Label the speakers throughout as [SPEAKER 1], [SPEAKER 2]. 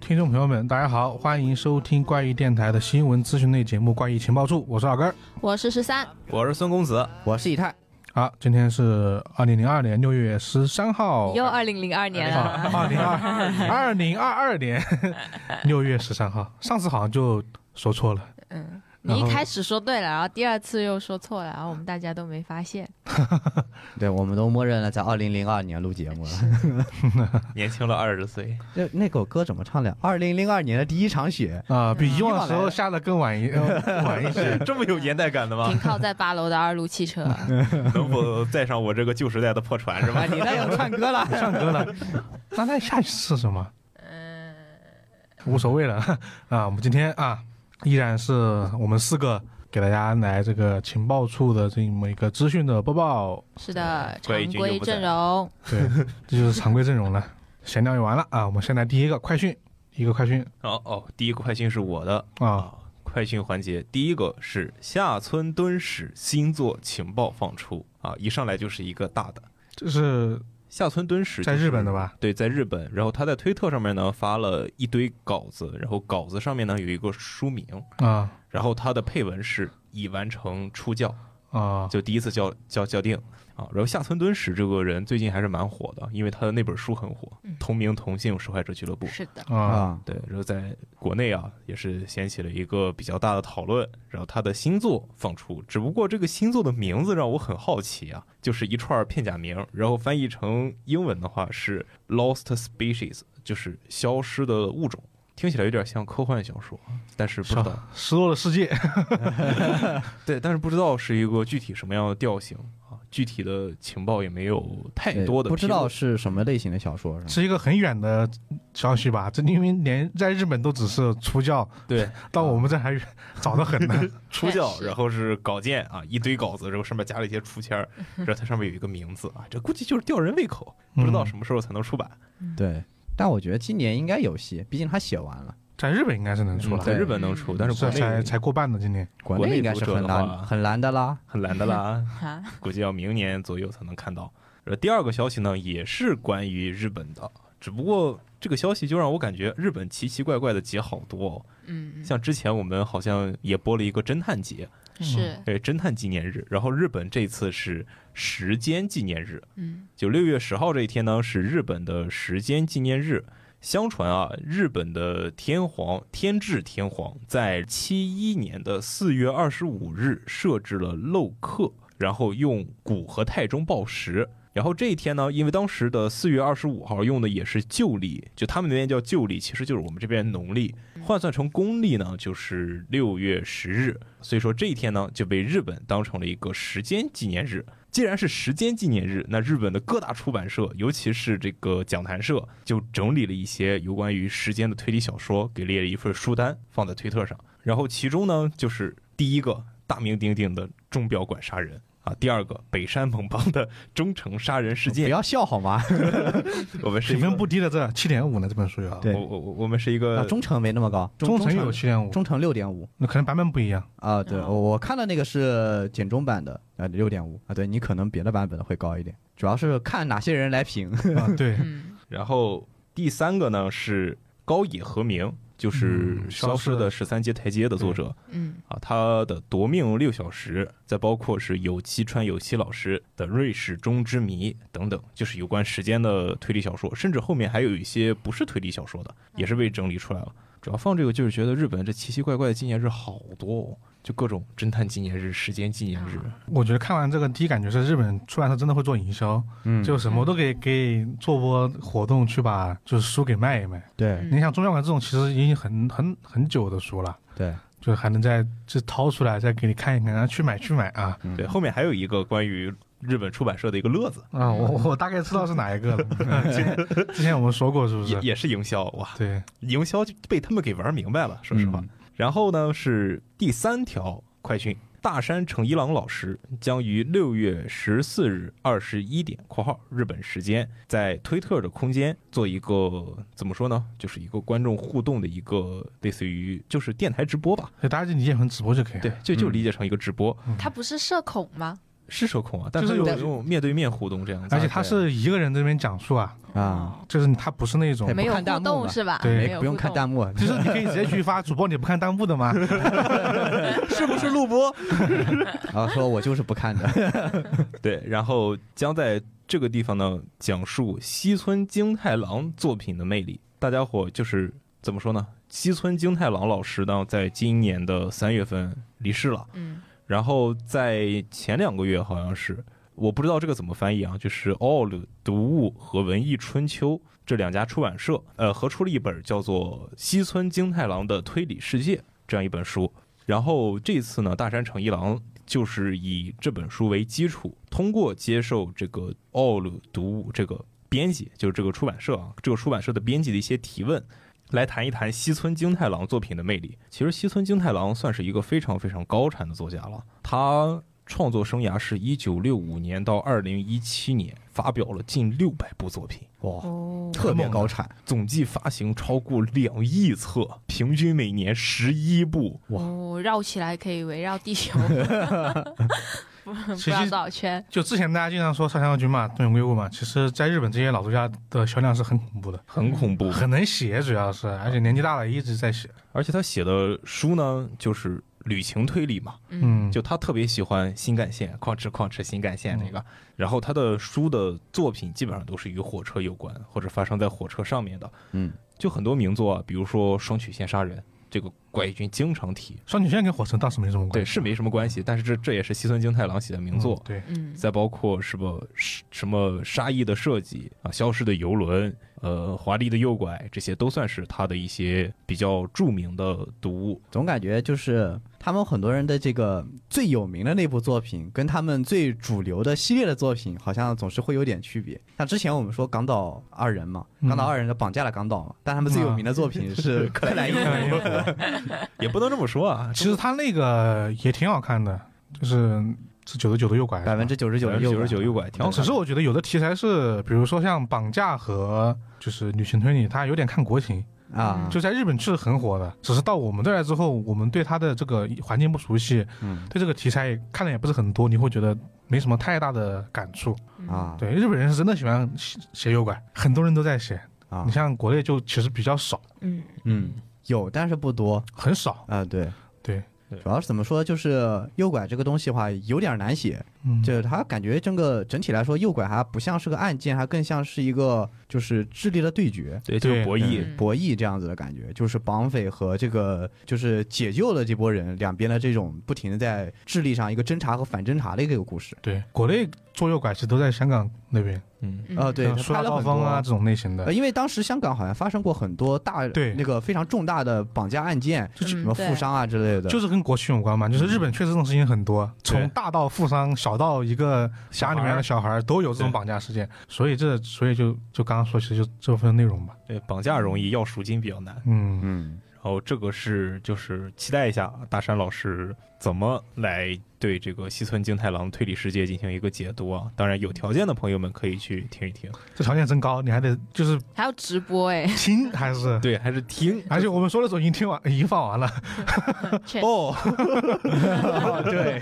[SPEAKER 1] 听众朋友们，大家好，欢迎收听怪异电台的新闻资讯类节目《怪异情报处》，我是老根儿。
[SPEAKER 2] 我是十三，
[SPEAKER 3] 我是孙公子，
[SPEAKER 4] 我是以太，
[SPEAKER 1] 好，啊今天是二零零二年六月十三号，
[SPEAKER 2] 又二零零二年
[SPEAKER 4] 哎
[SPEAKER 2] 了，
[SPEAKER 1] 啊，二零二二零二二年六月十三号，上次好像就说错了，
[SPEAKER 2] 嗯。
[SPEAKER 1] 然
[SPEAKER 2] 你
[SPEAKER 1] 后
[SPEAKER 2] 一开始说对了，然后第二次又说错了，然后我们大家都没发 现。
[SPEAKER 4] 对，我们都默认了在二零零二年录节目了。
[SPEAKER 3] 年轻了二十岁，
[SPEAKER 4] 那那首歌怎么唱的？二零零二年的第一 场雪，
[SPEAKER 1] 啊、比以往的时候下的更晚一、呃、晚一些。
[SPEAKER 3] 这么有年代感的吗
[SPEAKER 2] 停？靠在八楼的二路汽 车，
[SPEAKER 3] 能否载上我这个旧时代的破船是
[SPEAKER 4] 啊，
[SPEAKER 3] 吧？
[SPEAKER 4] 你那要唱歌了，
[SPEAKER 1] 唱歌了，那那下一次是什么？
[SPEAKER 2] 嗯
[SPEAKER 1] 无所谓了 啊。我们今天啊，依然是我们四个给大家来这个情报处的这么一个资讯的播报，
[SPEAKER 2] 是的，
[SPEAKER 3] 怪异
[SPEAKER 2] 常
[SPEAKER 3] 君
[SPEAKER 2] 规
[SPEAKER 3] 又不在
[SPEAKER 2] 阵容。
[SPEAKER 1] 对， 这就是常规阵容了。闲聊也完了啊，我们先来第一个快讯，一个快讯
[SPEAKER 3] 哦哦，第一个快讯是我的
[SPEAKER 1] 啊，
[SPEAKER 3] 快讯环节，第一个是下村敦史新作情报放出啊，一上来就是一个大的
[SPEAKER 1] 这是
[SPEAKER 3] 下村敦史、
[SPEAKER 1] 在日本的？吧？
[SPEAKER 3] 对，在日本，然后他在推特上面呢发了一堆稿子，然后稿子上面呢有一个书名，
[SPEAKER 1] 啊
[SPEAKER 3] 然后他的配文是已完成出教，
[SPEAKER 1] 啊
[SPEAKER 3] 就第一次校校校定啊。然后下村敦史这个人最近还是蛮火的，因为他的那本书很火，同名同姓受害者俱乐部。
[SPEAKER 2] 是的，
[SPEAKER 1] 啊！
[SPEAKER 4] 啊！
[SPEAKER 3] 对，然后在国内啊，也是掀起了一个比较大的讨论。然后他的新作放出，只不过这个新作的名字让我很好奇啊，就是一串片假名，然后翻译成英文的话是 “Lost Species”，就是消失的物种，听起来有点像科幻小说，但是不知
[SPEAKER 1] 是
[SPEAKER 3] 道
[SPEAKER 1] 吧失落的世界
[SPEAKER 3] 嗯对，但是不知道是一个具体什么样的调性啊，具体的情报也没有太
[SPEAKER 4] 对
[SPEAKER 3] 多的
[SPEAKER 4] 不知
[SPEAKER 3] 披露
[SPEAKER 4] 道是什么类型的小说，是吗
[SPEAKER 1] 是一个很远的消息吧？这因为连在日本都只是出教，
[SPEAKER 3] 对
[SPEAKER 1] 到我们这还远早得很呢。
[SPEAKER 3] 出教，
[SPEAKER 2] 是
[SPEAKER 3] 然后是稿件啊，一堆稿子，然后上面加了一些竹签儿，然后它上面有一个名字啊，这估计就是吊人胃口， 不知道
[SPEAKER 1] 嗯
[SPEAKER 3] 什么时候才能出版。
[SPEAKER 4] 对，但我觉得今年应该有戏，毕竟他写完了，
[SPEAKER 1] 在日本应该是能出来，
[SPEAKER 3] 嗯在
[SPEAKER 4] 对
[SPEAKER 3] 日本能出，但是
[SPEAKER 1] 嗯是
[SPEAKER 3] 国
[SPEAKER 1] 才
[SPEAKER 3] 内
[SPEAKER 1] 才过半呢，今年。
[SPEAKER 4] 国
[SPEAKER 3] 国内
[SPEAKER 4] 内应该是
[SPEAKER 3] 读者
[SPEAKER 4] 很
[SPEAKER 3] 的
[SPEAKER 4] 难
[SPEAKER 3] 话
[SPEAKER 4] 很难的啦。
[SPEAKER 3] 很难的啦，
[SPEAKER 2] 啊，
[SPEAKER 3] 估计要明年左右才能看到。然后第二个消息呢，也是关于日本的，只不过这个消息就让我感觉日本奇奇怪怪的节好多、哦，
[SPEAKER 2] 嗯，
[SPEAKER 3] 像之前我们好像也播了一个侦探节，
[SPEAKER 4] 嗯
[SPEAKER 1] 嗯
[SPEAKER 2] 是，
[SPEAKER 3] 对，呃侦探纪念日。然后日本这次是时间纪念日，
[SPEAKER 2] 嗯，
[SPEAKER 3] 就六月十号这一天呢是日本的时间纪念日。相传啊，日本的天皇天智天皇在七一年的四月二十五日设置了漏刻，然后用古和太中报时。然后这一天呢，因为当时的四月二十五号用的也是旧历，就他们那边叫旧历，其实就是我们这边农历，换算成公历呢，就是六月十日。所以说这一天呢，就被日本当成了一个时间纪念日。既然是时间纪念日，那日本的各大出版社，尤其是这个讲坛社，就整理了一些有关于时间的推理小说，给列了一份书单放在推特上。然后其中呢，就是第一个大名鼎鼎的钟表馆杀人啊，第二个北山猛帮的忠诚杀人事
[SPEAKER 4] 不
[SPEAKER 3] 件。
[SPEAKER 4] 要笑好吗？
[SPEAKER 3] 我们是
[SPEAKER 1] 评
[SPEAKER 3] 一个
[SPEAKER 1] 分哦不低的这七点五呢，这本书有。
[SPEAKER 4] 对
[SPEAKER 3] 我我我我们是一
[SPEAKER 4] 啊
[SPEAKER 3] 个
[SPEAKER 4] 忠诚没那么高，
[SPEAKER 1] 中
[SPEAKER 4] 诚
[SPEAKER 1] 层有七点五，
[SPEAKER 4] 忠诚六点五
[SPEAKER 1] 那可能版本不 一样。
[SPEAKER 4] 啊。对，
[SPEAKER 2] 哦
[SPEAKER 4] 我我看的那个是简中版的，啊，六点五啊。对你可能别的版本的会高一点，主要是看哪些人来评。
[SPEAKER 1] 啊，对，
[SPEAKER 2] 嗯，
[SPEAKER 3] 然后第三个呢是高野和明，就是
[SPEAKER 1] 嗯
[SPEAKER 3] 《消失的十三阶台阶》的作者、
[SPEAKER 2] 嗯，
[SPEAKER 3] 啊，他的《夺命六小时》，再包括是有栖川有希老师的《瑞士中之谜》等等，就是有关时间的推理小说，甚至后面还有一些不是推理小说的，也是被整理出来了。主要放这个就是觉得日本这奇奇怪怪的纪念日好多哦，就各种侦探纪念日、时间纪念日，
[SPEAKER 1] 我觉得看完这个第一感觉是日本出版社真的会做营销，
[SPEAKER 4] 嗯
[SPEAKER 1] 就什么都给给做波活动去把就是书给卖一卖。
[SPEAKER 4] 对
[SPEAKER 1] 你想中药馆这种其实已经很很很久的书了，
[SPEAKER 4] 对，啊
[SPEAKER 1] 就是还能再就掏出来再给你看一看，然后去买去买啊。
[SPEAKER 3] 对，后面还有一个关于日本出版社的一个乐子，
[SPEAKER 1] 啊，我 我大概知道是哪一个了。 之前之前我们说过是不
[SPEAKER 3] 也
[SPEAKER 1] 是？
[SPEAKER 3] 也是营销哇，
[SPEAKER 1] 对，
[SPEAKER 3] 营销就被他们给玩明白了，说实话。
[SPEAKER 4] 嗯
[SPEAKER 3] 然后呢是第三条快讯，大山诚一郎老师将于六月十四日二十一点（括号日本时间）在推特的空间做一个怎么说呢，就是一个观众互动的一个类似于就是电台直播吧，
[SPEAKER 1] 所以大家就理解成直播就可以了。嗯
[SPEAKER 3] 对，就就理解成一个直播。
[SPEAKER 2] 他不是社恐吗？
[SPEAKER 3] 是社恐啊，但
[SPEAKER 1] 就是
[SPEAKER 3] 他有
[SPEAKER 1] 有
[SPEAKER 3] 那种面对面互动这样子，
[SPEAKER 1] 而且他是一个人在那边讲述啊，
[SPEAKER 4] 啊，
[SPEAKER 1] 就是他不是那种
[SPEAKER 4] 哎
[SPEAKER 2] 哦没有
[SPEAKER 4] 不看
[SPEAKER 2] 互
[SPEAKER 4] 弹幕
[SPEAKER 2] 动
[SPEAKER 4] 吧
[SPEAKER 2] 是吧？
[SPEAKER 1] 对
[SPEAKER 2] 没
[SPEAKER 4] 没
[SPEAKER 2] 有
[SPEAKER 4] 哎不用看
[SPEAKER 2] 幕。
[SPEAKER 4] 弹幕，啊
[SPEAKER 1] 就是你可以直接去发主播，你不看弹幕的吗？
[SPEAKER 4] 是不是录播？然后说我就是不看的，
[SPEAKER 3] 对，然后将在这个地方呢讲述西村京太郎作品的魅力。大家伙就是怎么说呢？西村京太郎老师呢，在今年的三月份离世了。
[SPEAKER 2] 嗯，
[SPEAKER 3] 然后在前两个月好像是，我不知道这个怎么翻译啊，就是《all 读物》和《文艺春秋》这两家出版社，呃，合出了一本叫做《西村京太郎的推理世界》这样一本书。然后这次呢，大山诚一郎就是以这本书为基础，通过接受这个《all 读物》这个编辑，就是这个出版社啊，这个出版社的编辑的一些提问，来谈一谈西村京太郎作品的魅力。其实西村京太郎算是一个非常非常高产的作家了，他创作生涯是一九六五年到二零一七年，发表了近六百部作品，
[SPEAKER 4] 哇，
[SPEAKER 2] 哦，
[SPEAKER 4] 特别高产，
[SPEAKER 3] 总计发行超过两亿册，平均每年十一部。
[SPEAKER 4] 哇
[SPEAKER 2] 哦，绕起来可以围绕地 球，不 不
[SPEAKER 1] 其
[SPEAKER 2] 知道
[SPEAKER 1] 实
[SPEAKER 2] 多少圈。
[SPEAKER 1] 就之前大家经常说上将军嘛、东野圭吾嘛，其实在日本这些老作家的销量是很恐怖的，
[SPEAKER 3] 很恐 怖，
[SPEAKER 1] 很能写，主要是，而且年纪大了一直在写。
[SPEAKER 3] 而且他写的书呢，就是旅情推理嘛，
[SPEAKER 2] 嗯
[SPEAKER 1] 嗯，
[SPEAKER 3] 就他特别喜欢新干线，旷驰旷驰新干线那个。然后他的书的作品基本上都是与火车有关，或者发生在火车上面的。
[SPEAKER 4] 嗯，
[SPEAKER 3] 就很多名作啊，比如说《双曲线杀人》，这个怪异君经常提，
[SPEAKER 1] 双曲线跟火车倒是没什么关
[SPEAKER 3] 对，
[SPEAKER 1] 系。
[SPEAKER 3] 是没什么关系，但是这这也是西村京太郎写的名作。
[SPEAKER 1] 嗯对，
[SPEAKER 2] 嗯，
[SPEAKER 3] 再包括什么什么沙溢的设计啊，消失的游轮，呃，华丽的诱拐，这些都算是他的一些比较著名的读物。
[SPEAKER 4] 总感觉就是他们很多人的这个最有名的那部作品，跟他们最主流的系列的作品，好像总是会有点区别。像之前我们说港岛二人嘛，
[SPEAKER 1] 嗯
[SPEAKER 4] 港岛二人的绑架了港岛嘛，但他们最有名的作品是 柯南一
[SPEAKER 1] 柯南一
[SPEAKER 4] 族
[SPEAKER 1] 族
[SPEAKER 3] 也不能这么说啊，
[SPEAKER 1] 其实他那个也挺好看的，就是是九十九的诱拐，
[SPEAKER 4] 百分之九十九的
[SPEAKER 3] 九
[SPEAKER 4] 诱
[SPEAKER 3] 十九
[SPEAKER 4] 拐
[SPEAKER 3] 诱拐挺好看的。
[SPEAKER 1] 只是我觉得有的题材是，比如说像绑架和就是女性推理，它有点看国情，
[SPEAKER 2] 嗯
[SPEAKER 4] 啊，
[SPEAKER 1] 就在日本是很火的，只是到我们这儿来之后，我们对它的这个环境不熟悉，
[SPEAKER 4] 嗯
[SPEAKER 1] 对这个题材也看的也不是很多，你会觉得没什么太大的感触。
[SPEAKER 2] 嗯
[SPEAKER 4] 啊
[SPEAKER 1] 对，日本人是真的喜欢写写诱拐，很多人都在写，
[SPEAKER 4] 啊
[SPEAKER 1] 你，像国内就其实比较少，
[SPEAKER 2] 嗯，
[SPEAKER 4] 嗯，有但是不多
[SPEAKER 1] 很少。
[SPEAKER 4] 啊，对。
[SPEAKER 1] 对，
[SPEAKER 4] 主要是怎么说，就是诱拐这个东西的话有点难写，
[SPEAKER 1] 嗯，
[SPEAKER 4] 就是它感觉整个整体来说，诱拐还不像是个案件，还更像是一个就是智力的对决。
[SPEAKER 3] 对，就是
[SPEAKER 1] 对
[SPEAKER 3] 博弈，
[SPEAKER 2] 嗯
[SPEAKER 4] 博弈这样子的感觉，就是绑匪和这个就是解救了这波人两边的这种不停的在智力上一个侦查和反侦查的一个故事。
[SPEAKER 1] 对，国内做诱拐其实都在香港那边，
[SPEAKER 3] 嗯，
[SPEAKER 2] 嗯
[SPEAKER 4] 啊对
[SPEAKER 1] 像
[SPEAKER 4] 他
[SPEAKER 1] 苏
[SPEAKER 4] 拍
[SPEAKER 1] 拉
[SPEAKER 4] 了
[SPEAKER 1] 高
[SPEAKER 4] 很
[SPEAKER 1] 峰啊
[SPEAKER 4] 多
[SPEAKER 1] 这种类型
[SPEAKER 4] 呃，
[SPEAKER 1] 的，
[SPEAKER 4] 因为当时香港好像发生过很多大
[SPEAKER 1] 对
[SPEAKER 4] 那个非常重大的绑架案件，
[SPEAKER 2] 嗯
[SPEAKER 4] 什么
[SPEAKER 2] 对
[SPEAKER 4] 富商啊之类的，
[SPEAKER 1] 就是跟国情有关嘛。就是日本确实这种事情很多，
[SPEAKER 3] 对
[SPEAKER 1] 从大到富商，小到一个家里面的小孩儿都有这种
[SPEAKER 3] 对
[SPEAKER 1] 绑架事件，所以这所以就就刚刚说，其实就这部分内容吧。
[SPEAKER 3] 对，绑架容易，要赎金比较难。
[SPEAKER 1] 嗯，
[SPEAKER 4] 嗯
[SPEAKER 3] 然 后这个是就是期待一下大山老师怎么来对这个西村京太郎推理世界进行一个解读啊。当然，有条件的朋友们可以去听一听，
[SPEAKER 1] 这条件真高，你还得就是
[SPEAKER 2] 还有直播哎，
[SPEAKER 1] 听还是。
[SPEAKER 3] 对，还是听。
[SPEAKER 1] 而且我们说的时候已经听完，已经放完了。
[SPEAKER 2] 确实
[SPEAKER 3] 哦，对，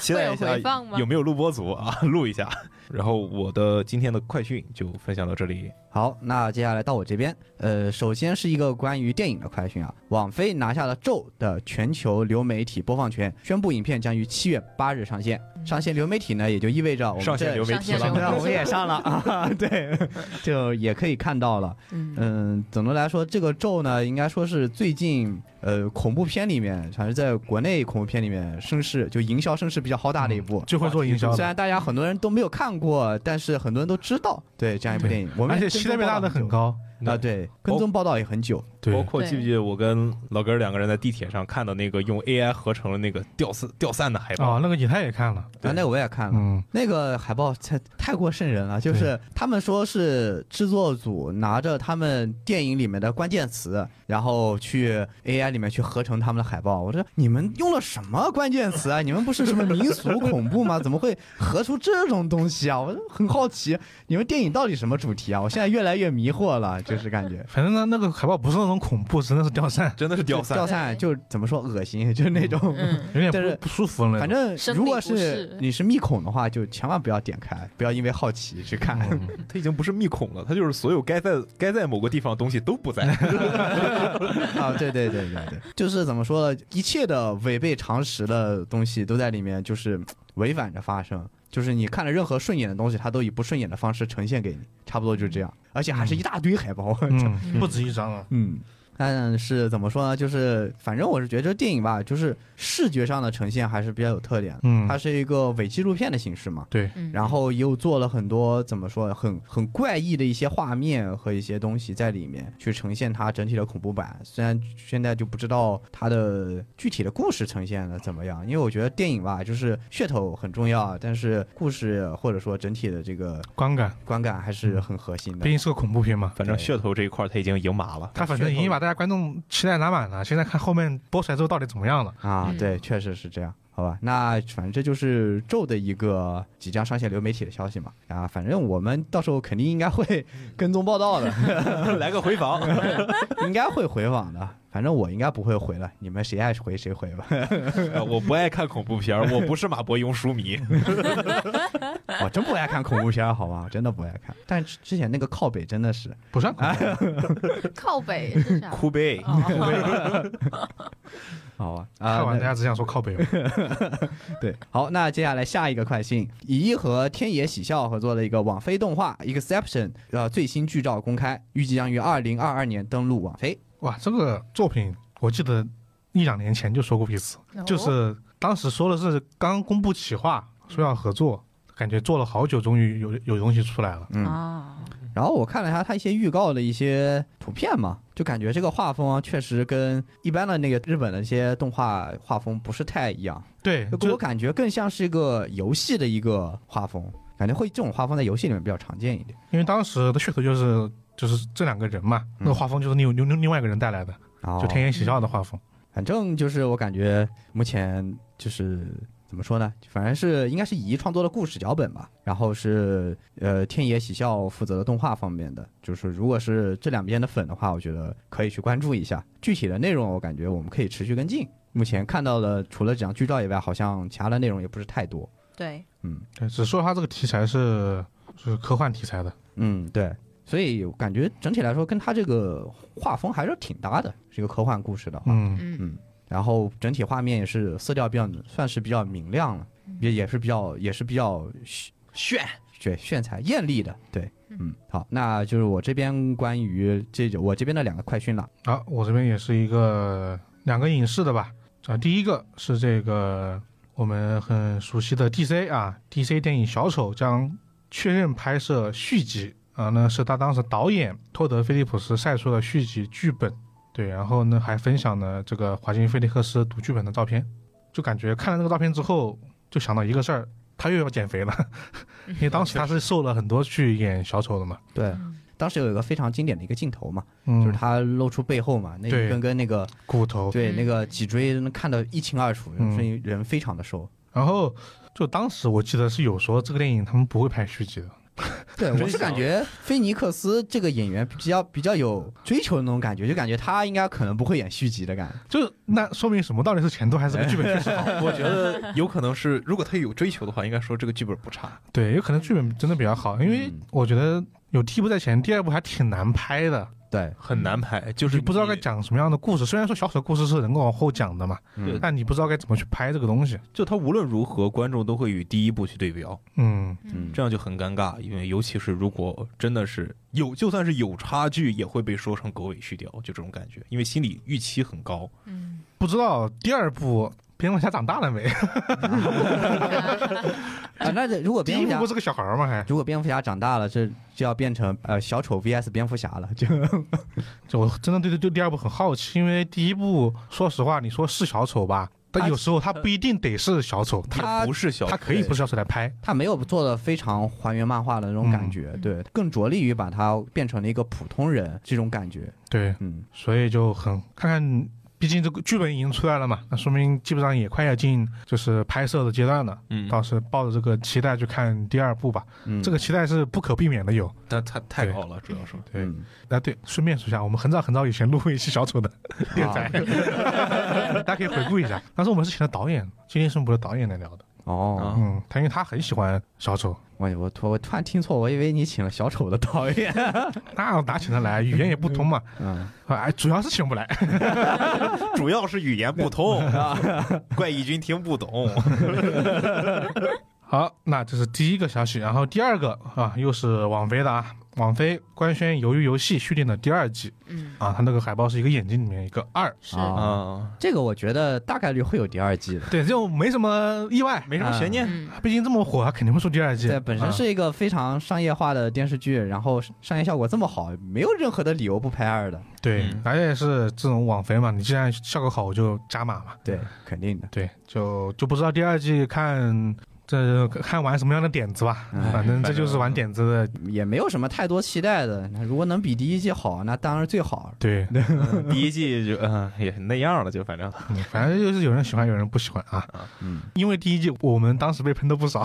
[SPEAKER 3] 期待一
[SPEAKER 2] 会有
[SPEAKER 3] 下
[SPEAKER 2] 回放吗
[SPEAKER 3] 有没有录播组啊， 录一下。然后我的今天的快讯就分享到这里。
[SPEAKER 4] 好，那接下来到我这边，呃，首先是一个关于电影的快讯啊，网飞拿下了《咒》的全球流媒体播放权，宣布影片将于七月八日上线。上线流媒体呢，也就意味着我们
[SPEAKER 3] 上线
[SPEAKER 4] 这
[SPEAKER 3] 流媒体
[SPEAKER 2] 上线
[SPEAKER 4] 对
[SPEAKER 2] 流
[SPEAKER 3] 了，
[SPEAKER 4] 我们 也上了 啊，对，就也可以看到了。
[SPEAKER 2] 嗯
[SPEAKER 4] 嗯，总的来说，这个咒呢，应该说是最近呃恐怖片里面，反正在国内恐怖片里面声势就营销声势比较浩大的一
[SPEAKER 3] 嗯
[SPEAKER 4] 部。
[SPEAKER 1] 就会做营销
[SPEAKER 4] 虽
[SPEAKER 1] 的，
[SPEAKER 4] 然大家很多人都没有看过，但是很多人都知道，对这样一部电影，我们
[SPEAKER 1] 而且
[SPEAKER 4] 跟踪
[SPEAKER 1] 期待被
[SPEAKER 4] 报道
[SPEAKER 1] 拉的很
[SPEAKER 4] 久
[SPEAKER 1] 高。
[SPEAKER 4] 啊，对，跟踪报道也很久，
[SPEAKER 1] 对，
[SPEAKER 3] 包括记不记得我跟老根儿两个人在地铁上看到那个用 AI 合成的那个掉散掉散的海报，
[SPEAKER 1] 哦，那个以太也看了，
[SPEAKER 4] 啊，那个我也看了。
[SPEAKER 1] 嗯，
[SPEAKER 4] 那个海报太太过瘆人了，就是他们说是制作组拿着他们电影里面的关键词，然后去 AI 里面去合成他们的海报。我说你们用了什么关键词啊？你 们不是什么民俗恐怖吗？怎么会合出这种东西啊？我很好奇，你们电影到底什么主题啊？我现在越来越迷惑了，就是感觉。
[SPEAKER 1] 反正呢，那个海报不是那种光恐怖，真的是掉散，
[SPEAKER 3] 真的是掉
[SPEAKER 4] 掉
[SPEAKER 3] 散，
[SPEAKER 4] 散就怎么说恶心，就是那种，
[SPEAKER 2] 嗯，
[SPEAKER 1] 有点
[SPEAKER 4] 但是
[SPEAKER 1] 不不舒服了。
[SPEAKER 4] 反正
[SPEAKER 2] 生理
[SPEAKER 4] 如果
[SPEAKER 2] 不
[SPEAKER 4] 是
[SPEAKER 2] 适
[SPEAKER 4] 你是密孔的话，就千万不要点开，不要因为好奇去看。
[SPEAKER 1] 嗯
[SPEAKER 3] 它已经不是密孔了，它就是所有该在该在某个地方的东西都不在。
[SPEAKER 4] 啊，对对对对对，就是怎么说呢，一切的违背常识的东西都在里面，就是违反着发生。就是你看了任何顺眼的东西，它都以不顺眼的方式呈现给你，差不多就这样，而且还是一大堆海报。
[SPEAKER 1] 嗯，嗯不止一张啊。
[SPEAKER 4] 嗯，但是怎么说呢？就是反正我是觉得这电影吧，就是视觉上的呈现还是比较有特点的。
[SPEAKER 1] 嗯
[SPEAKER 4] 它是一个伪纪录片的形式嘛，
[SPEAKER 1] 对，
[SPEAKER 2] 嗯
[SPEAKER 4] 然后又做了很多怎么说很很怪异的一些画面和一些东西在里面，去呈现它整体的恐怖版。虽然现在就不知道它的具体的故事呈现的怎么样，因为我觉得电影吧，就是噱头很重要，但是故事或者说整体的这个
[SPEAKER 1] 观感，
[SPEAKER 4] 观感还是很核心
[SPEAKER 1] 毕
[SPEAKER 4] 的。
[SPEAKER 1] 竟是个恐怖片嘛。
[SPEAKER 3] 反正噱头这一块它已经赢 麻了。
[SPEAKER 1] 他反正已经把大家观众期待拉满了，现在看后面播出来之后到底怎么样了。
[SPEAKER 4] 啊，
[SPEAKER 2] 嗯
[SPEAKER 4] 对，确实是这样。好吧，那反正这就是咒的一个即将上线流媒体的消息嘛。啊，反正我们到时候肯定应该会 跟踪报道的。
[SPEAKER 3] 来个回防，
[SPEAKER 4] 应该会回网的，反正我应该不会回了，你们谁爱回谁回吧。
[SPEAKER 3] 呃我不爱看恐怖片儿，我不是马伯庸书迷。
[SPEAKER 4] 我真不爱看恐怖片儿，好吧，我真的不爱看。但之之前那个靠北真的是，
[SPEAKER 1] 不算恐怖，
[SPEAKER 2] 靠北是 啥？
[SPEAKER 3] 哭悲，
[SPEAKER 2] 哦
[SPEAKER 4] 好吧，啊、
[SPEAKER 1] 看完大
[SPEAKER 4] 那
[SPEAKER 1] 家只想说靠北了。
[SPEAKER 4] 对，好，那接下来下一个快讯，乙一和天野喜孝合作的一个网飞动画《Exception》呃最新剧照公开，预计将于二零二二年登陆网飞。
[SPEAKER 1] 哇，这个作品我记得一两年前就说过一次，
[SPEAKER 2] 哦
[SPEAKER 1] 就是当时说的是刚公布企划，说要合作，感觉做了好久，终于有有东西出来了。
[SPEAKER 4] 嗯，
[SPEAKER 2] 啊，
[SPEAKER 4] 然后我看了一下它一些预告的一些图片嘛，就感觉这个画风啊确实跟一般的那个日本的一些动画画风不是太一样。
[SPEAKER 1] 对，
[SPEAKER 4] 就给我
[SPEAKER 1] 就
[SPEAKER 4] 感觉更像是一个游戏的一个画风，感觉会这种画风在游戏里面比较常见一点
[SPEAKER 1] 因为当时的噱头就是就是这两个人嘛，那个画风就是另另另另外一个人带来的，
[SPEAKER 4] 啊
[SPEAKER 1] 就天眼喜笑的画风。
[SPEAKER 4] 反正就是我感觉目前就是怎么说呢，反正是应该是乙一创作的故事脚本吧，然后是呃天野喜孝负责的动画方面的，就是如果是这两边的粉的话，我觉得可以去关注一下。具体的内容我感觉我们可以持续跟进。目前看到的除了这张剧照以外，好像其他的内容也不是太多。
[SPEAKER 2] 对，
[SPEAKER 4] 嗯，
[SPEAKER 1] 对，只说他这个题材是是科幻题材的，
[SPEAKER 4] 嗯，对，所以我感觉整体来说跟他这个画风还是挺搭的，是一个科幻故事的话。
[SPEAKER 1] 嗯，
[SPEAKER 2] 嗯，
[SPEAKER 4] 然后整体画面也是色调比较算是比较明亮了，
[SPEAKER 1] 嗯
[SPEAKER 4] 也也是比较也是比较炫
[SPEAKER 3] 炫
[SPEAKER 4] 对炫彩艳丽的，对。嗯，好，那就是我这边关于这我这边的两个快讯了。
[SPEAKER 1] 好，我这边也是一个两个影视的吧。啊，第一个是这个我们很熟悉的 DC 啊，DC 电影《小丑》将确认拍摄续集啊，那是他当时导演托德·菲利普斯晒出的续集剧本。对，然后呢还分享了这个华金·菲利克斯读剧本的照片，就感觉看了那个照片之后，就想到一个事儿，他又要减肥了， 因为当时他是瘦了很多去演小丑的嘛。
[SPEAKER 4] 对，当时有一个非常经典的一个镜头嘛，
[SPEAKER 1] 嗯，
[SPEAKER 4] 就是他露出背后嘛，那
[SPEAKER 1] 对
[SPEAKER 4] 一根根那个
[SPEAKER 1] 骨头，
[SPEAKER 4] 对
[SPEAKER 2] 嗯
[SPEAKER 4] 那个脊椎能看得一清二楚，
[SPEAKER 1] 嗯
[SPEAKER 4] 所以人非常的瘦。
[SPEAKER 1] 然后就当时我记得是有说这个电影他们不会拍续集的，
[SPEAKER 4] 对，我是感觉菲尼克斯这个演员比较比较有追求的那种感觉，就感觉他应该可能不会演续集的感觉。
[SPEAKER 1] 就是那说明什么？到底是前途还是这个剧本确实好？
[SPEAKER 3] 我 觉得有可能是，如果他有追求的话，应该说这个剧本不差。
[SPEAKER 1] 对，有可能剧本真的比较好，因为
[SPEAKER 4] 嗯
[SPEAKER 1] 我觉得有第一部在前，第二部还挺难拍的，
[SPEAKER 4] 对，
[SPEAKER 3] 很难拍，
[SPEAKER 1] 就
[SPEAKER 3] 就
[SPEAKER 1] 是不知道该讲什么样的故事。虽然说小丑故事是能够往后讲的嘛，
[SPEAKER 3] 嗯
[SPEAKER 1] 但你不知道该怎么去拍这个东西。
[SPEAKER 3] 就他无论如何，观众都会与第一部去对标，
[SPEAKER 1] 嗯，
[SPEAKER 4] 嗯
[SPEAKER 3] 这样就很尴尬。因为尤其是如果真的是有，就算是有差距，也会被说成狗尾续貂，就这种感觉。因为心理预期很高，
[SPEAKER 2] 嗯，
[SPEAKER 1] 不知道第二部蝙蝠侠长大了没？
[SPEAKER 4] 啊，那这如果
[SPEAKER 1] 第
[SPEAKER 4] 蝙
[SPEAKER 1] 一
[SPEAKER 4] 蝠
[SPEAKER 1] 部
[SPEAKER 4] 侠
[SPEAKER 1] 不是个小孩儿嘛，还
[SPEAKER 4] 如果蝙蝠侠长大了，这就要变成呃小丑 VS 蝙蝠侠了， 就
[SPEAKER 1] 就我真的对对对第二部很好奇，因为第一部说实话，你说是小丑吧，但有时候他不一定得是小丑，他
[SPEAKER 4] 他
[SPEAKER 3] 也不是小
[SPEAKER 1] 他可以不是小丑来拍。
[SPEAKER 4] 他没有做的非常还原漫画的那种感觉，
[SPEAKER 2] 嗯
[SPEAKER 4] 对，更着力于把他变成了一个普通人这种感觉，
[SPEAKER 1] 对，
[SPEAKER 4] 嗯
[SPEAKER 1] 所以就很看看 B 毕竟这个剧本已经出来了嘛，那说明基本上也快要进就是拍摄的阶段了。
[SPEAKER 3] 嗯，
[SPEAKER 1] 倒是抱着这个期待去看第二部吧，
[SPEAKER 4] 嗯
[SPEAKER 1] 这个期待是不可避免的有。
[SPEAKER 3] 但他太高了，主要是
[SPEAKER 1] 对，
[SPEAKER 4] 嗯
[SPEAKER 1] 啊对，顺便说一下，我们很早很早以前录过一期小丑的电台，大家可以回顾一下。当时我们是请了导演金立生博的导演来聊的，
[SPEAKER 4] 哦，
[SPEAKER 3] 啊
[SPEAKER 1] 嗯，他因为他很喜欢小丑，
[SPEAKER 4] 我我突我突然听错，我以为你请了小丑的导演。
[SPEAKER 1] 那哪请得来？语言也不通嘛，
[SPEAKER 4] 嗯，
[SPEAKER 1] 哎，主要是请不来。
[SPEAKER 3] 主要是语言不 通，啊怪异君听不懂。
[SPEAKER 1] 好，那这是第一个消息，然后第二个啊，又是网飞的啊，网飞官宣《鱿鱼游戏》续订的第二季
[SPEAKER 2] 嗯，
[SPEAKER 1] 啊，它那个海报是一个眼睛里面一个二，
[SPEAKER 2] 是
[SPEAKER 4] 啊
[SPEAKER 3] 啊，
[SPEAKER 4] 这个我觉得大概率会有第二季的。
[SPEAKER 1] 对，就没什么意外，啊
[SPEAKER 3] 没什么悬念。
[SPEAKER 2] 嗯
[SPEAKER 1] 毕竟这么火，肯定会出第二季。啊
[SPEAKER 4] 这本身是一个非常商业化的电视剧，然后商业效果这么好，没有任何的理由不拍二的。
[SPEAKER 1] 啊对
[SPEAKER 3] 嗯，
[SPEAKER 1] 而且是这种网飞嘛，你既然效果好，我就加码嘛。
[SPEAKER 4] 对，肯定的。
[SPEAKER 1] 对，就就不知道第二季看这看玩什么样的点子吧，
[SPEAKER 4] 哎
[SPEAKER 1] 反正这就是玩点子的。
[SPEAKER 4] 也没有什么太多期待的。那如果能比第一季好，那当然最好。
[SPEAKER 1] 对，
[SPEAKER 3] 第一季就嗯也那样了，就反正
[SPEAKER 1] 嗯反正就是有人喜欢，有人不喜欢啊。
[SPEAKER 4] 嗯，
[SPEAKER 1] 因为第一季我们当时被喷的不少，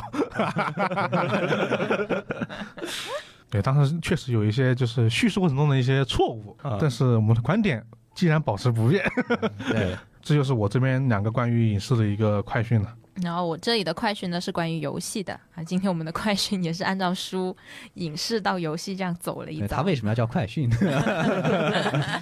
[SPEAKER 1] 对，当时确实有一些就是叙事过程中的一些错误，
[SPEAKER 3] 啊
[SPEAKER 1] 但是我们的观点既然保持不变，
[SPEAKER 4] 对，
[SPEAKER 1] 这就是我这边两个关于影视的一个快讯了。
[SPEAKER 2] 然后我这里的快讯呢是关于游戏的啊，今天我们的快讯也是按照书、影视到游戏这样走了一
[SPEAKER 4] 对哎他
[SPEAKER 2] 遭。
[SPEAKER 4] 为什么要叫快讯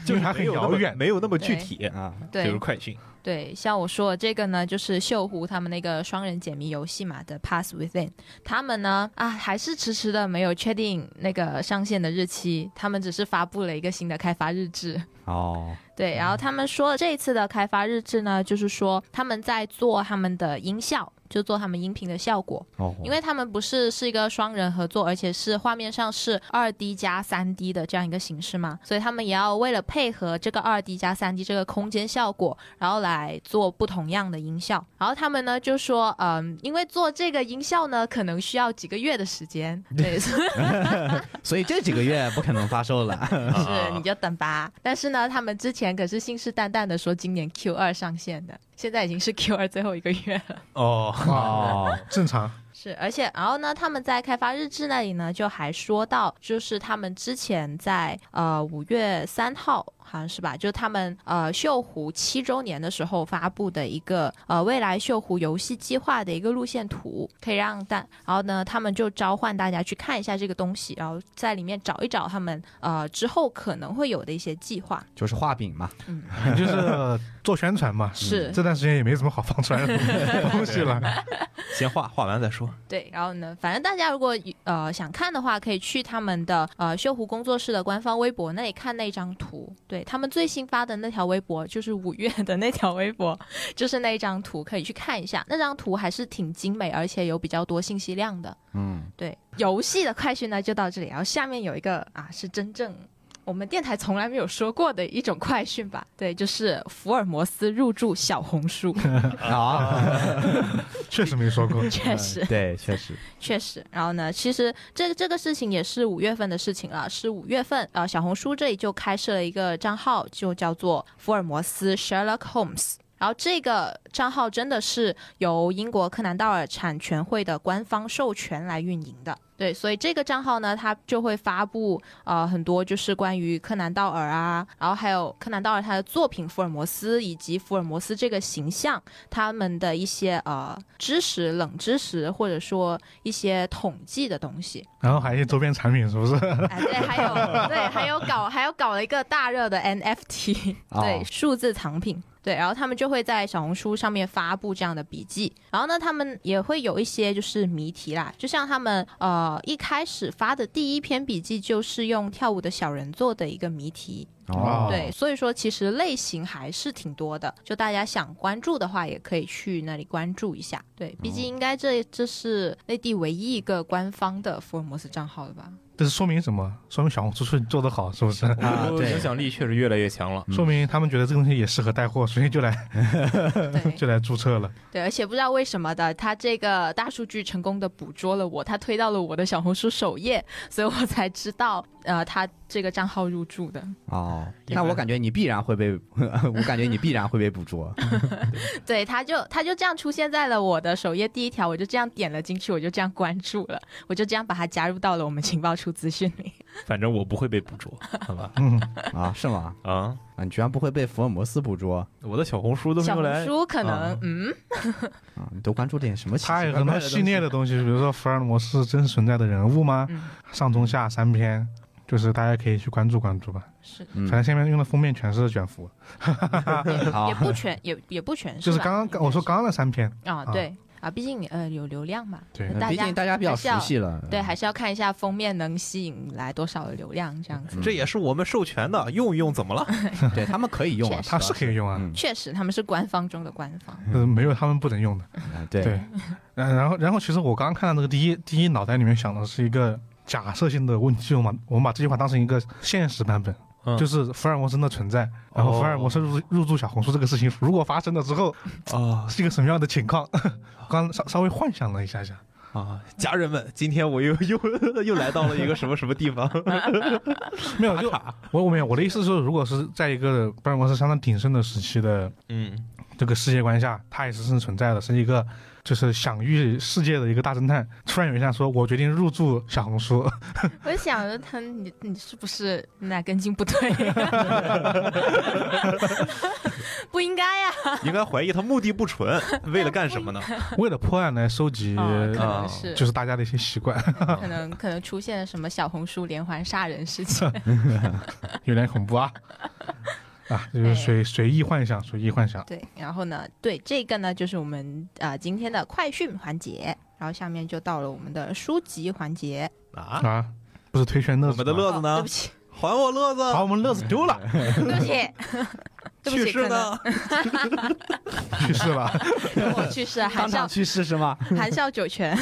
[SPEAKER 1] 就是还很遥远，
[SPEAKER 3] 没有那么
[SPEAKER 2] 具
[SPEAKER 3] 体，
[SPEAKER 4] 啊？
[SPEAKER 3] 就是
[SPEAKER 2] 对
[SPEAKER 3] 快讯。
[SPEAKER 2] 对，像我说的这个呢，就是锈湖他们那个双人解谜游戏嘛的《Pass Within》，他们呢啊还是迟迟的没有确定那个上线的日期，他们只是发布了一个新的开发日志。
[SPEAKER 4] 哦，
[SPEAKER 2] 对，然后他们说这一次的开发日志呢，就是说他们在做他们的音效，就做他们音频的效果。
[SPEAKER 4] 哦，
[SPEAKER 2] 因为他们不是是一个双人合作，而且是画面上是二 D 加三 D 的这样一个形式嘛，所以他们也要为了配合这个二 D 加三 D 这个空间效果，然后来做不同样的音效。然后他们呢就说，嗯，因为做这个音效呢，可能需要几个月的时间，对，所以
[SPEAKER 4] 所以这几个月不可能发售了。
[SPEAKER 2] 是你就等吧。但是呢，他们之前可是信誓旦旦的说今年 Q 二上线的，现在已经是 Q 二最后一个月了。
[SPEAKER 3] 哦，
[SPEAKER 4] 哦，
[SPEAKER 1] 啊正常。
[SPEAKER 2] 是，而且然后呢，他们在开发日志那里呢，就还说到，就是他们之前在呃五月三号。好像是吧，就是他们呃锈湖七周年的时候发布的一个呃未来锈湖游戏计划的一个路线图，可以让大，然后呢他们就召唤大家去看一下这个东西，然后在里面找一找他们呃之后可能会有的一些计划。
[SPEAKER 4] 就是画饼 嘛。
[SPEAKER 2] 嗯，
[SPEAKER 1] 就是做宣传嘛。
[SPEAKER 2] 是
[SPEAKER 1] 这段时间也没什么好放出来的 东西了。
[SPEAKER 3] 先画画完再 说。
[SPEAKER 2] 对，然后呢，反正大家如果呃想看的话，可以去他们的呃锈湖工作室的官方微博那里看那张图。对他们最新发的那条微博，就是五月的那条微博， 就是那一张图，可以去看一下。那张图还是挺精美，而且有比较多信息量的。
[SPEAKER 4] 嗯，
[SPEAKER 2] 对，游戏的快讯呢就到这里，然后下面有一个啊是真正。我们电台从来没有说过的一种快讯吧？对，就是福尔摩斯入驻小红书，
[SPEAKER 4] 啊，
[SPEAKER 1] 确实没说过。
[SPEAKER 2] 确实，
[SPEAKER 4] 对，确实，
[SPEAKER 2] 确实，然后呢，其实这这个事情也是五月份的事情了，是五月份，呃，小红书这里就开设了一个账号，就叫做福尔摩斯 Sherlock Holmes。然后这个账号真的是由英国柯南道尔产权会的官方授权来运营的，对，所以这个账号呢，它就会发布呃很多就是关于柯南道尔啊，然后还有柯南道尔他的作品福尔摩斯以及福尔摩斯这个形象他们的一些呃知识、冷知识，或者说一些统计的东 西。
[SPEAKER 1] 然后还有一些周边产品，是不是？
[SPEAKER 2] 哎，对，还有对，还有搞还有搞了一个大热的 NFT，
[SPEAKER 4] 哦
[SPEAKER 2] 对，数字藏品。对，然后他们就会在小红书上面发布这样的笔记，然后呢，他们也会有一些就是谜题啦，就像他们呃一开始发的第一篇笔记就是用跳舞的小人做的一个谜题，
[SPEAKER 1] 哦
[SPEAKER 2] 对，所以说其实类型还是挺多的，就大家想关注的话，也可以去那里关注一下。对，毕
[SPEAKER 1] 哦
[SPEAKER 2] 竟应该这这是内地唯一一个官方的福尔摩斯账号 了吧？
[SPEAKER 1] 这是说明什么？说明小红书是做得好，是不是？
[SPEAKER 4] 啊对
[SPEAKER 3] 影响力确实越来越强了。
[SPEAKER 4] 嗯
[SPEAKER 1] 说明他们觉得这个东西也适合带货， 所以就来
[SPEAKER 2] 对
[SPEAKER 1] 就来注册了。
[SPEAKER 2] 对，而且不知道为什么的，他这个大数据成功的捕捉了我，他推到了我的小红书首页，所以我才知道，呃，他这个账号入驻的。
[SPEAKER 4] 哦，
[SPEAKER 3] 一
[SPEAKER 4] 那我
[SPEAKER 3] 般
[SPEAKER 4] 感觉你必然会被， 我感觉你必然会被捕捉。
[SPEAKER 2] 对，他就他就这样出现在了我的首页第一条，我就这样点了进去，我就这样关注了，我就这样把它加入到了我们情报处资讯里。
[SPEAKER 3] 反正我不会被捕捉， 好吧？
[SPEAKER 1] 嗯，
[SPEAKER 4] 啊，是吗？
[SPEAKER 3] 啊，
[SPEAKER 4] 啊，你居然不会被福尔摩斯捕捉
[SPEAKER 3] 我的小红书都没
[SPEAKER 2] 小
[SPEAKER 3] 有来
[SPEAKER 2] 红，书可能、
[SPEAKER 3] 啊
[SPEAKER 2] 嗯，
[SPEAKER 4] 啊？你都关注点什么奇奇
[SPEAKER 1] 它有
[SPEAKER 4] 怪
[SPEAKER 1] 很
[SPEAKER 4] 怪
[SPEAKER 1] 多
[SPEAKER 4] 的
[SPEAKER 1] 系列的东西，比如说福尔摩斯真实存在的人物吗？
[SPEAKER 2] 嗯
[SPEAKER 1] 上中下三篇，就是大家可以去关注关注吧。
[SPEAKER 2] 是的，
[SPEAKER 1] 反
[SPEAKER 4] 东西？
[SPEAKER 1] 正下面用的封面全是卷福，
[SPEAKER 2] 也
[SPEAKER 4] 好
[SPEAKER 2] 也不全也也不全
[SPEAKER 1] 就是
[SPEAKER 2] 吧
[SPEAKER 1] 刚刚我说刚刚那三篇，
[SPEAKER 2] 啊
[SPEAKER 1] 啊
[SPEAKER 2] 对啊，毕竟你呃有流量嘛，
[SPEAKER 1] 对
[SPEAKER 2] 那
[SPEAKER 4] 嗯，
[SPEAKER 2] 大
[SPEAKER 4] 毕
[SPEAKER 2] 家
[SPEAKER 4] 竟大家比较
[SPEAKER 2] 还是要
[SPEAKER 4] 熟 悉了。
[SPEAKER 2] 对还是要看一下封面能吸引来多少的流量这样子。
[SPEAKER 3] 这也是我们授权的，用一用怎么 了？
[SPEAKER 4] 对他们可以用啊，
[SPEAKER 2] 确实
[SPEAKER 1] 它是可以用啊，
[SPEAKER 4] 嗯，
[SPEAKER 2] 确实，他们是官方中的官方。
[SPEAKER 1] 呃，没有他们不能用的。
[SPEAKER 4] 啊 对
[SPEAKER 1] 对，然然后然后其实我刚刚看到这个第一第一脑袋里面想的是一个假设性的问题，我们把我们把这句话当成一个现实版本，
[SPEAKER 3] 嗯
[SPEAKER 1] 就是福尔摩斯真的存在，然后福尔摩斯入入驻小红书这个事情如果发生了之后
[SPEAKER 3] 啊
[SPEAKER 1] 是一个什么样的情况， 刚稍稍微幻想了一下下，
[SPEAKER 3] 啊，家人们，今天我又 又又来到了一个什么什么地 方？
[SPEAKER 1] 没有就我我没有我的意思是说，如果是在一个福尔摩斯相当鼎盛的时期的
[SPEAKER 3] 嗯
[SPEAKER 1] 这个世界观下，他也是真实存在的，是一个就是享誉世界的一个大侦探，突然有一下说我决定入驻小红书。
[SPEAKER 2] 我想着他，你你是不 是哪根筋不 对？不应该呀、
[SPEAKER 3] 应该怀疑他目的不 纯，为了干什么呢？
[SPEAKER 1] 为了破案来收集，呃
[SPEAKER 2] 哦可
[SPEAKER 3] 啊
[SPEAKER 2] 能是，
[SPEAKER 1] 就是大家的一些习惯，
[SPEAKER 2] 可能可能出现了什么小红书连环杀人事件。
[SPEAKER 1] 有点恐怖 啊啊，
[SPEAKER 2] 哎
[SPEAKER 1] 就是随随意幻想，随意幻想。
[SPEAKER 2] 对，然后呢，对这个呢，就是我们呃今天的快讯环节，然后下面就到了我们的书籍环节。
[SPEAKER 3] 啊，
[SPEAKER 1] 啊，不是推圈乐啊
[SPEAKER 3] 我
[SPEAKER 1] 子吗，
[SPEAKER 3] 们的乐子
[SPEAKER 2] 哦对
[SPEAKER 3] 呢
[SPEAKER 2] 不？起，
[SPEAKER 3] 还我乐
[SPEAKER 1] 把
[SPEAKER 3] 子！
[SPEAKER 1] 我们乐子丢了，
[SPEAKER 2] 对不起， 对不
[SPEAKER 3] 去
[SPEAKER 2] 起，
[SPEAKER 3] 世
[SPEAKER 2] 可能
[SPEAKER 3] 呢？
[SPEAKER 1] 去世 了。
[SPEAKER 2] 我 去世，还
[SPEAKER 4] 当
[SPEAKER 2] 是要
[SPEAKER 4] 场去世是吗？
[SPEAKER 2] 含笑九泉。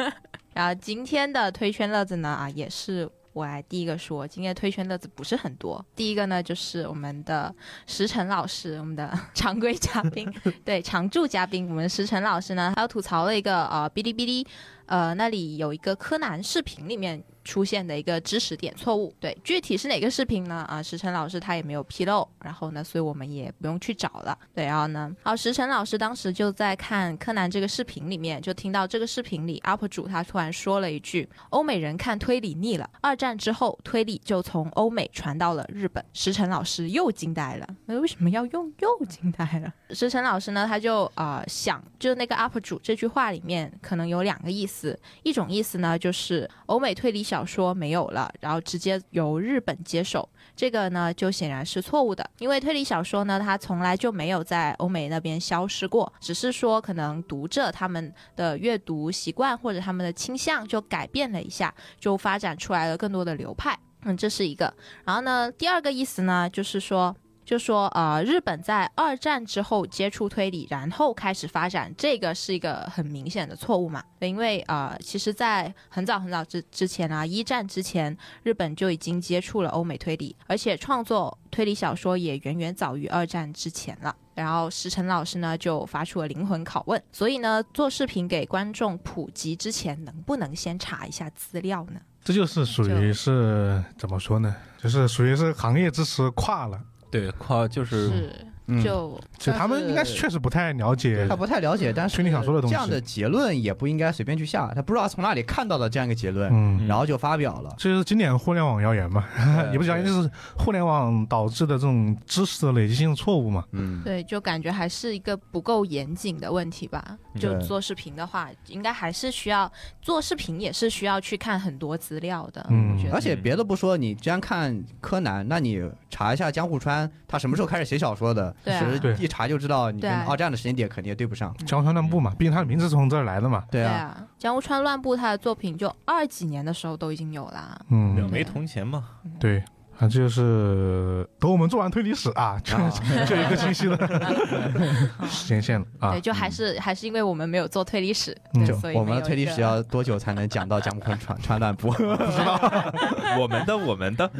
[SPEAKER 2] 然后今天的推圈乐子呢啊，也是我来第一个说，今天推圈乐子不是很多。第一个呢就是我们的石晨老师，我们的 常规嘉宾， 对常驻嘉宾，我们石晨老师呢，他又吐槽了一个呃哔哩哔哩，呃那里有一个柯南视频里面。出现的一个知识点错误，对，具体是哪个视频呢？啊，石晨老师他也没有披露，然后呢，所以我们也不用去找了。对，然后呢，好，石晨老师当时就在看柯南这个视频里面，就听到这个视频里 UP 主他突然说了一句：“欧美人看推理腻了，二战之后推理就从欧美传到了日本。”石晨老师又惊呆了，呃那为什么要用又惊呆了？石晨老师呢，他就啊、呃想，就那个 UP 主这句话里面可能有两个意思，一种意思呢，就是欧美推理小说没有了，然后直接由日本接手，这个呢就显然是错误的，因为推理小说呢，它从来就没有在欧美那边消失过，只是说可能读者他们的阅读习惯或者他们的倾向就改变了一下，就发展出来了更多的流派。嗯，这是一个。然后呢，第二个意思呢，就是说。就说呃，日本在二战之后接触推理，然后开始发展，这个是一个很明显的错误嘛？对因为呃，其实，在很早很早之之前啊，一战之前，日本就已经接触了欧美推理，而且创作推理小说也远远早于二战之前了。然后石晨老师呢就发出了灵魂拷问，所以呢，做视频给观众普及之前，能不能先查一下资料呢？
[SPEAKER 1] 这就是属于是怎么说呢？就是属于是行业支持跨了，
[SPEAKER 3] 对，夸就是
[SPEAKER 4] 嗯
[SPEAKER 2] 就
[SPEAKER 1] 所以他们应该是确实不太了解
[SPEAKER 4] 他。不太了解，但是
[SPEAKER 1] 推理小说的东西
[SPEAKER 4] 这样的结论也不应该随便去下，他不知道从哪里看到了这样一个结论，
[SPEAKER 1] 嗯，
[SPEAKER 4] 然后就发表了。
[SPEAKER 1] 这就是经典互联网谣言嘛， 也哎不是谣言，
[SPEAKER 4] 对
[SPEAKER 1] 就是互联网导致的这种知识的累积性的错误嘛。
[SPEAKER 4] 嗯，
[SPEAKER 2] 对，就感觉还是一个不够严谨的问题吧。就
[SPEAKER 4] 对
[SPEAKER 2] 做视频的话，应该还是需要做视频，也是需要去看很多资料的。
[SPEAKER 1] 嗯
[SPEAKER 2] 我觉
[SPEAKER 4] 而
[SPEAKER 2] 得
[SPEAKER 4] 且别的不说，你既然看柯南，那你查一下江户川他什么时候开始写小说的，
[SPEAKER 2] 对啊
[SPEAKER 4] 其实
[SPEAKER 1] 对
[SPEAKER 4] 一查就知道你
[SPEAKER 2] 对
[SPEAKER 4] 跟
[SPEAKER 2] 啊
[SPEAKER 4] 二战的时间点肯定也对不上。
[SPEAKER 1] 江户川乱步嘛，毕竟他的名字是从这儿来的嘛。
[SPEAKER 4] 对啊，
[SPEAKER 2] 啊，江户川乱步他的作品就二几年的时候都已经有啦。
[SPEAKER 1] 嗯，
[SPEAKER 3] 两枚铜钱嘛。
[SPEAKER 1] 对，啊，这就是等我们做完推理史啊，就
[SPEAKER 4] 啊
[SPEAKER 1] 就有一个清晰的时间线了啊
[SPEAKER 2] 对，。就还是、还是因为我们没有做推理史，
[SPEAKER 1] 嗯
[SPEAKER 2] 对
[SPEAKER 1] 就
[SPEAKER 2] 所以
[SPEAKER 4] 嗯我们
[SPEAKER 2] 没
[SPEAKER 4] 的
[SPEAKER 2] 有
[SPEAKER 4] 推
[SPEAKER 2] 一
[SPEAKER 4] 理
[SPEAKER 2] 个
[SPEAKER 4] 史要多久才能讲到江户川川川乱 步？
[SPEAKER 3] 我们的，我们的，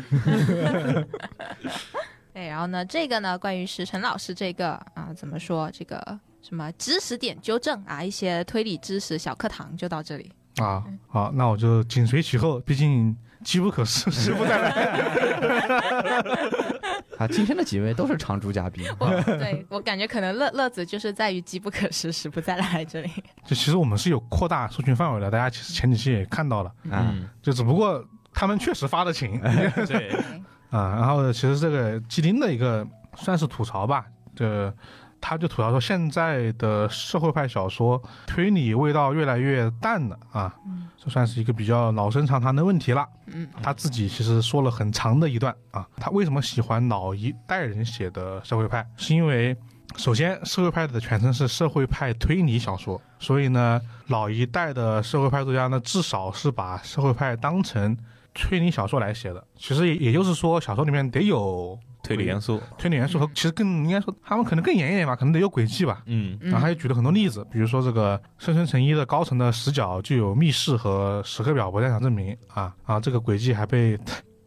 [SPEAKER 2] 对，然后呢，这个呢，关于石晨老师这个啊，怎么说这个什么知识点纠正啊，一些推理知识小课堂就到这里。
[SPEAKER 1] 啊，好，那我就紧随其后，毕竟机不可失，失不再来。
[SPEAKER 4] 啊，今天的几位都是常驻嘉宾，啊
[SPEAKER 2] 我对我感觉可能乐乐子就是在于机不可失，时不再来这里。
[SPEAKER 1] 就其实我们是有扩大授权范围的，大家其实前几期也看到了，
[SPEAKER 4] 啊，
[SPEAKER 1] 就只不过他们确实发的勤啊。
[SPEAKER 3] 嗯对，
[SPEAKER 1] 然后其实这个基丁的一个算是吐槽吧，这他就吐槽说现在的社会派小说推理味道越来越淡了啊，这算是一个比较老生常谈的问题了。
[SPEAKER 2] 嗯，
[SPEAKER 1] 他自己其实说了很长的一段啊，他为什么喜欢老一代人写的社会派，是因为首先社会派的全称是社会派推理小说，所以呢，老一代的社会派作家呢，至少是把社会派当成推理小说来写的。其实也也就是说，小说里面得有
[SPEAKER 3] 推理元素，
[SPEAKER 1] 推理元素和其实更应该说他们可能更严一点吧，可能得有轨迹吧。
[SPEAKER 3] 嗯
[SPEAKER 1] 然后他就举了很多例子，比如说这个深村诚一的高层的死角就有密室和时刻表不在场证明啊啊，这个轨迹还被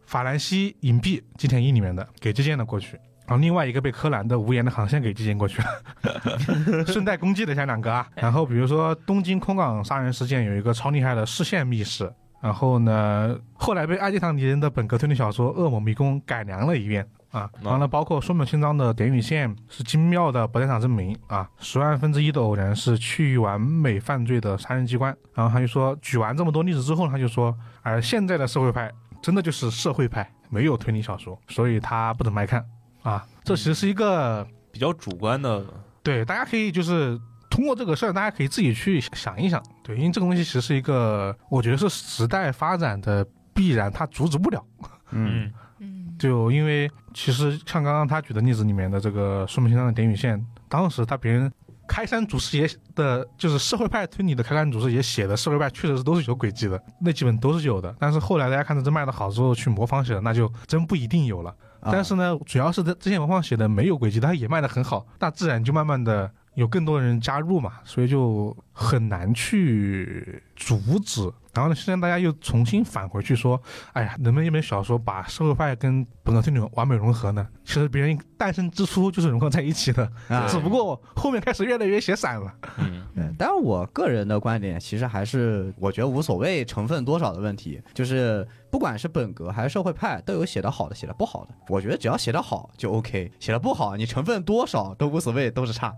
[SPEAKER 1] 法兰西隐蔽金田一里面的给借鉴了过去，然后另外一个被柯南的无言的航线给借鉴过去了，顺带攻击了一下两个啊。然后比如说东京空港杀人事件有一个超厉害的视线密室。然后呢，后来被爱吉堂尼人的本格推理小说《恶魔迷宫》改良了一遍啊。然后呢，包括松本清张的《点与线》是精妙的不在场证明啊，十万分之一的偶然是去完美犯罪的杀人机关。然后他就说，举完这么多例子之后呢，他就说，而现在的社会派真的就是社会派，没有推理小说，所以他不怎么爱看啊。这其实是一个
[SPEAKER 3] 比较主观的，
[SPEAKER 1] 对，大家可以就是通过这个事儿，大家可以自己去想一想。对，因为这个东西其实是一个，我觉得是时代发展的必然，它阻止不了。
[SPEAKER 4] 嗯，
[SPEAKER 2] 嗯
[SPEAKER 1] 就因为其实像刚刚他举的例子里面的这个说明先生的点与线，当时他别人开山祖师爷的，就是社会派推理的开山祖师爷写的社会派，确实是都是有轨迹的，那基本都是有的。但是后来大家看到这卖的好之后去模仿写的，那就真不一定有了。
[SPEAKER 4] 啊
[SPEAKER 1] 但是呢，主要是这这些模仿写的没有轨迹，它也卖的很好，那自然就慢慢的有更多人加入嘛，所以就很难去阻止。然后呢，现在大家又重新返回去说，哎呀，能不能一本小说把社会派跟本格推理完美融合呢？其实别人诞生之初就是融合在一起的，
[SPEAKER 4] 啊
[SPEAKER 1] 只不过后面开始越来越写散了。
[SPEAKER 3] 嗯
[SPEAKER 4] 对，但是我个人的观点其实还是我觉得无所谓成分多少的问题，就是不管是本格还是社会派，都有写的好的，写的不好的。我觉得只要写的好就 OK，写的不好你成分多少都无所谓，都是差。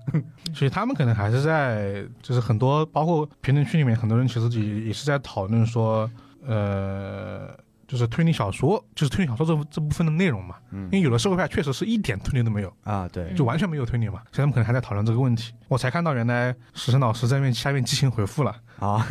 [SPEAKER 1] 所以他们可能还是在，就是很多包括评论区里面很多人其实也也是在讨论说，呃，就是推理小说，就是推理小说这这部分的内容嘛。
[SPEAKER 4] 嗯
[SPEAKER 1] 因为有的社会派确实是一点推理都没有，
[SPEAKER 4] 啊，对
[SPEAKER 2] 嗯
[SPEAKER 1] 就完全没有推理嘛，所以他们可能还在讨论这个问题。我才看到原来石生老师在面下面激情回复了，
[SPEAKER 4] 啊，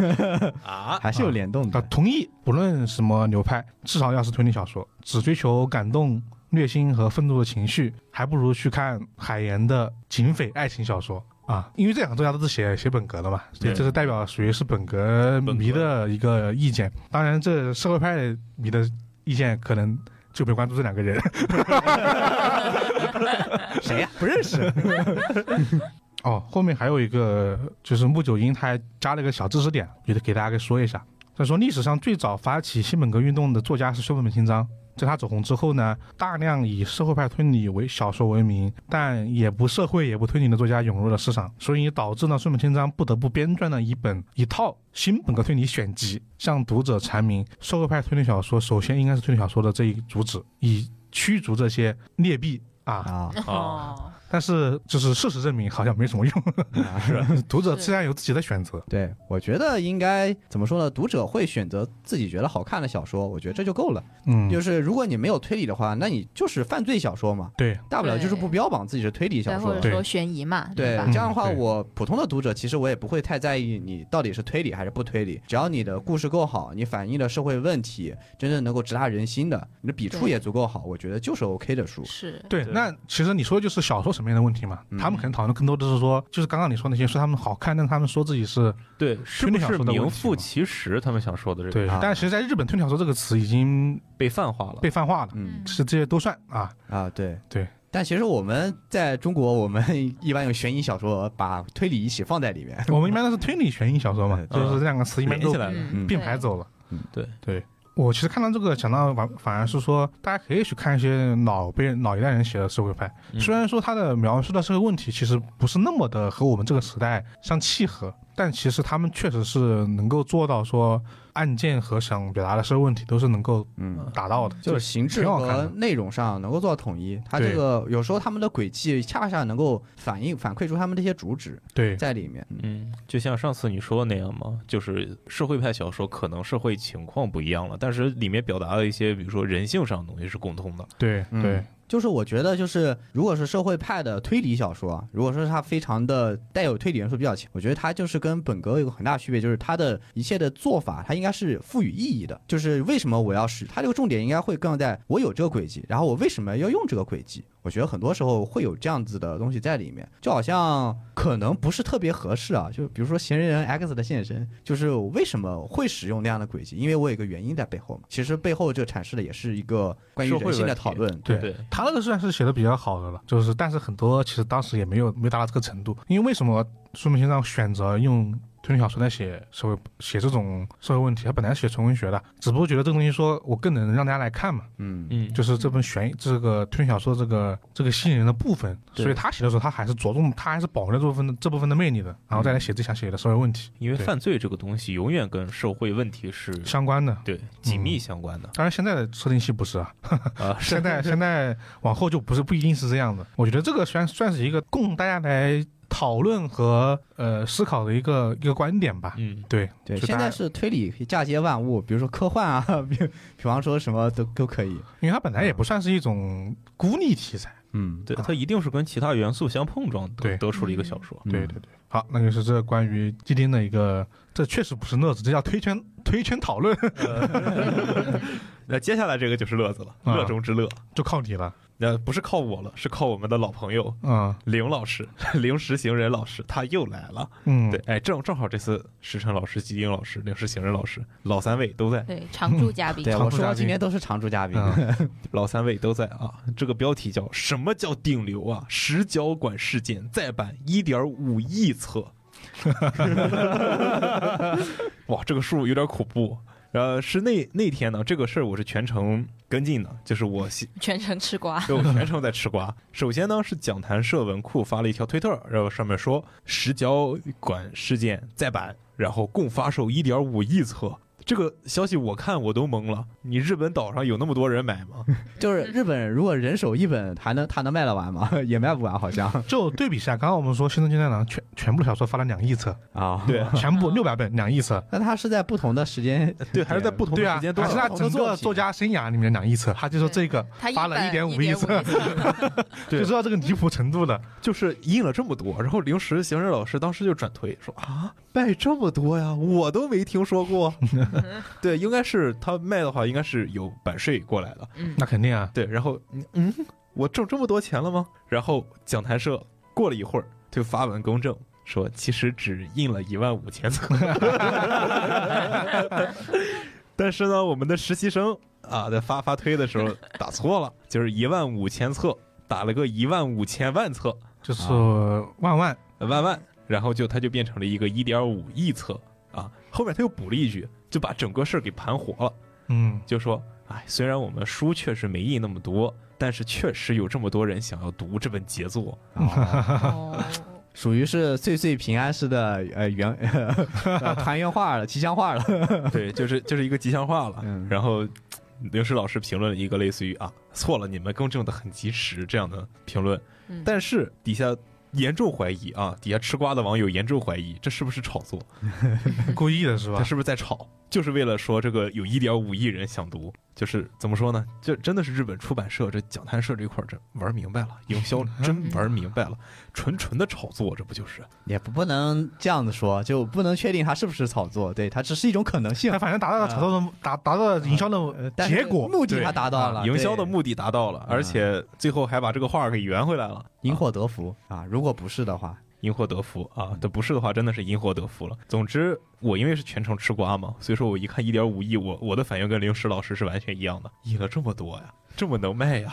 [SPEAKER 3] 啊，
[SPEAKER 4] 还是有联动
[SPEAKER 1] 他
[SPEAKER 4] 的。
[SPEAKER 1] 同意不论什么流派，至少要是推理小说，只追求感动、虐心和愤怒的情绪，还不如去看海岩的警匪爱情小说啊，因为这两个作家都是写写本格的嘛，所以
[SPEAKER 3] 对
[SPEAKER 1] 这是代表属于是本格迷的一个意见。当然，这社会派迷的意见可能就没关注这两个人。
[SPEAKER 4] 谁呀、不认识。
[SPEAKER 1] 哦，后面还有一个就是木九英，他还加了一个小知识点，给给大家说一下。他说，历史上最早发起新本格运动的作家是修本清张。在他走红之后呢，大量以社会派推理为小说为名，但也不社会也不推理的作家涌入了市场，所以导致呢，顺本清张不得不编撰了一本一套新本格推理选集，向读者阐明社会派推理小说首先应该是推理小说的这一主旨，以驱逐这些劣币啊。
[SPEAKER 4] 啊，
[SPEAKER 3] 哦
[SPEAKER 2] 哦，
[SPEAKER 1] 但是就是事实证明，好像没什么用。
[SPEAKER 4] 啊
[SPEAKER 1] 读者
[SPEAKER 2] 是
[SPEAKER 1] 自然有自己的选择。
[SPEAKER 4] 对，我觉得应该怎么说呢？读者会选择自己觉得好看的小说，我觉得这就够了。
[SPEAKER 1] 嗯，
[SPEAKER 4] 就是如果你没有推理的话，那你就是犯罪小说嘛，
[SPEAKER 1] 对，
[SPEAKER 4] 大不了就是
[SPEAKER 2] 对
[SPEAKER 4] 不标榜自己是推理
[SPEAKER 2] 对，
[SPEAKER 4] 小
[SPEAKER 2] 或
[SPEAKER 4] 说
[SPEAKER 2] 者。
[SPEAKER 1] 对
[SPEAKER 2] 说悬疑嘛，
[SPEAKER 4] 对，
[SPEAKER 2] 吧
[SPEAKER 4] 这？样的话，
[SPEAKER 1] 嗯对
[SPEAKER 4] 我普通的读者其实我也不会太在意你到底是推理还是不推理，只要你的故事够好，你反映的社会问题真正能够直达人心的，你的笔触
[SPEAKER 2] 对
[SPEAKER 4] 也足够好，我觉得就是 OK 的书。
[SPEAKER 2] 是，
[SPEAKER 1] 对。
[SPEAKER 3] 对
[SPEAKER 1] 那其实你说就是小说层面的问题嘛，
[SPEAKER 4] 嗯
[SPEAKER 1] 他们可能讨论更多的是说，就是刚刚你说那些说他们好看，但他们说自己是
[SPEAKER 3] 对，是不
[SPEAKER 1] 推理小
[SPEAKER 3] 是
[SPEAKER 1] 说的问题
[SPEAKER 3] 名
[SPEAKER 1] 吗
[SPEAKER 3] 副其实？他们想说的这
[SPEAKER 1] 对
[SPEAKER 3] 个
[SPEAKER 4] 啊，
[SPEAKER 1] 但其实在日本推理小说这个词已经
[SPEAKER 3] 被泛化了，
[SPEAKER 1] 被泛化了，
[SPEAKER 4] 嗯
[SPEAKER 1] 是这些都算啊。
[SPEAKER 4] 啊，对
[SPEAKER 1] 对。
[SPEAKER 4] 但其实我们在中国，我们一般用悬疑小说把推理一起放在里面。
[SPEAKER 1] 我们一般都是推理悬疑小说嘛，
[SPEAKER 4] 嗯
[SPEAKER 1] 就是这两个词一般
[SPEAKER 3] 连
[SPEAKER 1] 都
[SPEAKER 3] 起来了。
[SPEAKER 4] 嗯
[SPEAKER 1] 并排，走了。
[SPEAKER 4] 嗯
[SPEAKER 3] 对
[SPEAKER 1] 对，我其实看到这个想到反反而是说，大家可以去看一些老辈老一代人写的社会派，
[SPEAKER 3] 嗯
[SPEAKER 1] 虽然说他的描述的社会问题其实不是那么的和我们这个时代相契合，但其实他们确实是能够做到说案件和想表达的社会问题都是能够
[SPEAKER 4] 嗯，
[SPEAKER 1] 达到的。
[SPEAKER 4] 就是形式
[SPEAKER 1] 挺好看
[SPEAKER 4] 和
[SPEAKER 1] 的
[SPEAKER 4] 内容上能够做到统一。它
[SPEAKER 1] 对
[SPEAKER 4] 这个有时候他们的轨迹恰恰能够反映反馈出他们这些主旨
[SPEAKER 1] 对，
[SPEAKER 4] 在里面。
[SPEAKER 3] 嗯，就像上次你说的那样嘛，就是社会派小说可能社会情况不一样了，但是里面表达的一些，比如说人性上的东西是共通的。
[SPEAKER 1] 对，
[SPEAKER 4] 嗯
[SPEAKER 1] 对，
[SPEAKER 4] 就是我觉得，就是如果是社会派的推理小说，啊如果说它非常的带有推理元素比较强，我觉得它就是跟本格有个很大区别，就是它的一切的做法，它应该是赋予意义的。就是为什么我要使它这个重点应该会更在我有这个轨迹，然后我为什么要用这个轨迹？我觉得很多时候会有这样子的东西在里面，就好像可能不是特别合适啊。就比如说《嫌疑人 X 的现身》，就是我为什么会使用那样的轨迹，因为我有一个原因在背后嘛。其实背后这阐释的也是一个关于
[SPEAKER 3] 社会
[SPEAKER 4] 人性的
[SPEAKER 3] 问题
[SPEAKER 4] 讨论，
[SPEAKER 1] 对
[SPEAKER 3] 对，
[SPEAKER 1] 他那个算是写的比较好的了，就是但是很多其实当时也没有没达到这个程度，因为为什么书面先生选择用推理小说来写社会写这种社会问题？他本来写纯文学的，只不过觉得这个东西说我更能让大家来看嘛，
[SPEAKER 4] 嗯。
[SPEAKER 3] 嗯
[SPEAKER 1] 就是这本悬疑这个推理小说这个这个吸引人的部分，
[SPEAKER 3] 对
[SPEAKER 1] 所以他写的时候他还是着重他还是保留了这部分的这部分的魅力的，然后
[SPEAKER 3] 嗯
[SPEAKER 1] 再来写自己想写的社会问题
[SPEAKER 3] 因为
[SPEAKER 1] 对
[SPEAKER 3] 犯罪这个东西永远跟社会问题是
[SPEAKER 1] 相关的。
[SPEAKER 3] 对紧密相关的
[SPEAKER 1] 当然，现在的设定系不是嗯啊，
[SPEAKER 3] 啊。
[SPEAKER 1] 现在现在往后就不是不一定是这样的。我觉得这个算算是一个供大家来讨论和呃思考的一个一个观点吧。
[SPEAKER 3] 嗯，
[SPEAKER 1] 对
[SPEAKER 4] 对，
[SPEAKER 1] 就
[SPEAKER 4] 现
[SPEAKER 1] 大
[SPEAKER 4] 在
[SPEAKER 1] 家
[SPEAKER 4] 是推理可以嫁接万物，比如说科幻啊， 比比方说什么都都可以。
[SPEAKER 1] 因为它本来也不算是一种孤立题材。
[SPEAKER 4] 嗯，
[SPEAKER 3] 对，它一定是跟其他元素相碰撞得
[SPEAKER 1] 啊对
[SPEAKER 3] 得出了一个小说。
[SPEAKER 4] 嗯
[SPEAKER 1] 对对对，好，那就是这关于基丁的一个，这确实不是乐子，这叫推圈推圈讨论，
[SPEAKER 3] 那接下来这个就是乐子了，
[SPEAKER 1] 啊
[SPEAKER 3] 乐中之乐。
[SPEAKER 1] 就靠你了。
[SPEAKER 3] 那不是靠我了，是靠我们的老朋友
[SPEAKER 1] 嗯
[SPEAKER 3] 林老师， 零时行人老师，他又来了。
[SPEAKER 1] 嗯，
[SPEAKER 3] 对，，哎，正正好这次石晨老师、基丁老师、零时行人老师，老三位都在，
[SPEAKER 2] 对，常驻嘉宾
[SPEAKER 4] 对，
[SPEAKER 1] 常驻
[SPEAKER 4] 我
[SPEAKER 1] 嘉
[SPEAKER 4] 说
[SPEAKER 1] 宾
[SPEAKER 4] 今天都是常驻嘉宾。
[SPEAKER 1] 嗯
[SPEAKER 3] 老三位都在啊。这个标题叫什么叫顶流啊？石角馆事件再版一点五亿册。 哇，这个数有点恐怖。呃，是那那天呢，这个事儿我是全程跟进的，就是我写
[SPEAKER 2] 全程吃瓜。
[SPEAKER 3] 对，我全程在吃瓜。 首先呢，是讲坛社文库发了一条推特，然后上面说石角馆事件再版，然后共发售一点五亿册。这个消息我看我都懵了，你日本岛上有那么多人买吗？
[SPEAKER 4] 就是日本人如果人手一本，还能他能卖得完吗？ 也卖不完，好像
[SPEAKER 1] 嗯 就对比一下，刚刚我们说《新生金太郎》全全部的小说发了两亿册，
[SPEAKER 4] 啊。
[SPEAKER 3] 对
[SPEAKER 1] 全部六百本，两亿册。
[SPEAKER 4] 但他是在不同的时间，
[SPEAKER 3] 对，还是在不同
[SPEAKER 1] 对
[SPEAKER 3] 的
[SPEAKER 1] 啊
[SPEAKER 3] 时间，段
[SPEAKER 1] 还是他
[SPEAKER 4] 不同的
[SPEAKER 1] 整个
[SPEAKER 4] 作品
[SPEAKER 1] 作家生涯里面两亿册，他就说这个
[SPEAKER 2] 他
[SPEAKER 1] 发了
[SPEAKER 2] 一
[SPEAKER 1] 1.5
[SPEAKER 2] 亿
[SPEAKER 1] 亿册
[SPEAKER 3] 对
[SPEAKER 1] 就知道这个离谱程度了。
[SPEAKER 3] 就是印了这么多。然后临时行人老师当时就转推说啊，卖这么多呀，我都没听说过。 对，应该是他卖的话，应该是有版税过来的。
[SPEAKER 2] 嗯
[SPEAKER 1] 那肯定啊，
[SPEAKER 3] 对，然后嗯嗯，我挣这么多钱了吗？然后讲坛社过了一会儿就发文更正说，其实只印了一万五千册。 但是呢，我们的实习生啊，在发发推的时候打错了，就是一万五千册，打了个一万五千万册，
[SPEAKER 1] 就是万万
[SPEAKER 3] 万万，然后就它就变成了一个一点五亿册啊。后面他又补了一句，就把整个事儿给盘活了。
[SPEAKER 1] 嗯，
[SPEAKER 3] 就说：“哎，虽然我们书确实没印那么多，但是确实有这么多人想要读这本杰作。
[SPEAKER 4] 啊
[SPEAKER 2] 哦，
[SPEAKER 4] 属于是岁岁平安式的呃圆呃团圆话了，吉祥话了。
[SPEAKER 3] 对，就是就是一个吉祥话了。
[SPEAKER 4] 嗯
[SPEAKER 3] 然后，刘诗老师评论了一个类似于“啊，错了，你们更正的很及时”这样的评论，
[SPEAKER 2] 嗯
[SPEAKER 3] 但是底下严重怀疑啊，底下吃瓜的网友严重怀疑这是不是炒作，
[SPEAKER 1] 故意的是吧
[SPEAKER 3] 他？是不是在炒，就是为了说这个有一点五亿人想读。就是怎么说呢？这真的是日本出版社这讲谈社这一块儿，这玩明白了，营销
[SPEAKER 1] 嗯
[SPEAKER 3] 真玩明白了，纯纯的炒作，这不就是？
[SPEAKER 4] 也不不能这样子说，就不能确定它是不是炒作，对，它只是一种可能性
[SPEAKER 1] 他。反正达到了炒作的达达到了营销的
[SPEAKER 4] 但是
[SPEAKER 1] 结果，
[SPEAKER 4] 目啊的它达到
[SPEAKER 1] 啊
[SPEAKER 4] 了，
[SPEAKER 3] 营销的
[SPEAKER 4] 对
[SPEAKER 3] 目的达到了，而且最后还把这个画儿给圆回来了，
[SPEAKER 4] 因
[SPEAKER 1] 嗯
[SPEAKER 3] 啊
[SPEAKER 4] 祸得福啊！如果不是的话，
[SPEAKER 3] 因祸得福
[SPEAKER 1] 嗯
[SPEAKER 3] 啊！这不是的话，真的是因祸得福了。总之，我因为是全程吃瓜嘛，所以说我一看一点五亿，我我的反应跟零食老师是完全一样的，印了这么多呀，这么能卖呀，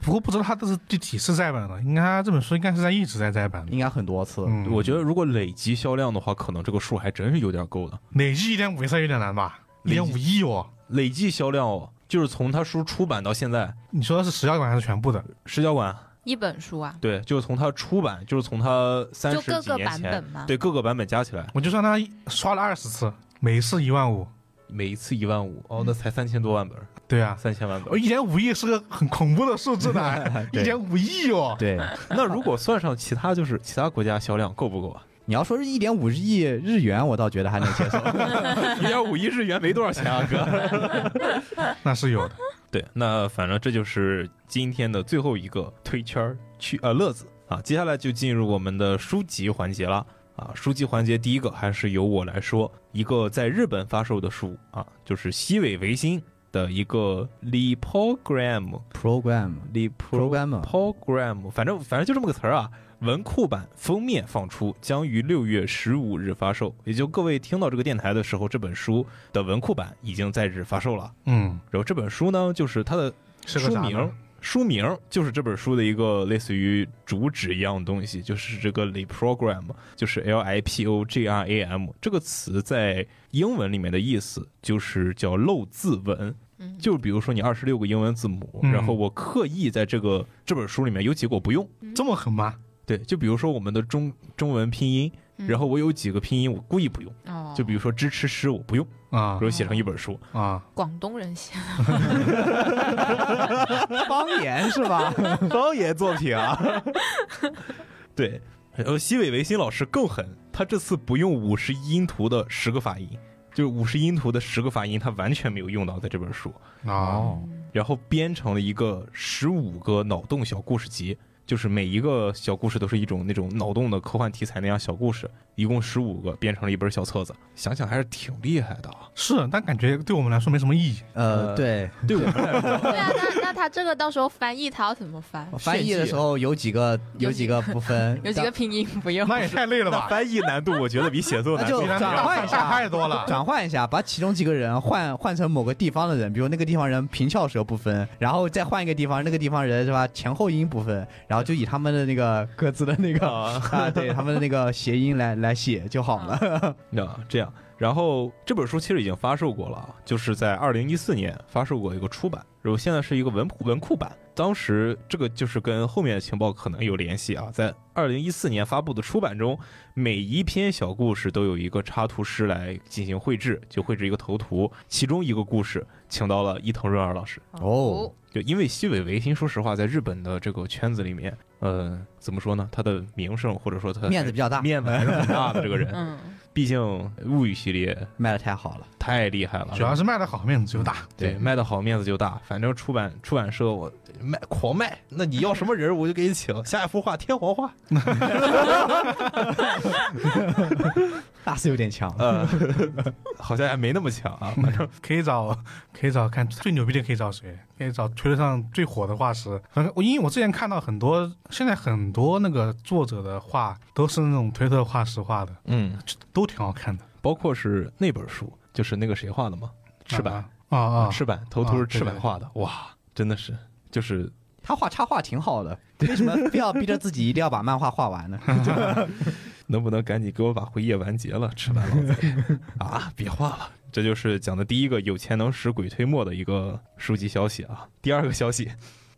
[SPEAKER 1] 不过不知道他这是第几次再版了，应该他这本书应该是在一直在再版的。
[SPEAKER 4] 应该很多次。
[SPEAKER 1] 嗯，
[SPEAKER 3] 我觉得如果累积销量的话，可能这个数还真是有点够的。
[SPEAKER 1] 累计一点五亿册有点难吧？一
[SPEAKER 3] 累计
[SPEAKER 1] 点五亿哦，
[SPEAKER 3] 累计销量哦，就是从他书出版到现在，
[SPEAKER 1] 你说的是十角馆还是全部的？
[SPEAKER 3] 石角馆
[SPEAKER 2] 一本书啊，
[SPEAKER 3] 对，就是从它出版，就是从它三
[SPEAKER 2] 就
[SPEAKER 3] 十
[SPEAKER 2] 各
[SPEAKER 3] 几
[SPEAKER 2] 个
[SPEAKER 3] 年
[SPEAKER 2] 版
[SPEAKER 3] 前，
[SPEAKER 2] 本嘛。
[SPEAKER 3] 对各个版本加起来，
[SPEAKER 1] 我就算他刷了二十次，每一次一万五，
[SPEAKER 3] 每一次一万五，哎哦，那才三千多万本，
[SPEAKER 1] 对啊，
[SPEAKER 3] 三千万
[SPEAKER 1] 我
[SPEAKER 3] 本。
[SPEAKER 1] 一点五亿是个很恐怖的数 字的，一
[SPEAKER 4] 对
[SPEAKER 1] 点五亿哦，
[SPEAKER 4] 对，
[SPEAKER 3] 那如果算上其他，就是其他国家销量够不够啊？
[SPEAKER 4] 你要说是一点五亿日元，我倒觉得还能接受。
[SPEAKER 3] 一点五亿日元没多少钱啊，哥。
[SPEAKER 1] 那是有的。
[SPEAKER 3] 对，那反正这就是今天的最后一个推圈儿去呃乐子啊，接下来就进入我们的书籍环节了啊。书籍环节第一个还是由我来说，一个在日本发售的书啊，就是西尾维新的一个 Li Program
[SPEAKER 4] Program
[SPEAKER 3] Li Pro
[SPEAKER 4] program
[SPEAKER 3] Program，反正反正就这么个词儿啊。文库版封面放出，将于六月十五日发售。也就各位听到这个电台的时候，这本书的文库版已经在日发售了。
[SPEAKER 1] 嗯，
[SPEAKER 3] 然后这本书呢，就是它的
[SPEAKER 1] 是个
[SPEAKER 3] 书
[SPEAKER 1] 啥呢
[SPEAKER 3] 名，书名就是这本书的一个类似于主旨一样的东西，就是这个 li program，就是 L I P O G R A M 这个词在英文里面的意思就是叫漏字文。
[SPEAKER 2] 嗯
[SPEAKER 3] 就比如说你二十六个英文字母，
[SPEAKER 1] 嗯
[SPEAKER 3] 然后我刻意在这个这本书里面有几个我不用，
[SPEAKER 1] 这么狠吗？
[SPEAKER 3] 对，就比如说我们的中中文拼音，然后我有几个拼音我故意不用，
[SPEAKER 2] 嗯哦，
[SPEAKER 3] 就比如说支吃诗我不用，
[SPEAKER 1] 啊
[SPEAKER 3] 然后写成一本书，
[SPEAKER 1] 啊，
[SPEAKER 2] 广东人写，
[SPEAKER 4] 方言是吧？
[SPEAKER 3] 方言作品啊。对，然后西尾维新老师更狠，他这次不用五十音图的十个发音，就是五十音图的十个发音，他完全没有用到在这本书，
[SPEAKER 1] 哦，
[SPEAKER 3] 然后编成了一个十五个脑洞小故事集。就是每一个小故事都是一种那种脑洞的科幻题材那样小故事，一共十五个，编成了一本小册子。想想还是挺厉害的啊！
[SPEAKER 1] 是，但感觉对我们来说没什么意 义。
[SPEAKER 4] 呃，对，
[SPEAKER 3] 对我们来说，
[SPEAKER 2] 对啊，那那他这个到时候翻译他要怎么翻？
[SPEAKER 4] 哦翻译的时候有几个有几个不分
[SPEAKER 2] ，有几个拼音不用？
[SPEAKER 1] 那也太累了
[SPEAKER 3] 那
[SPEAKER 1] 吧？
[SPEAKER 3] 翻译难度我觉得比写作
[SPEAKER 4] 那
[SPEAKER 3] 难
[SPEAKER 4] 啊就
[SPEAKER 3] 度
[SPEAKER 1] 比咱
[SPEAKER 4] 转换一下
[SPEAKER 1] 差太多了。
[SPEAKER 4] 转换一下，把其中几个人换换成某个地方的人，比如那个地方人平翘舌不分，然后再换一个地方，那个地方人是吧，前后音不分，然后就以他们的那个各自的那 个
[SPEAKER 3] 啊
[SPEAKER 4] 啊， 对他们的那个谐音来来写就好了。
[SPEAKER 3] 那啊这样，然后这本书其实已经发售过了啊，就是在二零一四年发售过一个出版，然后现在是一个文库文库版。当时这个就是跟后面的情报可能有联系啊，在二零一四年发布的出版中，每一篇小故事都有一个插图师来进行绘制，就绘制一个头图。其中一个故事请到了伊藤润二老师，
[SPEAKER 4] 哦，
[SPEAKER 3] 就因为西尾维新，说实话，在日本的这个圈子里面，呃，怎么说呢？他的名声或者说他
[SPEAKER 4] 面子比较大，
[SPEAKER 3] 面子还是很大的这个 人，
[SPEAKER 2] 嗯，
[SPEAKER 3] 毕竟《物语》系列
[SPEAKER 4] 卖的太 好了，
[SPEAKER 3] 太厉害了，
[SPEAKER 1] 主要是卖的好，面子就大。
[SPEAKER 3] 对卖的好，面子就大。反正出版出版社我卖狂卖，那你要什么人儿我就给你 请。下一幅画天皇画，
[SPEAKER 4] 大是有点强。
[SPEAKER 3] 呃，好像还没那么强啊。反正
[SPEAKER 1] 可以找，可以找看最牛逼的，可以找谁？可以找推得上最火的画师。反正我因为我之前看到很多，现在很多那个作者的画都是那种推特画师画的，
[SPEAKER 3] 嗯，
[SPEAKER 1] 都挺好看的。
[SPEAKER 3] 包括是那本书，就是那个谁画的嘛，赤坂
[SPEAKER 1] 啊啊啊！
[SPEAKER 3] 赤坂头图是
[SPEAKER 1] 啊对
[SPEAKER 3] 赤坂
[SPEAKER 1] 对
[SPEAKER 3] 画的，哇，真的是就是
[SPEAKER 4] 他画插画挺好的，为什么非要逼着自己一定要把漫画画完呢？
[SPEAKER 3] 能不能赶紧给我把《辉夜》完结了？吃完老贼啊！别画了，这就是讲的第一个有钱能使鬼推磨的一个书籍消息啊。第二个消息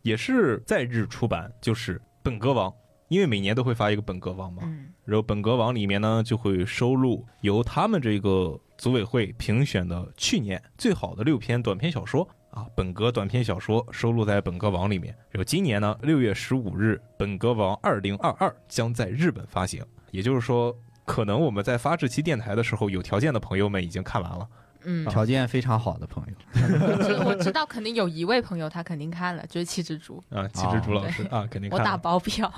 [SPEAKER 3] 也是在日出版，就是《本格王》，因为每年都会发一个《本格王》嘛。
[SPEAKER 2] 嗯
[SPEAKER 3] 然后《本格王》里面呢就会收录由他们这个组委会评选的去年最好的六篇短篇小说啊，本格短篇小说收录在《本格王》里面。然后今年呢，六月十五日，《本格王二零二二》将在日本发行，也就是说。可能我们在发这期电台的时候，有条件的朋友们已经看完了。
[SPEAKER 2] 嗯，
[SPEAKER 4] 条件非常好的朋友，
[SPEAKER 2] 我知我知道，肯定有一位朋友他肯定看了，就是七只猪，
[SPEAKER 3] 啊，其实朱老师、啊，肯定
[SPEAKER 2] 我
[SPEAKER 3] 看了。
[SPEAKER 2] 打包票。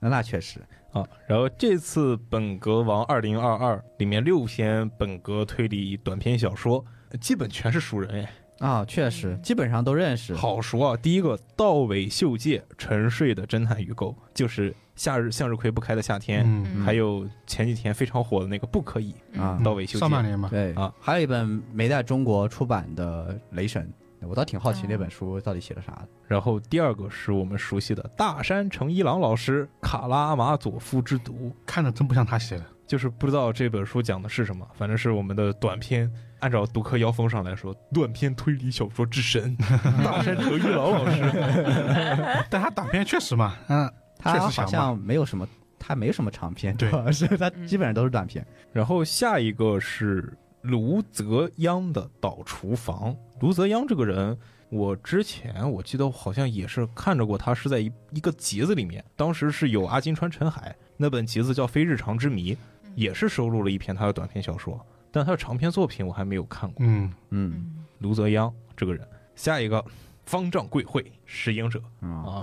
[SPEAKER 4] 那那确实，
[SPEAKER 3] 啊，然后这次《本格王二零二二》里面六篇本格推理短篇小说，呃基本全是熟人哎，
[SPEAKER 4] 啊，确实，基本上都认识。
[SPEAKER 3] 好熟啊！第一个道尾秀介《沉睡的侦探与狗》，就是夏日向日葵不开的夏天，
[SPEAKER 1] 嗯，
[SPEAKER 2] 嗯
[SPEAKER 3] 还有前几天非常火的那个不可以
[SPEAKER 4] 啊
[SPEAKER 3] 道尾秀介
[SPEAKER 1] 上半年嘛，
[SPEAKER 4] 对
[SPEAKER 3] 啊，
[SPEAKER 4] 还有一本没在中国出版的《雷神》，我倒挺好奇那本书到底写了啥的。
[SPEAKER 3] 然后第二个是我们熟悉的大山诚一郎老师《卡拉马佐夫之毒》，
[SPEAKER 1] 看着真不像他写的。
[SPEAKER 3] 就是不知道这本书讲的是什么，反正是我们的短篇按照读客妖风上来说，短篇推理小说之神大山哲一郎老师。
[SPEAKER 1] 但他短片确实嘛，嗯，确
[SPEAKER 4] 他
[SPEAKER 1] 实
[SPEAKER 4] 好
[SPEAKER 1] 强
[SPEAKER 4] 像没有什么，他没什么长篇，
[SPEAKER 1] 对
[SPEAKER 4] 主要 是他
[SPEAKER 2] 嗯
[SPEAKER 4] 基本上都是短篇。
[SPEAKER 3] 然后下一个是卢泽央的《导厨房》。卢泽央这个人，我之前我记得好像也是看着过他，是在一一个集子里面，当时是有阿金川陈海那本集子叫《非日常之谜》，也是收录了一篇他的短篇小说，但他的长篇作品我还没有看过。
[SPEAKER 1] 嗯，
[SPEAKER 4] 嗯
[SPEAKER 2] 嗯
[SPEAKER 3] 卢泽央这个人，下一个方丈贵会石影者
[SPEAKER 4] 啊，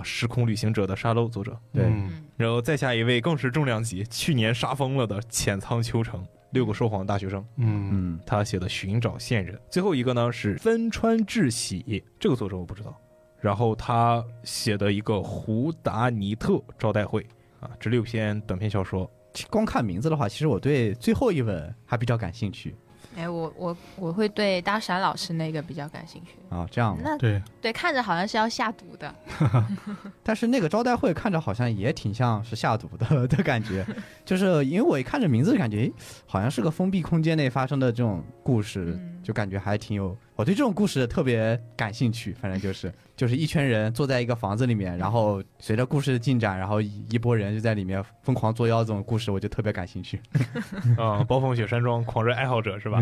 [SPEAKER 3] 啊，时空旅行者的沙漏作者，
[SPEAKER 4] 对
[SPEAKER 1] 嗯
[SPEAKER 2] 嗯
[SPEAKER 3] 然后再下一位更是重量级，去年杀疯了的浅仓秋成，六个说谎大学生，
[SPEAKER 1] 嗯，
[SPEAKER 4] 嗯，
[SPEAKER 3] 他写的《寻找线人》。最后一个呢是分川智喜，这个作者我不知道。然后他写的一个《胡达尼特招待会》啊，这六篇短篇小说，
[SPEAKER 4] 其光看名字的话，其实我对最后一本还比较感兴趣
[SPEAKER 2] 哎，我我我会对大闪老师那个比较感兴趣。
[SPEAKER 4] 啊。这
[SPEAKER 3] 哦
[SPEAKER 4] 样，
[SPEAKER 2] 那
[SPEAKER 1] 对，
[SPEAKER 2] 对看着好像是要下毒的，
[SPEAKER 4] 但是那个招待会看着好像也挺像是下毒的 的感觉，就是因为我一看这名字就感觉，诶好像是个封闭空间内发生的这种故事，
[SPEAKER 2] 嗯
[SPEAKER 4] 就感觉还挺有。我对这种故事特别感兴趣，反正就是 就是一群人坐在一个房子里面，然后随着故事的进展，然后一一波人就在里面疯狂作妖这种故事，我就特别感兴趣。
[SPEAKER 3] 啊，暴风雪山庄狂热爱好者是吧？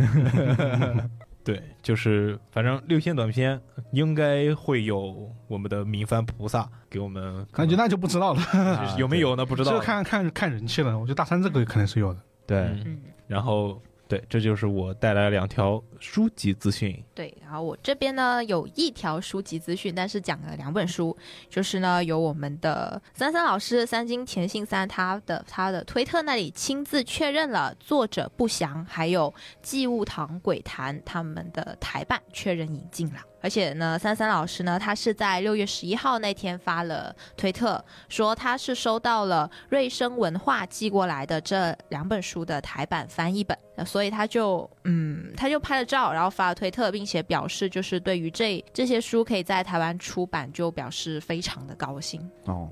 [SPEAKER 3] 对，就是反正六篇短篇应该会有我们的民番菩萨给我们
[SPEAKER 1] 感觉那就不知道了，
[SPEAKER 3] 就是 有没有呢？不知
[SPEAKER 1] 这
[SPEAKER 3] 道
[SPEAKER 1] 个。看看看人气了。我觉得大三这个肯定是有的。
[SPEAKER 4] 对，
[SPEAKER 3] 嗯，
[SPEAKER 2] 嗯，
[SPEAKER 3] 然后对，这就是我带来两条书籍资讯。
[SPEAKER 2] 对。然后我这边呢有一条书籍资讯，但是讲了两本书，就是呢由我们的三三老师三金田信三他的他的推特那里亲自确认了作者不详，还有祭物堂鬼谈他们的台版确认引进了。而且呢，三三老师呢，他是在六月十一号那天发了推特，说他是收到了瑞声文化寄过来的这两本书的台版翻译本，呃所以他就嗯，他就拍了照，然后发了推特，并且表示就是对于这这些书可以在台湾出版，就表示非常的高兴。
[SPEAKER 4] 哦，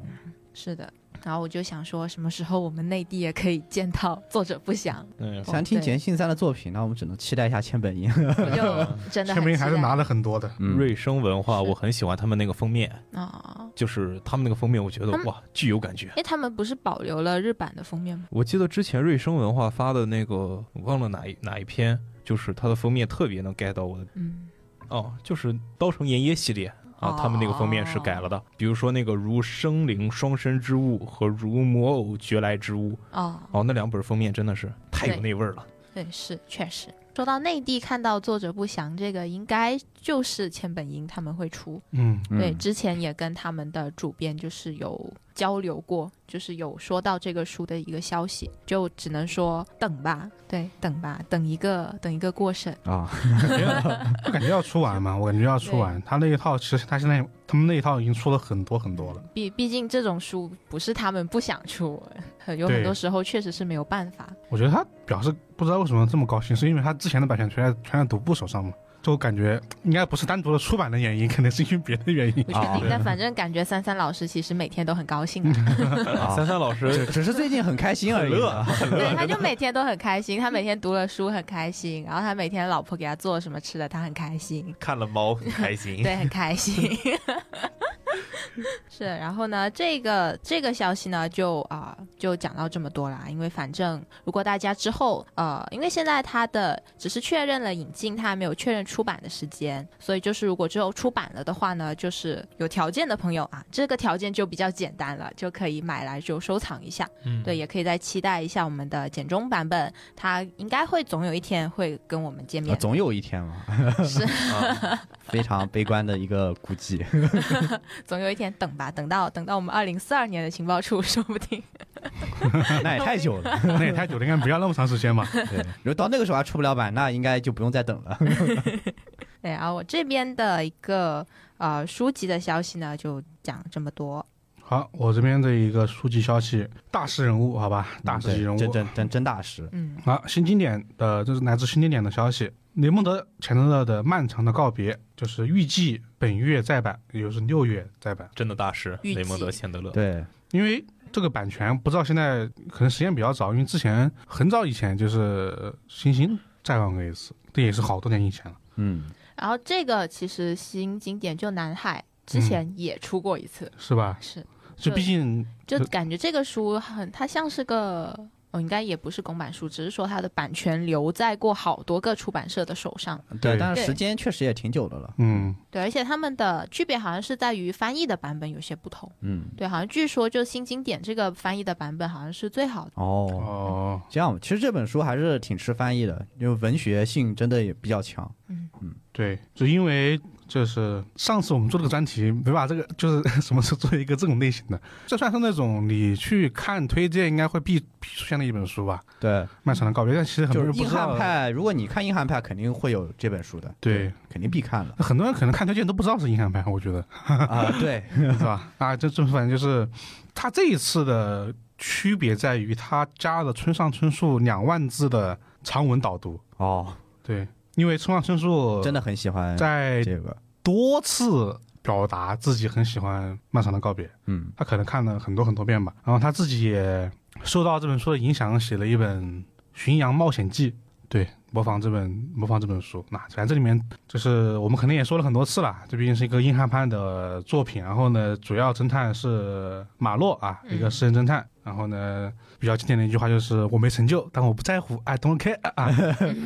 [SPEAKER 2] 是的。然后我就想说，什么时候我们内地也可以见到作者不详？
[SPEAKER 3] 嗯，
[SPEAKER 4] 想听
[SPEAKER 2] 对
[SPEAKER 4] 简信三的作品，那我们只能期待一下千本樱。
[SPEAKER 2] 我 就真的
[SPEAKER 1] 签
[SPEAKER 2] 很
[SPEAKER 1] 名
[SPEAKER 2] 期
[SPEAKER 1] 还是
[SPEAKER 2] 待
[SPEAKER 1] 拿了很多的，
[SPEAKER 3] 瑞声文化，
[SPEAKER 2] 是
[SPEAKER 3] 我很喜欢他们那个封面，
[SPEAKER 2] 啊，
[SPEAKER 3] 就是他们那个封面，我觉得
[SPEAKER 2] 他们
[SPEAKER 3] 哇，巨有感觉。
[SPEAKER 2] 哎，他们不是保留了日版的封面吗？
[SPEAKER 3] 我记得之前瑞声文化发的那个，我忘了哪一哪一篇，就是它的封面特别能 get 到我的。
[SPEAKER 2] 嗯，
[SPEAKER 3] 哦，就是《刀城炎耶》系列啊
[SPEAKER 2] 哦，
[SPEAKER 3] 他们那个封面是改了的。比如说那个《如生灵双生之物》和《如魔偶绝来之物》，
[SPEAKER 2] 哦，
[SPEAKER 3] 哦，那两本封面真的是太有那味儿了。
[SPEAKER 2] 对，是确实。说到内地看到作者不详这个，应该就是千本樱他们会出。
[SPEAKER 1] 嗯，
[SPEAKER 2] 对，
[SPEAKER 4] 嗯
[SPEAKER 2] 之前也跟他们的主编就是有交流过，就是有说到这个书的一个消息，就只能说等吧，对，等吧，等一个等一个过审。
[SPEAKER 4] 啊，
[SPEAKER 1] 我嗯感觉要 出 完嘛，我感觉要出完。他那一套其实他现在他们那一套已经出了很多很多了。
[SPEAKER 2] 毕毕竟这种书不是他们不想出，很有很
[SPEAKER 1] 对
[SPEAKER 2] 多时候确实是没有办法。
[SPEAKER 1] 我觉得他表示不知道为什么这么高兴，是因为他之前的版权全在全在独步手上嘛，就我感觉应该不是单独的出版的原因，肯定是因为别的原因
[SPEAKER 2] 不。确定
[SPEAKER 4] 啊，
[SPEAKER 2] 但反正感觉三三老师其实每天都很高兴 啊。
[SPEAKER 3] 三三老师
[SPEAKER 4] 只只是最近很开心而已。
[SPEAKER 2] 对，他 就每天都很开心，他每天读了书很开心，然后他每天老婆给他做什么吃的，他很开心，
[SPEAKER 3] 看了猫很开心。
[SPEAKER 2] 对，很开 心。 是，然后呢，这个这个消息呢，就啊、就讲到这么多啦。因为反正如果大家之后呃，因为现在它的只是确认了引进，它还没有确认出版的时间，所以就是如果之后出版了的话呢，就是有条件的朋友啊，这个条件就比较简单了，就可以买来就收藏一下。
[SPEAKER 3] 嗯
[SPEAKER 2] 对，，也可以再期待一下我们的简中版本，它应该会总有一天会跟我们见
[SPEAKER 4] 啊
[SPEAKER 2] 面。
[SPEAKER 4] 总有一天嘛，
[SPEAKER 2] 是，
[SPEAKER 3] 啊
[SPEAKER 4] 非常悲观的一个估计。
[SPEAKER 2] 总有一天等吧，等到等到我们二零四二年的情报处，说不 定。
[SPEAKER 4] 那也太久了。
[SPEAKER 1] 那也太久了，应该不要那么长时间吧。
[SPEAKER 4] 对， 如果到那个时候还出不了版，那应该就不用再等了。
[SPEAKER 2] 对，然后我这边的一个呃书籍的消息呢，就讲这么多。
[SPEAKER 1] 好，我这边的一个书籍消息，大师人物，好吧，大师级人
[SPEAKER 4] 嗯
[SPEAKER 1] 物，
[SPEAKER 4] 对真真真真大师。
[SPEAKER 2] 嗯
[SPEAKER 1] 啊，新经典的这是来自新经典的消息，雷蒙德·钱德勒的《漫长的告别》就是预计本月再版，也就是六月再版，
[SPEAKER 3] 真的大 师
[SPEAKER 2] 预计
[SPEAKER 3] 雷蒙德·钱德勒。
[SPEAKER 4] 对，
[SPEAKER 1] 因为。这个版权不知道现在可能时间比较早，因为之前很早以前就是星星再放过一次，这也是好多年以前了。
[SPEAKER 4] 嗯，
[SPEAKER 2] 然后这个其实新景点就南海之前也出过一次，
[SPEAKER 1] 是吧？
[SPEAKER 2] 是
[SPEAKER 1] 就
[SPEAKER 2] 对
[SPEAKER 1] 毕竟
[SPEAKER 2] 就
[SPEAKER 1] 就
[SPEAKER 2] 感觉这个书很，它像是个。哦，应该也不是公版书，只是说它的版权留在过好多个出版社的手上。
[SPEAKER 1] 对
[SPEAKER 4] 对，但是
[SPEAKER 2] 对
[SPEAKER 4] 时间确实也挺久的了。
[SPEAKER 1] 嗯，
[SPEAKER 2] 对，而且他们的区别好像是在于翻译的版本有些不同。
[SPEAKER 4] 嗯，
[SPEAKER 2] 对，好像据说就新经典这个翻译的版本好像是最好的。
[SPEAKER 4] 哦，
[SPEAKER 1] 哦，
[SPEAKER 4] 这样，其实这本书还是挺吃翻译的，因为文学性真的也比较强。
[SPEAKER 1] 对，就因为就是上次我们做这个专题，没把这个就是 什么是做一个这种类型的，这算是那种你去看推荐应该会必必出现的一本书吧，
[SPEAKER 4] 对，
[SPEAKER 1] 《漫长的告别》，但其实很多
[SPEAKER 4] 就
[SPEAKER 1] 人
[SPEAKER 4] 是
[SPEAKER 1] 不
[SPEAKER 4] 硬
[SPEAKER 1] 知道
[SPEAKER 4] 汉，派，如果你看硬汉派，肯定会有这本书的，
[SPEAKER 1] 对，
[SPEAKER 4] 肯定必 看了
[SPEAKER 1] 很多人可能看推荐都不知道是硬汉派，我觉得
[SPEAKER 4] 啊。 对，
[SPEAKER 1] 是吧？啊，这这反正就是他这一次的区别在于他加了村上春树两万字的长文导读，
[SPEAKER 4] 哦，
[SPEAKER 1] 对，因为村上春树
[SPEAKER 4] 真的很喜欢
[SPEAKER 1] 在
[SPEAKER 4] 这个，
[SPEAKER 1] 多次表达自己很喜欢《漫长的告别》。
[SPEAKER 4] 嗯
[SPEAKER 1] 他可能看了很多很多遍吧。然后他自己也受到这本书的影响，写了一本《巡洋冒险记》，对，模仿这本模仿这本书。那反正这里面就是我们肯定也说了很多次了，这毕竟是一个硬汉派的作品。然后呢，主要侦探是马洛啊，
[SPEAKER 2] 嗯
[SPEAKER 1] 一个私人侦探。然后呢，比较经典的一句话就是“我没成就，但我不在乎，I don't care 啊”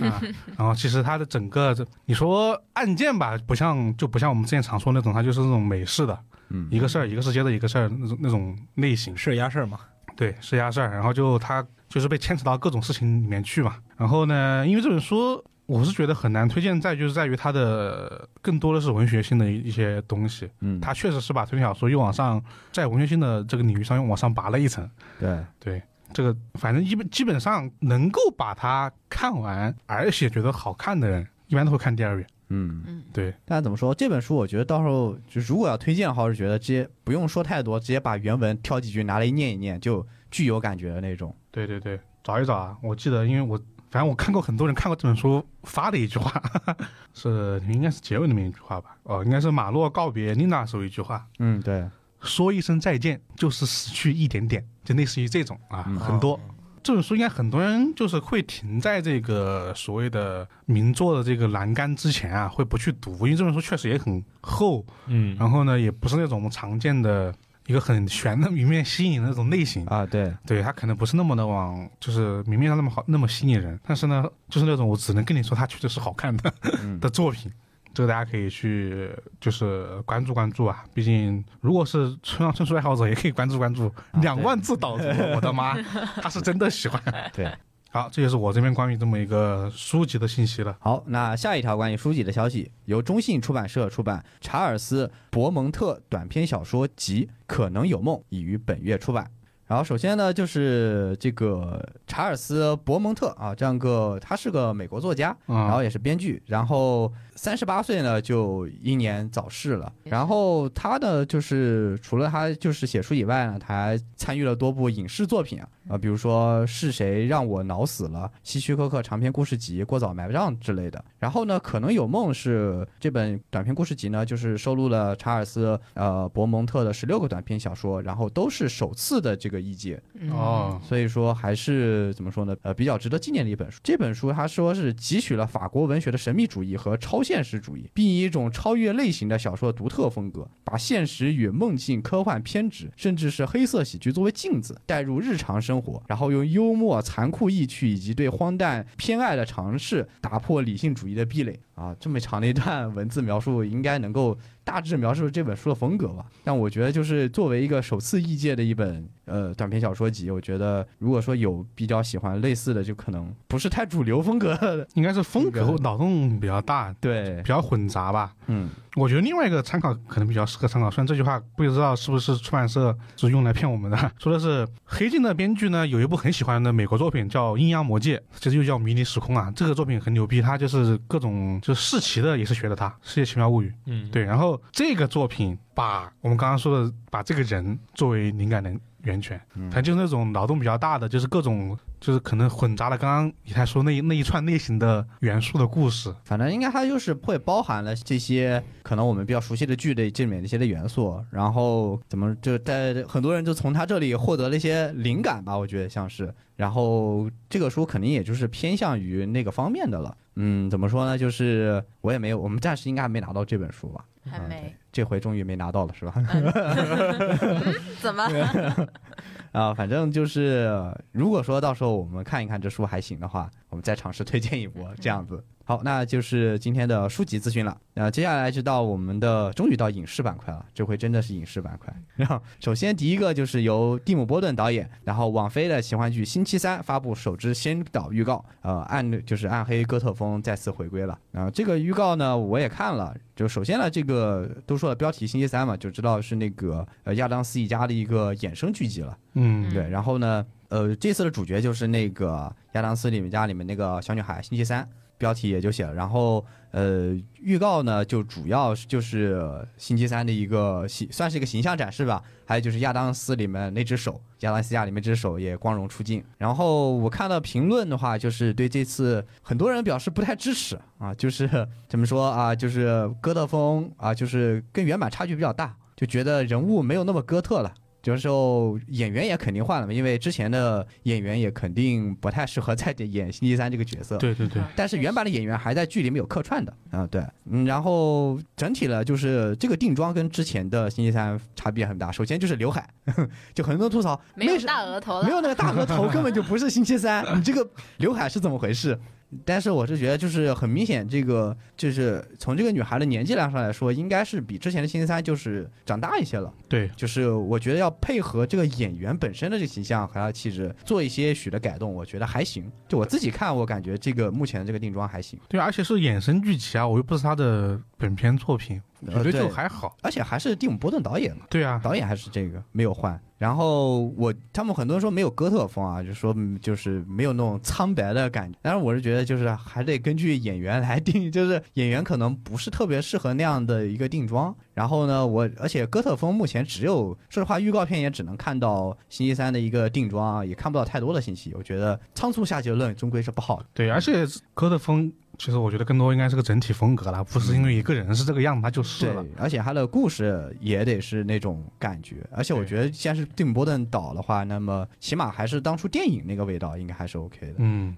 [SPEAKER 1] 啊。然后其实它的整个这，你说案件吧，不像就不像我们之前常说那种，它就是那种美式的，
[SPEAKER 4] 嗯
[SPEAKER 1] 一个事儿一个事接着一个事儿那种那种类型，
[SPEAKER 3] 事儿压事儿嘛。
[SPEAKER 1] 对，是压事儿，然后就他就是被牵扯到各种事情里面去嘛。然后呢，因为这本书我是觉得很难推荐在，就是在于它的更多的是文学性的一些东西，
[SPEAKER 4] 嗯，
[SPEAKER 1] 它确实是把推理小说又往上在文学性的这个领域上又往上拔了一层。
[SPEAKER 4] 对，
[SPEAKER 1] 对，这个反正基本基本上能够把它看完，而且觉得好看的人，一般都会看第二遍。
[SPEAKER 4] 嗯。
[SPEAKER 2] 嗯，
[SPEAKER 1] 对，
[SPEAKER 4] 但怎么说，这本书我觉得到时候就如果要推荐的话，我是觉得直接不用说太多，直接把原文挑几句拿来念一念，就具有感觉的那种。
[SPEAKER 1] 对对对，找一找啊！我记得，因为我反正我看过很多人看过这本书发的一句话， 是应该是结尾那么一句话吧？哦，应该是马洛告别妮娜时候一句话，
[SPEAKER 4] 嗯，对，
[SPEAKER 1] 说一声再见就是死去一点点，就类似于这种啊，
[SPEAKER 4] 嗯
[SPEAKER 1] 很
[SPEAKER 5] 哦
[SPEAKER 1] 多。这本书应该很多人就是会停在这个所谓的名作的这个栏杆之前啊，会不去读，因为这本书确实也很厚，
[SPEAKER 3] 嗯，
[SPEAKER 1] 然后呢，也不是那种我们常见的一个很悬的明面吸引的那种类型
[SPEAKER 4] 啊，对，
[SPEAKER 1] 对他可能不是那么的往，就是明面上那么好，那么吸引人，但是呢，就是那种我只能跟你说，他确实是好看的
[SPEAKER 4] 嗯
[SPEAKER 1] 的作品。这个大家可以去就是关注关注啊，毕竟如果是村上春树爱好者，也可以关注关注。
[SPEAKER 4] 啊
[SPEAKER 1] 两万字导读，我的 妈，他是真的喜欢。
[SPEAKER 4] 对，
[SPEAKER 1] 好，这就是我这边关于这么一个书籍的信息了。
[SPEAKER 4] 好，那下一条关于书籍的消息，由中信出版社出版《查尔斯·伯蒙特短篇小说集《可能有梦》，已于本月出版。然后首先呢，就是这个查尔斯·伯蒙特啊，这样个他是个美国作家，然后
[SPEAKER 1] 嗯，
[SPEAKER 4] 也是编剧，然后三十八岁呢就英年早逝了。然后他呢，就是除了他就是写书以外呢，他还参与了多部影视作品啊，啊，比如说《是谁让我挠死了》《希区柯克长篇故事集》《过早埋葬》之类的。然后呢，可能有梦是这本短篇故事集呢，就是收录了查尔斯呃伯蒙特的十六个短篇小说，然后都是首次的这个译介，
[SPEAKER 2] 嗯，
[SPEAKER 1] 哦，
[SPEAKER 4] 所以说还是怎么说呢？呃，比较值得纪念的一本书。这本书他说是汲取了法国文学的神秘主义和超现实主义，并以一种超越类型的小说独特风格，把现实与梦境、科幻、偏执，甚至是黑色喜剧作为镜子，带入日常生活，然后用幽默、残酷意趣以及对荒诞偏爱的尝试，打破理性主义的壁垒。啊，这么长的一段文字描述，应该能够大致描述这本书的风格吧。但我觉得，就是作为一个首次译介的一本呃短篇小说集，我觉得如果说有比较喜欢类似的，就可能不是太主流风格的。
[SPEAKER 1] 应该是风格
[SPEAKER 4] 这个
[SPEAKER 1] 脑洞比较大，
[SPEAKER 4] 对
[SPEAKER 1] 比，较混杂吧。
[SPEAKER 4] 嗯，
[SPEAKER 1] 我觉得另外一个参考可能比较适合参考，虽然这句话不知道是不是出版社是用来骗我们的， 说的是《黑镜》的编剧呢有一部很喜欢的美国作品叫《阴阳魔界》，其实又叫《迷离时空》啊，这个作品很牛逼，它就是各种就是世奇的也是学的它，《世界奇妙物语》
[SPEAKER 3] 嗯，
[SPEAKER 1] 对，然后这个作品把我们刚刚说的把这个人作为灵感的源泉，他就是那种脑洞比较大的，就是各种就是可能混杂了刚刚你才说那一那一串类型的元素的故事。
[SPEAKER 4] 反正应该它就是会包含了这些可能我们比较熟悉的剧的这里面的一些的元素，然后怎么就在很多人就从他这里获得了一些灵感吧，我觉得像是。然后这个书肯定也就是偏向于那个方面的了。嗯，怎么说呢？就是我也没有，我们暂时应该还没拿到这本书吧？
[SPEAKER 2] 还
[SPEAKER 4] 嗯
[SPEAKER 2] 没，
[SPEAKER 4] 这回终于没拿到了，是吧？
[SPEAKER 2] 怎么？
[SPEAKER 4] 啊，反正就是，如果说到时候我们看一看这书还行的话，我们再尝试推荐一波这样子。好，那就是今天的书籍资讯了。那、接下来就到我们的，终于到影视板块了。这回真的是影视板块。然后，首先第一个就是由蒂姆·波顿导演，然后网飞的奇幻剧《星期三》发布首支先导预告，呃，暗就是暗黑哥特风再次回归了。然后这个预告呢，我也看了。就首先呢，这个都说了标题《星期三》嘛，就知道是那个呃亚当斯一家的一个衍生剧集了。
[SPEAKER 1] 嗯
[SPEAKER 4] 对，然后呢，呃，这次的主角就是那个亚当斯里面家里面那个小女孩，星期三，标题也就写了。然后呃，预告呢就主要是就是星期三的一个形，算是一个形象展示吧。还有就是亚当斯里面那只手，亚当斯亚里面这只手也光荣出镜。然后我看到评论的话，就是对这次很多人表示不太支持啊，就是怎么说啊，就是哥特风啊，就是跟原版差距比较大，就觉得人物没有那么哥特了。就是说演员也肯定换了嘛，因为之前的演员也肯定不太适合再演星期三这个角色。
[SPEAKER 1] 对对对，
[SPEAKER 4] 但是原版的演员还在剧里面有客串的啊、对，嗯，然后整体呢，就是这个定妆跟之前的星期三差别很大。首先就是刘海， 就很多人吐槽
[SPEAKER 2] 没有
[SPEAKER 4] 为什
[SPEAKER 2] 大额头
[SPEAKER 4] 没
[SPEAKER 2] 了，
[SPEAKER 4] 有那个大额头，根本就不是星期三，你这个刘海是怎么回事？但是我是觉得，就是很明显，这个就是从这个女孩的年纪量上来说，应该是比之前的星期三就是长大一些了。
[SPEAKER 1] 对，
[SPEAKER 4] 就是我觉得要配合这个演员本身的这个形象和他的气质做一些许的改动，我觉得还行。就我自己看，我感觉这个目前这个定妆还行，
[SPEAKER 1] 对，啊而且是衍生剧集啊，我又不是他的本片作品，我
[SPEAKER 4] 呃
[SPEAKER 1] 觉得
[SPEAKER 4] 对
[SPEAKER 1] 就还好。
[SPEAKER 4] 而且还是蒂姆·波顿导演嘛，
[SPEAKER 1] 对啊，
[SPEAKER 4] 导演还是这个没有换。然后我他们很多人说没有哥特风啊，就说嗯就是没有那种苍白的感觉。但是我是觉得就是还得根据演员来定义，就是演员可能不是特别适合那样的一个定妆。然后呢，我而且哥特风目前只有说实话，预告片也只能看到星期三的一个定妆啊，也看不到太多的信息。我觉得仓促下结论终归是不好的。
[SPEAKER 1] 对，而且哥的风，其实我觉得更多应该是个整体风格啦，不是因为一个人是这个样子他就是了
[SPEAKER 4] 对。，而且他的故事也得是那种感觉，而且我
[SPEAKER 1] 对
[SPEAKER 4] 觉得现在是蒂姆·波顿导的话，那么起码还是当初电影那个味道，应该还是 OK 的。
[SPEAKER 1] 嗯，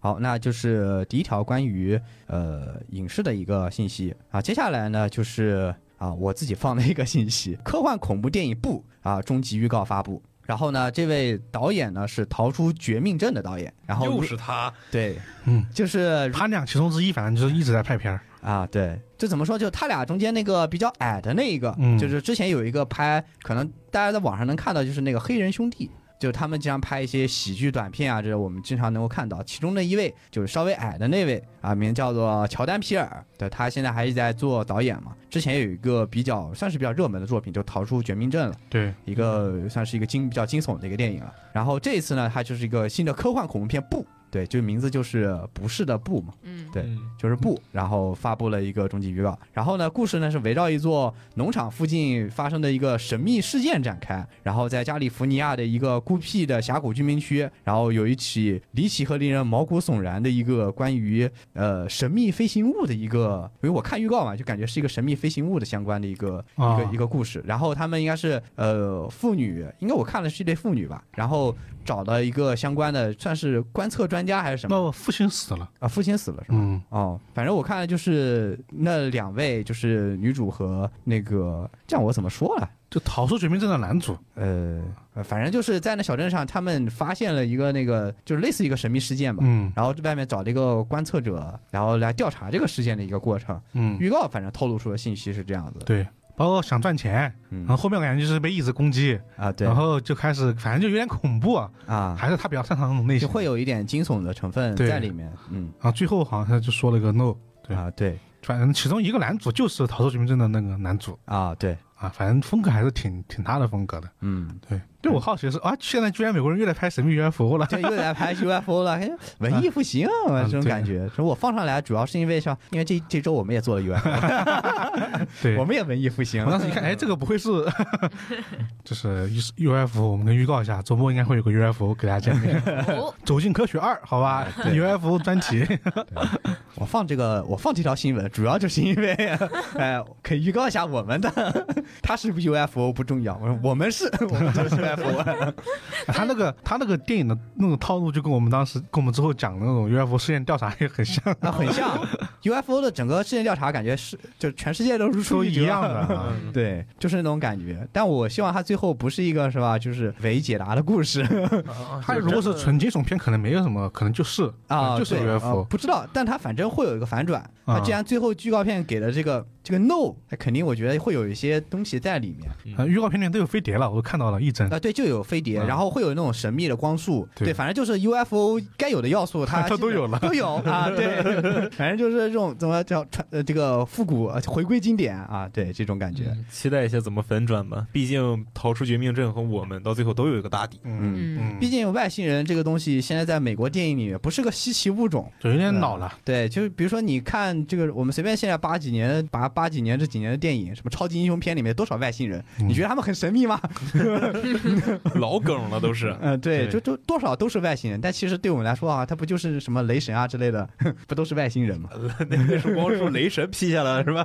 [SPEAKER 4] 好，那就是第一条关于呃影视的一个信息啊。接下来呢，就是啊我自己放的一个信息，科幻恐怖电影部啊终极预告发布。然后呢，这位导演呢是《逃出绝命镇》的导演，然后
[SPEAKER 3] 又是他，
[SPEAKER 4] 对，
[SPEAKER 1] 嗯，
[SPEAKER 4] 就是
[SPEAKER 1] 他俩其中之一，反正就是一直在拍片儿。
[SPEAKER 4] 啊，对，就怎么说，就他俩中间那个比较矮的那一个，
[SPEAKER 1] 嗯
[SPEAKER 4] 就是之前有一个拍，可能大家在网上能看到，就是那个黑人兄弟。就是他们经常拍一些喜剧短片啊，这我们经常能够看到。其中的一位就是稍微矮的那位啊，名叫做乔丹·皮尔，对他现在还是在做导演嘛。之前有一个比较算是比较热门的作品，就《逃出绝命镇》了。
[SPEAKER 1] 对，
[SPEAKER 4] 一个算是一个惊比较惊悚的一个电影了。然后这一次呢，它就是一个新的科幻恐怖片《不》，对，就名字就是不是的不嘛，
[SPEAKER 2] 嗯
[SPEAKER 4] 对
[SPEAKER 3] 嗯
[SPEAKER 4] 就是不。然后发布了一个终极预告。然后呢，故事呢是围绕一座农场附近发生的一个神秘事件展开。然后在加利福尼亚的一个孤僻的峡谷居民区，然后有一起离奇和令人毛骨悚然的一个关于呃神秘飞行物的一个，因为我看预告嘛，就感觉是一个神秘飞行物的相关的一个一个
[SPEAKER 1] 啊
[SPEAKER 4] 一个故事。然后他们应该是呃妇女，应该我看了是一对妇女吧，然后找到一个相关的，算是观测专家还是什么
[SPEAKER 1] 那我父亲死了。
[SPEAKER 4] 啊？父亲死了是吗？
[SPEAKER 1] 嗯，
[SPEAKER 4] 哦，反正我看了就是那两位，就是女主和那个，这样我怎么说了？
[SPEAKER 1] 就逃出绝命镇的男主。
[SPEAKER 4] 呃，呃反正就是在那小镇上，他们发现了一个那个，就是类似一个神秘事件吧。
[SPEAKER 1] 嗯
[SPEAKER 4] 然后外面找了一个观测者，然后来调查这个事件的一个过程。
[SPEAKER 1] 嗯，
[SPEAKER 4] 预告反正透露出的信息是这样子的。
[SPEAKER 1] 对，包括想赚钱，
[SPEAKER 4] 嗯
[SPEAKER 1] 然后后面我感觉就是被一直攻击，
[SPEAKER 4] 啊，对
[SPEAKER 1] 然后就开始，反正就有点恐怖啊，
[SPEAKER 4] 啊，
[SPEAKER 1] 还是他比较擅长那种类
[SPEAKER 4] 就
[SPEAKER 1] 型。
[SPEAKER 4] 会有一点惊悚的成分
[SPEAKER 1] 对
[SPEAKER 4] 在里面。嗯，
[SPEAKER 1] 然后最后好像他就说了个 no，对
[SPEAKER 4] 啊，对
[SPEAKER 1] 反正其中一个男主就是逃出绝命镇的那个男主
[SPEAKER 4] 啊，对，
[SPEAKER 1] 啊，反正风格还是挺挺他的风格的。
[SPEAKER 4] 嗯，
[SPEAKER 1] 对。对我好奇的是啊，现在居然美国人又来拍神秘 UFO 了，
[SPEAKER 4] 对，又 来拍 UFO 了，哎，文艺复兴啊，这种感觉。所以我放上来主要是因为啥？因为这这周我们也做了 UFO，
[SPEAKER 1] 对
[SPEAKER 4] 我。们呃也文艺复兴
[SPEAKER 1] 我。当时一看，哎，这个不会 是，就是 UFO，我们跟预告一下，周末应该会有个 UFO 给大家见面，《
[SPEAKER 2] 哦，
[SPEAKER 1] 走进科学二》，好吧
[SPEAKER 4] 对
[SPEAKER 1] ，UFO 专题，
[SPEAKER 4] 我放这个，我放这条新闻，主要就是因为，哎，可以预告一下我们的，他是不是 UFO 不重要，我说我们是，我们就是 UFO。
[SPEAKER 1] 他那个他那个电影的那种套路，就跟我们当时跟我们之后讲的那种 UFO 试验调查也很 像，
[SPEAKER 4] 那很像 UFO 的整个事件调查，感觉是就全世界都是
[SPEAKER 1] 都
[SPEAKER 4] 出于
[SPEAKER 1] 一样的。啊。
[SPEAKER 3] 嗯
[SPEAKER 4] 对，就是那种感觉，但我希望它最后不是一个是吧，就是伪解答的故事
[SPEAKER 1] 他如果是纯惊悚片，可能没有什么，可能就是
[SPEAKER 4] 啊，
[SPEAKER 1] 就是
[SPEAKER 4] 对
[SPEAKER 1] UFO
[SPEAKER 4] 啊不知道，但它反正会有一个反转。
[SPEAKER 1] 啊
[SPEAKER 4] 它既然最后预告片给的这个这个 no，那肯定我觉得会有一些东西在里面
[SPEAKER 1] 呃预告片里面都有飞碟了，我都看到了一帧，
[SPEAKER 4] 啊，对，就有飞碟，
[SPEAKER 1] 嗯
[SPEAKER 4] 然后会有那种神秘的光束，
[SPEAKER 1] 对
[SPEAKER 4] 对，反正就是 UFO 该有的要素它，
[SPEAKER 1] 它都有了
[SPEAKER 4] 都有啊，对， 反正就是这种怎么叫传呃这个复古呃回归经典啊，对这种感觉，
[SPEAKER 1] 嗯
[SPEAKER 3] 期待一下怎么反转吧，毕竟逃出绝命镇和我们到最后都有一个大底。
[SPEAKER 1] 嗯
[SPEAKER 2] 嗯，
[SPEAKER 4] 毕竟外星人这个东西现在在美国电影里面不是个稀奇物种。
[SPEAKER 1] 就有点老了。
[SPEAKER 4] 对，就是比如说你看这个，我们随便现在八几年、八八几年这几年的电影，什么超级英雄片里面有多少外星人？
[SPEAKER 1] 嗯
[SPEAKER 4] 你觉得他们很神秘吗？
[SPEAKER 3] 老梗了都是。
[SPEAKER 4] 嗯、对，
[SPEAKER 3] 对
[SPEAKER 4] 就就多少都是外星人，但其实对我们来说啊，他不就是什么雷神啊之类的， 不都是外星人吗？
[SPEAKER 3] 那 那是光束雷神劈下来是吧？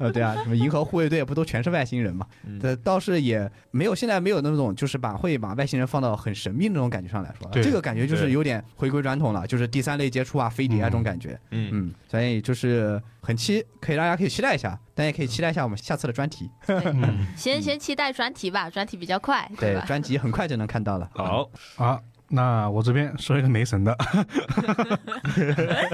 [SPEAKER 4] 呃，对啊，什么银河护卫队不都全是外星人嘛？对，倒是也没有现在没有那种就是把会把外星人放到很神秘的那种感觉上来说，
[SPEAKER 1] 对
[SPEAKER 4] 这个感觉就是
[SPEAKER 3] 对
[SPEAKER 4] 有点回归传统了，就是第三类接触啊、飞碟啊这种感觉。
[SPEAKER 3] 嗯，
[SPEAKER 4] 嗯，所以就是很期，可以大家可以期待一下，但也可以期待一下我们下次的专题。
[SPEAKER 1] 嗯
[SPEAKER 2] 先先期待专题吧，专题比较快，
[SPEAKER 4] 对，嗯
[SPEAKER 2] 吧？
[SPEAKER 4] 专辑很快就能看 到了。
[SPEAKER 3] 好，
[SPEAKER 1] 啊，那我这边说一个雷神的，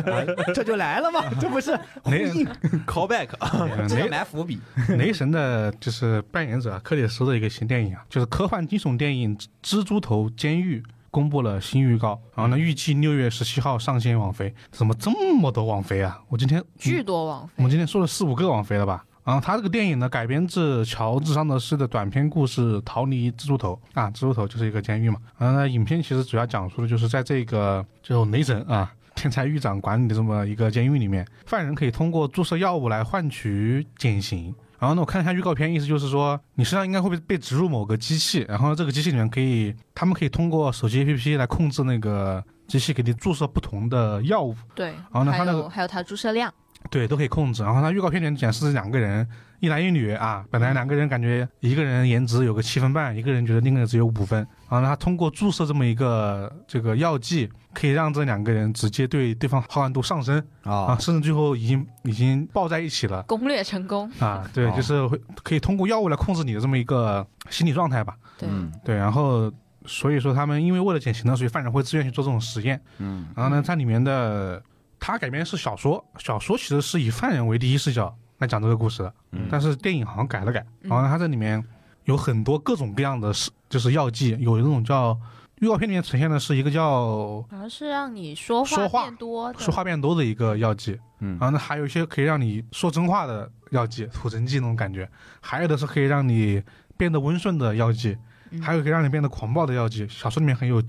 [SPEAKER 4] 哎这就来了嘛，这不是
[SPEAKER 1] 没
[SPEAKER 4] 呼应，
[SPEAKER 3] call back，
[SPEAKER 1] 呃
[SPEAKER 4] 这叫
[SPEAKER 1] 雷
[SPEAKER 4] 埋伏笔。
[SPEAKER 1] 雷神的就是扮演者啊克里斯的一个新电影啊，就是科幻惊悚电影《蜘蛛头监狱》公布了新预告，然后呢，预计六月十七号上线网飞。怎么这么多网飞啊？我今天
[SPEAKER 2] 巨多王
[SPEAKER 1] 我们
[SPEAKER 2] 菲，
[SPEAKER 1] 今天说了四五个王菲了吧？然后他这个电影呢，改编自乔治·桑德斯的短篇故事《逃离蜘蛛头》啊，蜘蛛头就是一个监狱嘛。然后呢，影片其实主要讲述的就是在这个就雷神啊，天才狱长管理的这么一个监狱里面，犯人可以通过注射药物来换取减刑。然后呢，我看了一下预告片，意思就是说你身上应该会被被植入某个机器，然后这个机器里面可以，他们可以通过手机 APP 来控制那个机器给你注射不同的药物
[SPEAKER 2] 对，
[SPEAKER 1] 哦那
[SPEAKER 2] 还
[SPEAKER 1] 他那
[SPEAKER 2] 有
[SPEAKER 1] 个
[SPEAKER 2] 还有它注射量，
[SPEAKER 1] 对，都可以控制。然后他预告片里面展示两个人，一男一女啊，本来两个人感觉一个人颜值有个七分半，一个人觉得另一个人只有五分。然后呢他通过注射这么一个这个药剂，可以让这两个人直接对对方好感度上升啊，
[SPEAKER 4] 啊，
[SPEAKER 1] 甚至最后已经已经抱在一起了。
[SPEAKER 2] 攻略成功，
[SPEAKER 1] 啊，对，
[SPEAKER 4] 哦
[SPEAKER 1] 就是会可以通过药物来控制你的这么一个心理状态吧。
[SPEAKER 2] 对，
[SPEAKER 4] 嗯
[SPEAKER 1] 对，然后所以说他们因为为了减刑呢，所以犯人会自愿去做这种实验。
[SPEAKER 4] 嗯，
[SPEAKER 1] 然后呢，它里面的它改编是小说，小说其实是以犯人为第一视角来讲这个故事的，
[SPEAKER 4] 嗯
[SPEAKER 1] 但是电影好像改了改。
[SPEAKER 2] 嗯
[SPEAKER 1] 然后呢，它这里面有很多各种各样的是就是药剂，有那种叫预告片里面呈现的是一个叫
[SPEAKER 2] 好像是让你说
[SPEAKER 1] 说话
[SPEAKER 2] 变多的，
[SPEAKER 1] 说话变多的一个药剂，
[SPEAKER 4] 嗯
[SPEAKER 1] 然后呢还有一些可以让你说真话的药剂，吐真剂那种感觉，还有的是可以让你变得温顺的药剂，
[SPEAKER 2] 嗯
[SPEAKER 1] 还有可以让你变得狂暴的药剂。小说里面很有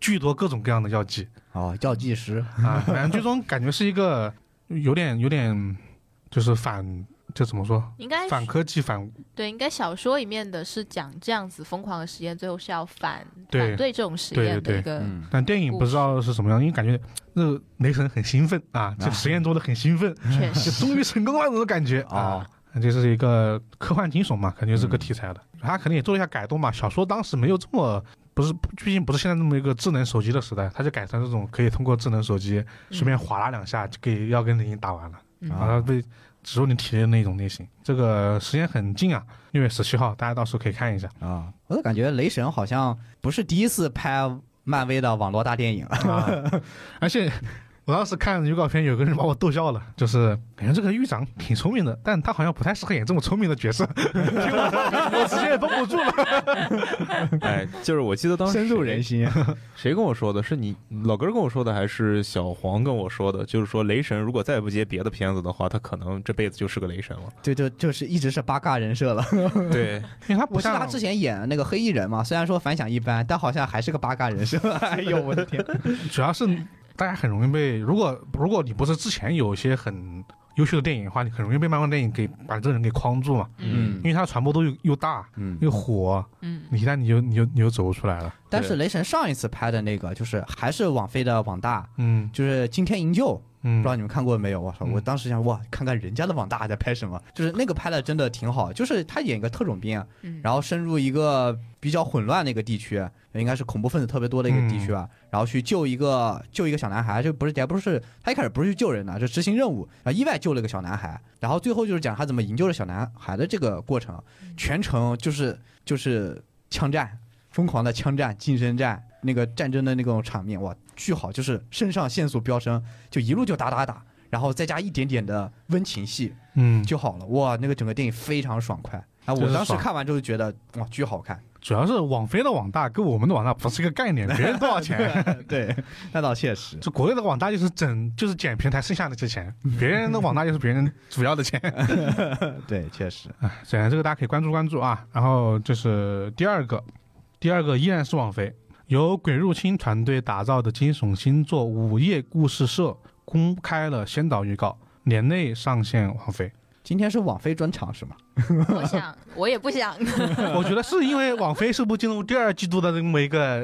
[SPEAKER 1] 巨多各种各样的药剂
[SPEAKER 4] 哦，药剂师
[SPEAKER 1] 啊，反正最终感觉是一个有点有点就是反就怎么说
[SPEAKER 2] 应该
[SPEAKER 1] 反科技反
[SPEAKER 2] 对，应该小说里面的是讲这样子疯狂的实验，最后是要反
[SPEAKER 1] 对
[SPEAKER 2] 反对这种实
[SPEAKER 1] 对
[SPEAKER 2] 验
[SPEAKER 1] 对
[SPEAKER 2] 的一个
[SPEAKER 4] 嗯
[SPEAKER 1] 但电影不知道是什么样，因为感觉那个雷神很兴奋啊，就实验做的很兴 奋，
[SPEAKER 2] 确
[SPEAKER 1] 就
[SPEAKER 2] 实。
[SPEAKER 1] 终于成功了那种感觉啊
[SPEAKER 4] 哦。
[SPEAKER 1] 这是一个科幻惊悚嘛，肯定是个题材的。他肯定也做了一下改动嘛。小说当时没有这么，不是，毕竟不是现在这么一个智能手机的时代，他就改成这种可以通过智能手机
[SPEAKER 4] 嗯
[SPEAKER 1] 随便划拉两下就可以要跟人打完了，
[SPEAKER 2] 嗯
[SPEAKER 1] 然后被植入你体内的那种类型。这个时间很近啊，六月十七号，大家到时候可以看一下。
[SPEAKER 4] 啊，我都感觉雷神好像不是第一次拍漫威的网络大电影了。
[SPEAKER 1] 啊，而且。我当时看预告片，有个人把我逗笑了，就是感觉这个狱长挺聪明的，但他好像不太适合演这么聪明的角色。 我直接绷不住了。
[SPEAKER 3] 哎，就是我记得当时
[SPEAKER 6] 深入人心。
[SPEAKER 3] 谁跟我说的？是你老根儿跟我说的，还是小黄跟我说的？就是说，雷神如果再不接别的片子的话，他可能这辈子就是个雷神了。
[SPEAKER 4] 就就就是一直是八嘎人设了。
[SPEAKER 3] 对，
[SPEAKER 1] 因为他
[SPEAKER 4] 我
[SPEAKER 1] 不
[SPEAKER 4] 是
[SPEAKER 1] 像
[SPEAKER 4] 他之前演的那个黑衣人嘛，虽然说反响一般，但好像还是个八嘎人设。
[SPEAKER 6] 哎呦我的天，
[SPEAKER 1] 主要是大家很容易被，如果如果你不是之前有一些很优秀的电影的话，你很容易被漫威电影给把这个人给框住嘛，
[SPEAKER 4] 嗯
[SPEAKER 1] 因为它的传播度又又大
[SPEAKER 4] 嗯，
[SPEAKER 1] 又火，
[SPEAKER 2] 嗯，
[SPEAKER 1] 你一旦你就你就你就走不出来了。
[SPEAKER 4] 但是雷神上一次拍的那个就是还是网飞的网大，
[SPEAKER 1] 嗯
[SPEAKER 4] 就是惊天营救，不
[SPEAKER 1] 嗯
[SPEAKER 4] 知道你们看过没有？啊我操！
[SPEAKER 1] 嗯
[SPEAKER 4] 我当时想，哇，看看人家的网大在拍什么，就是那个拍的真的挺好，就是他演一个特种兵啊
[SPEAKER 2] 嗯，
[SPEAKER 4] 然后深入一个比较混乱的一个地区，应该是恐怖分子特别多的一个地区吧，啊然后去救一个救一个小男孩，就不是也不是他一开始不是去救人的，就执行任务，然后意外救了个小男孩，然后最后就是讲他怎么营救了小男孩的这个过程，全程就是就是枪战，疯狂的枪战、近身战，那个战争的那种场面，哇，巨好！就是肾上腺素飙升，就一路就打打打，然后再加一点点的温情戏
[SPEAKER 1] 嗯，
[SPEAKER 4] 就好了。哇，那个整个电影非常爽快啊！
[SPEAKER 1] 真
[SPEAKER 4] 我
[SPEAKER 1] 是
[SPEAKER 4] 当时
[SPEAKER 1] 爽
[SPEAKER 4] 看完之后觉得哇，巨好看。
[SPEAKER 1] 主要是网飞的网大跟我们的网大不是一个概念，别人多少钱？
[SPEAKER 4] 对， 那倒确实。
[SPEAKER 1] 就国内的网大就是整就是捡平台剩下的这钱，别人的网大就是别人主要的钱。
[SPEAKER 4] 呃对，确实。
[SPEAKER 1] 显然这个大家可以关注关注啊。然后就是第二个，第二个依然是网飞，由鬼入侵团队打造的惊悚新作《午夜故事社》公开了先导预告，年内上线网 飞。
[SPEAKER 4] 今天是网飞专场是吗？
[SPEAKER 2] 嗯我想我也不想，
[SPEAKER 1] 我觉得是因为网飞是不是进入第二季度的这么一个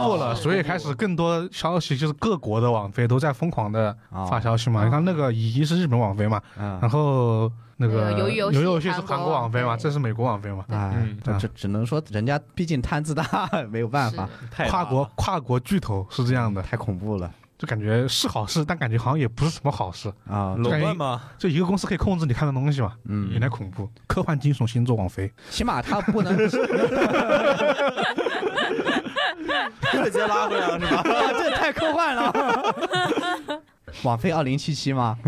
[SPEAKER 1] 公布了，所以开始更多消息就是各国的网飞都在疯狂的
[SPEAKER 4] 啊
[SPEAKER 1] 发消息嘛。你看那个乙一是日本网飞嘛，然
[SPEAKER 4] 哦 嗯。
[SPEAKER 1] 后那个
[SPEAKER 2] 那个鱿鱼游戏
[SPEAKER 1] 鱿鱼游戏是韩国网飞嘛，
[SPEAKER 2] 韩国网飞
[SPEAKER 1] 这是美国网飞嘛。啊
[SPEAKER 4] 哎
[SPEAKER 3] 嗯，
[SPEAKER 4] 这只能说人家毕竟摊子大，没有办法，
[SPEAKER 3] 太
[SPEAKER 1] 跨国跨国巨头是这样的，
[SPEAKER 4] 太恐怖了
[SPEAKER 1] 就感觉是好事，但感觉好像也不是什么好事。
[SPEAKER 4] 啊！
[SPEAKER 3] 垄断吗？
[SPEAKER 1] 就一个公司可以控制你看的东西嘛，
[SPEAKER 4] 嗯
[SPEAKER 1] 有点恐怖。科幻惊悚星座网飞，
[SPEAKER 4] 起码他不能
[SPEAKER 3] 直接拉回来了是吧？
[SPEAKER 4] 啊，这太科幻了。网飞二零七七吗？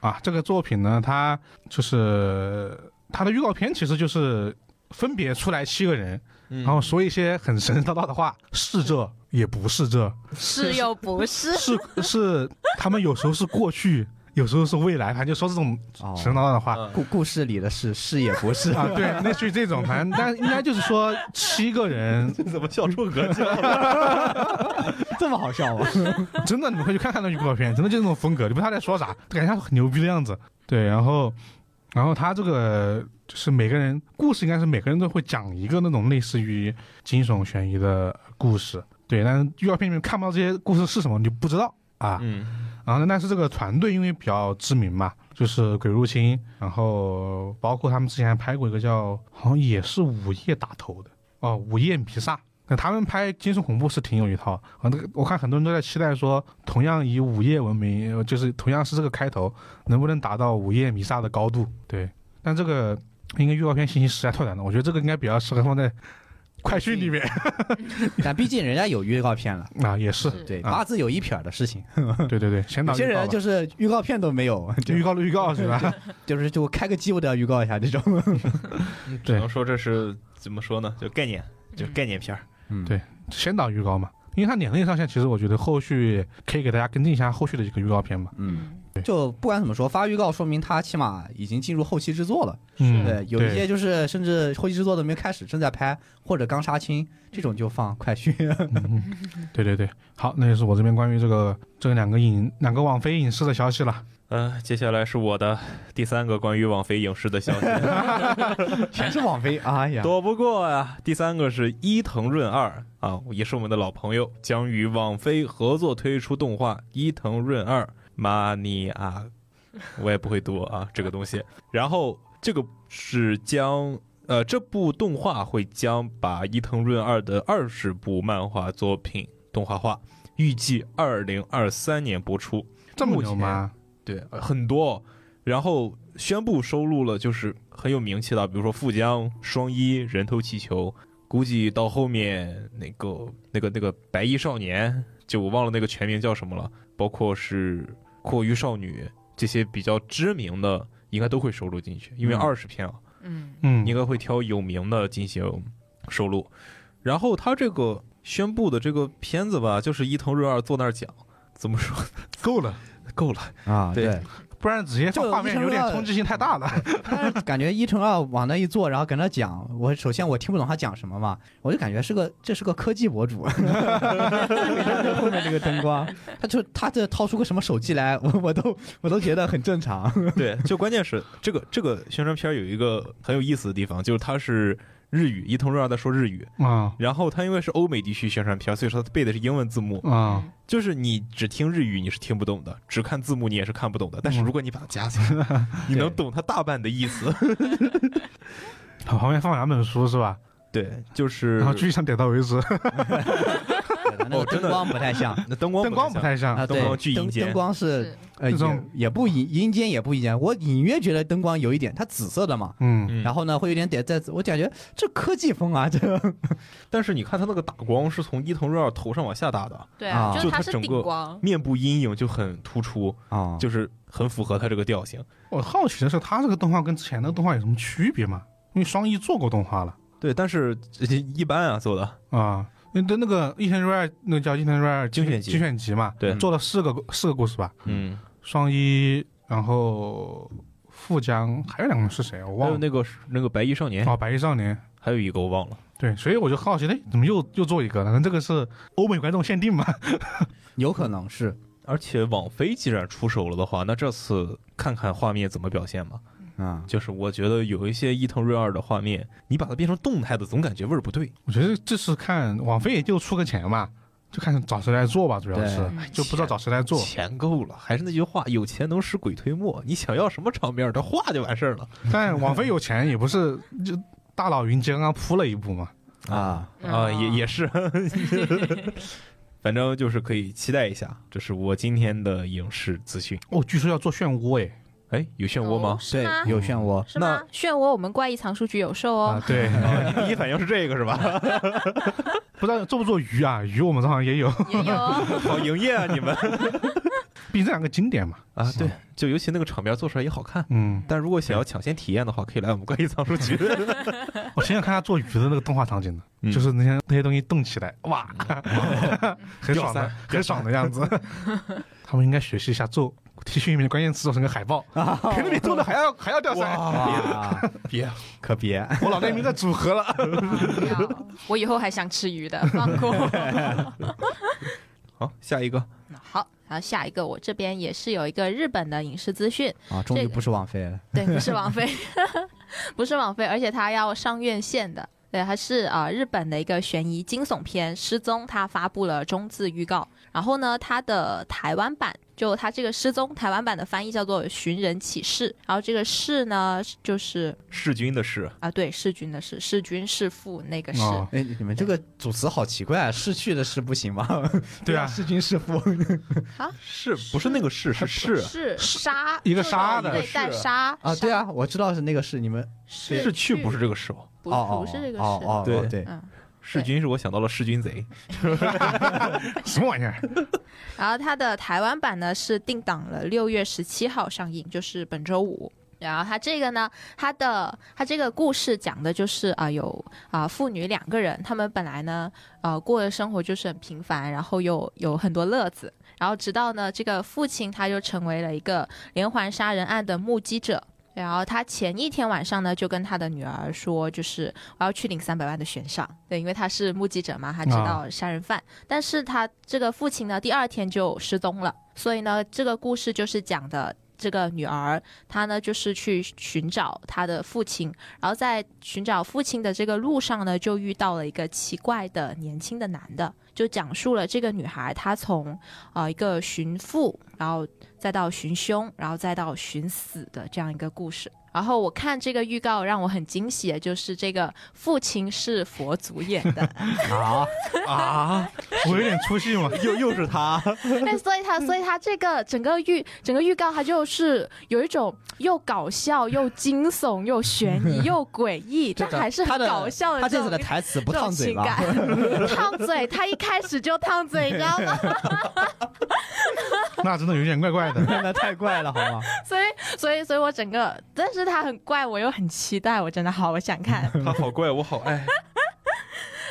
[SPEAKER 1] 啊，这个作品呢，它就是它的预告片其实就是分别出来七个人，
[SPEAKER 4] 嗯
[SPEAKER 1] 然后说一些很神神叨叨的话，是这也不是这，，
[SPEAKER 2] 是又不是
[SPEAKER 1] 是是他们有时候是过去， 有时候是未来，反正就说这种
[SPEAKER 4] 哦
[SPEAKER 1] 神神叨叨的话。
[SPEAKER 4] 故故事里的事是也 不是
[SPEAKER 1] 啊，对，类似于这种，反正但应该就是说七个人，
[SPEAKER 3] 这怎么笑出格去了？
[SPEAKER 4] 这么好笑吗？
[SPEAKER 1] 真的，你们可以去看看那预告片，真的就是那种风格，你不知道他在说啥，感觉他很牛逼的样子。对，然后，然后他这个就是每个人故事应该是每个人都会讲一个那种类似于惊悚悬疑的故事，对，但是预告片里面看不到这些故事是什么，你就不知道啊。
[SPEAKER 3] 嗯，
[SPEAKER 1] 然后呢，但是这个团队因为比较知名嘛，就是《鬼入侵》，然后包括他们之前还拍过一个叫好像也是午夜打头的哦，《午夜弥撒》。那他们拍惊悚恐怖是挺有一套，啊，那个我看很多人都在期待说，同样以午夜闻名，呃就是同样是这个开头，能不能达到午夜弥撒的高度？对，但这个应该预告片信息实在太短了，我觉得这个应该比较适合放在快讯里 面
[SPEAKER 4] 但毕竟人家有预告片了，
[SPEAKER 1] 啊，也是，
[SPEAKER 4] 对，
[SPEAKER 1] 啊
[SPEAKER 4] 八字有一撇儿的事情。
[SPEAKER 1] 对对对，先
[SPEAKER 4] 有
[SPEAKER 1] 导
[SPEAKER 4] 些
[SPEAKER 1] 预告
[SPEAKER 4] 人
[SPEAKER 1] 吧
[SPEAKER 4] 就是预告片都没有， 就
[SPEAKER 1] 预告了预告是吧？
[SPEAKER 4] 就是就开个机我都要预告一下这种。
[SPEAKER 3] 只能说这是怎么说呢？就概念，就概念片儿。
[SPEAKER 1] 对先导预告嘛，因为它年内上线，其实我觉得后续可以给大家跟进一下后续的这个预告片嘛。
[SPEAKER 4] 嗯， 就不管怎么说，发预告说明他起码已经进入后期制作了。
[SPEAKER 1] 嗯，
[SPEAKER 4] 对，有一些就是甚至后期制作都没开始，正在拍或者刚杀青这种就放快 讯。
[SPEAKER 1] 嗯对对对，好，那就是我这边关于这个这两个影两个网飞影视的消息了。
[SPEAKER 3] 嗯，接下来是我的第三个关于网飞影视的 消息。
[SPEAKER 4] 全是网 飞，哎呀，
[SPEAKER 3] 躲不过啊。第三个是伊藤润二啊，也是我们的老朋友，将与网飞合作推出动画《伊藤润二玛尼亚》，我也不会读啊这个东西。然后这个是将。呃，这部动画会将把伊藤润二的二十部漫画作品动画化，预计二零二三年播出。
[SPEAKER 1] 这么牛吗？
[SPEAKER 3] 对，呃很多、哦。然后宣布收录了就是很有名气的，比如说富江、双一、人头气球。估计到后面那个那个那个白衣少年，就我忘了那个全名叫什么了，包括是《阔鱼少女》这些比较知名的，应该都会收录进去，因为
[SPEAKER 4] 嗯
[SPEAKER 3] 二十篇啊，
[SPEAKER 2] 嗯
[SPEAKER 1] 嗯
[SPEAKER 3] 应该会挑有名的进行收录。然后他这个宣布的这个片子吧，就是伊藤润二坐那儿讲，怎么说
[SPEAKER 1] 够了，
[SPEAKER 3] 够了，
[SPEAKER 4] 啊，
[SPEAKER 3] 对
[SPEAKER 4] 对，
[SPEAKER 1] 不然直接放
[SPEAKER 4] 就
[SPEAKER 1] 画面有点冲击性太 大了。
[SPEAKER 4] 但是感觉一乘二往那一坐，然后搁那讲，我首先我听不懂他讲什么嘛，我就感觉是个这是个科技 博主，后面这个灯光，他就他这掏出个什么手机来，我我都我都觉得很正常。
[SPEAKER 3] 对，就关键是这个这个宣传片儿有一个很有意思的地方，就是它是日语，伊藤润二在说日语，
[SPEAKER 1] 啊
[SPEAKER 3] 然后他因为是欧美地区宣传片儿，所以说他背的是英文字幕，
[SPEAKER 4] 哦
[SPEAKER 1] 啊，
[SPEAKER 3] 就是你只听日语你是听不懂的，只看字幕你也是看不懂的。
[SPEAKER 1] 嗯
[SPEAKER 3] 但是如果你把它加起来， 你能懂它大半的意思。
[SPEAKER 1] 好旁边放两本书是吧？
[SPEAKER 3] 对，就是
[SPEAKER 1] 然后剧上点到为止，
[SPEAKER 4] 那个
[SPEAKER 3] 真的
[SPEAKER 4] 灯光不太像
[SPEAKER 3] 那灯 光
[SPEAKER 1] 灯光不太像
[SPEAKER 4] 啊，
[SPEAKER 3] 灯
[SPEAKER 4] 对，
[SPEAKER 3] 光巨
[SPEAKER 4] 灯
[SPEAKER 3] 阴间
[SPEAKER 4] 灯光是
[SPEAKER 2] 是
[SPEAKER 4] 呃
[SPEAKER 1] 这种
[SPEAKER 4] 也也不阴阴间也不阴间，我隐约觉得灯光有一点，它紫色的嘛。
[SPEAKER 1] 嗯，
[SPEAKER 3] 嗯
[SPEAKER 4] 然后呢，会有点点在，我感觉这科技风啊，这
[SPEAKER 3] 但是你看他那个打光是从伊藤润二头上往下打的，
[SPEAKER 2] 对
[SPEAKER 4] 啊
[SPEAKER 2] 就
[SPEAKER 3] 就是
[SPEAKER 2] 它
[SPEAKER 3] 它
[SPEAKER 2] 是
[SPEAKER 3] 整
[SPEAKER 2] 顶
[SPEAKER 3] 个
[SPEAKER 2] 光，
[SPEAKER 3] 面部阴影就很突出，
[SPEAKER 4] 啊
[SPEAKER 3] 就是很符合他这个调性。
[SPEAKER 1] 我好奇的是，他这个动画跟之前的动画有什么区别吗？因为双一做过动画了
[SPEAKER 3] 对，但是这这一般啊做的，
[SPEAKER 1] 啊，那那那个伊藤润二，那个叫伊藤润二
[SPEAKER 3] 精选集
[SPEAKER 1] 精选集嘛，
[SPEAKER 3] 对
[SPEAKER 1] 做了四个四个故事吧，
[SPEAKER 3] 嗯，
[SPEAKER 1] 双一，然后富江，还有两个是谁啊我忘
[SPEAKER 3] 还有
[SPEAKER 1] 了。
[SPEAKER 3] 那个那个白衣少年，
[SPEAKER 1] 哦，白衣少年，
[SPEAKER 3] 还有一个我忘了。
[SPEAKER 1] 对，所以我就好奇，哎，怎么又又做一个了？那这个是欧美观众限定吗？
[SPEAKER 4] 有可能是，
[SPEAKER 3] 而且网飞既然出手了的话，那这次看看画面怎么表现吧。
[SPEAKER 4] 啊，
[SPEAKER 3] 就是我觉得有一些伊藤润二的画面，你把它变成动态的，总感觉味儿不对。
[SPEAKER 1] 我觉得这是看网飞也就出个钱嘛，就看找谁来做吧，主要是
[SPEAKER 4] 对
[SPEAKER 2] 嗯
[SPEAKER 1] 就不知道找谁来做。
[SPEAKER 3] 钱够了，还是那句话，有钱能使鬼推磨。你想要什么场面，他画就完事儿了。
[SPEAKER 1] 但网飞有钱也不是就大佬云集刚刚铺了一步嘛。
[SPEAKER 4] 啊，
[SPEAKER 3] 啊，也也是， 反正就是可以期待一下。这是我今天的影视资讯。
[SPEAKER 1] 哦，据说要做漩涡哎
[SPEAKER 3] 哎，有漩涡
[SPEAKER 2] 哦
[SPEAKER 3] 吗？
[SPEAKER 2] 是
[SPEAKER 4] 对
[SPEAKER 2] 吗，？
[SPEAKER 4] 有漩涡，
[SPEAKER 2] 是吗？漩涡我们怪异藏书局有售哦
[SPEAKER 1] 啊，，对，
[SPEAKER 3] 啊你第一反应是这个是吧？
[SPEAKER 1] 不知道做不做鱼啊？鱼我们这好像也有，
[SPEAKER 2] 也有哦。
[SPEAKER 3] 好营业啊，你们
[SPEAKER 1] 毕竟这两个经典嘛。
[SPEAKER 3] 啊，对，就尤其那个场面做出来也好看。
[SPEAKER 1] 嗯，
[SPEAKER 3] 但如果想要抢先体验的话，可以来我们关于藏书局。
[SPEAKER 1] 我想想看他做鱼的那个动画场景呢，
[SPEAKER 3] 嗯
[SPEAKER 1] 就是那些那些东西动起来， 哇，很爽的
[SPEAKER 3] 掉散，
[SPEAKER 1] 很爽的样子。 他们应该学习一下做 T 恤里面的关键词做成个海 报，
[SPEAKER 3] 啊
[SPEAKER 1] 肯定比做的还要还要掉色。
[SPEAKER 4] 哇，
[SPEAKER 3] 别
[SPEAKER 4] 可别，
[SPEAKER 1] 我脑袋里面在组合 了。
[SPEAKER 2] 不要我以后还想吃鱼的，放过我。
[SPEAKER 3] 好，下一个
[SPEAKER 2] 好，然后下一个我这边也是有一个日本的影视资讯，
[SPEAKER 4] 啊，终于不是王菲了。
[SPEAKER 2] 对，不是王菲， 不是王菲，而且它要上院线的。对，它是啊、呃日本的一个悬疑惊悚片《失踪》，它发布了中字预告。然后呢，它的台湾版就它这个《失踪》台湾版的翻译叫做《寻人启事》，然后这个“事”呢，就是
[SPEAKER 3] 弑君的弑，
[SPEAKER 2] 啊、对，弑君的“弑”，弑君弑父那个“弑”
[SPEAKER 1] 哦，
[SPEAKER 4] 哎，你们这个组词好奇怪，啊！逝去的逝不行吗？
[SPEAKER 1] 对啊
[SPEAKER 4] 弑君弑父，
[SPEAKER 3] 是不是那个是是啊是
[SPEAKER 2] 是杀
[SPEAKER 1] 一个杀的
[SPEAKER 2] 对，带杀
[SPEAKER 4] 啊，对
[SPEAKER 2] 啊，
[SPEAKER 4] 啊，我知道是那个是你们
[SPEAKER 2] 是
[SPEAKER 3] 是去不是这个是哦，
[SPEAKER 2] 不
[SPEAKER 4] 哦
[SPEAKER 2] 不是这个
[SPEAKER 4] 哦哦
[SPEAKER 2] 是，
[SPEAKER 4] 哦
[SPEAKER 3] 对
[SPEAKER 4] 对，
[SPEAKER 2] 嗯。
[SPEAKER 3] 弑君是我想到了弑君贼，
[SPEAKER 1] 什么玩意儿？
[SPEAKER 2] 然后它的台湾版呢是定档了六月十七号上映，就是本周五。然后它这个呢，它的它这个故事讲的就是啊、有啊、父女两个人，她们本来呢呃过的生活就是很平凡，然后又有很多乐子，然后直到呢这个父亲他就成为了一个连环杀人案的目击者。然后他前一天晚上呢，就跟他的女儿说，就是我要去领三百万的悬赏，对，因为他是目击者嘛，他知道杀人犯。但是他这个父亲呢，第二天就失踪了，所以呢，这个故事就是讲的这个女儿，她呢就是去寻找她的父亲，然后在寻找父亲的这个路上呢，就遇到了一个奇怪的年轻的男的，就讲述了这个女孩她从呃一个寻父，然后再到寻凶，然后再到寻死的这样一个故事。然后我看这个预告让我很惊喜，就是这个父亲是佛祖演 的，
[SPEAKER 4] 啊，
[SPEAKER 3] 啊，
[SPEAKER 1] 我有点出戏 嘛。
[SPEAKER 4] 又又是他，
[SPEAKER 2] 对，哎所以他，所以他这个整个预整个预告，它就是有一种又搞笑又惊悚又悬 疑又诡异，但还是
[SPEAKER 4] 他
[SPEAKER 2] 很
[SPEAKER 4] 的
[SPEAKER 2] 搞笑
[SPEAKER 4] 他
[SPEAKER 2] 这
[SPEAKER 4] 这次
[SPEAKER 2] 种
[SPEAKER 4] 的台词不
[SPEAKER 2] 这种
[SPEAKER 4] 烫嘴
[SPEAKER 2] 情
[SPEAKER 4] 吧
[SPEAKER 2] 感？ ，烫嘴，他一开始就烫嘴，你知道吗？
[SPEAKER 1] 那真的有点怪怪 的。
[SPEAKER 4] 那太怪了，好吗？
[SPEAKER 2] 所以所以所以我整个，但是它很怪，我又很期待，我真的好想看。
[SPEAKER 3] 他好怪，我好哎爱。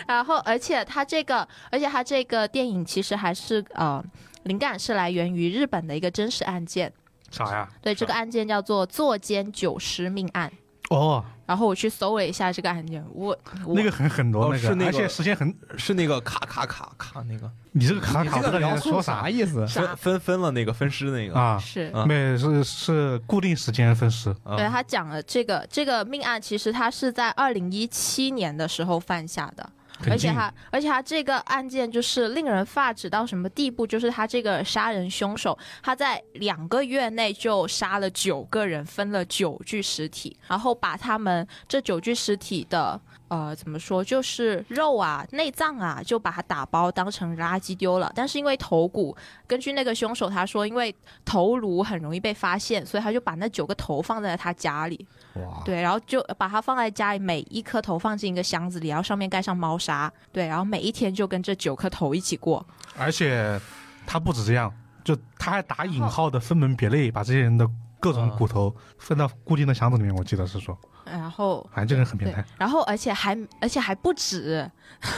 [SPEAKER 2] 然后，而且它这个，而且它这个电影其实还是呃，灵感是来源于日本的一个真实案件。
[SPEAKER 1] 啥呀？
[SPEAKER 2] 对，这个案件叫做坐监九尸命案。
[SPEAKER 1] 哦，
[SPEAKER 2] 然后我去搜了一下这个案件，我我
[SPEAKER 1] 那个很很多
[SPEAKER 3] 哦
[SPEAKER 1] 那
[SPEAKER 3] 是那
[SPEAKER 1] 个，
[SPEAKER 3] 个
[SPEAKER 1] 而且时间很，
[SPEAKER 3] 是那个咔咔咔咔那个
[SPEAKER 1] 你这个卡卡
[SPEAKER 4] 你
[SPEAKER 1] 不
[SPEAKER 4] 这
[SPEAKER 1] 知道
[SPEAKER 4] 个
[SPEAKER 1] 你
[SPEAKER 4] 描
[SPEAKER 1] 在
[SPEAKER 4] 述
[SPEAKER 1] 说
[SPEAKER 4] 啥
[SPEAKER 1] 啥
[SPEAKER 4] 意思？
[SPEAKER 2] 啥
[SPEAKER 3] 分分分了那个分尸那个，
[SPEAKER 1] 啊？
[SPEAKER 2] 是。
[SPEAKER 3] 啊
[SPEAKER 1] 没是是固定时间分尸，
[SPEAKER 3] 啊
[SPEAKER 2] 对他讲了这个这个命案，其实他是在二零一七年的时候犯下的，
[SPEAKER 1] 很
[SPEAKER 2] 而且
[SPEAKER 1] 近。
[SPEAKER 2] 他而且他这个案件就是令人发指到什么地步，就是他这个杀人凶手，他在两个月内就杀了九个人，分了九具尸体，然后把他们这九具尸体的呃怎么说，就是肉啊、内脏啊，就把它打包当成垃圾丢了。但是因为头骨，根据那个凶手他说，因为头颅很容易被发现，所以他就把那九个头放在了他家里。
[SPEAKER 4] 哇，
[SPEAKER 2] 对，然后就把它放在家里，每一颗头放进一个箱子里，然后上面盖上猫砂，对，然后每一天就跟这九颗头一起过。
[SPEAKER 1] 而且他不止这样，就他还打引号的分门别类，把这些人的各种骨头
[SPEAKER 2] 嗯
[SPEAKER 1] 分到固定的箱子里面。我记得是说，
[SPEAKER 2] 然后，
[SPEAKER 1] 反正这个人很变
[SPEAKER 2] 对
[SPEAKER 1] 态。，
[SPEAKER 2] 然后而且还而且还不止，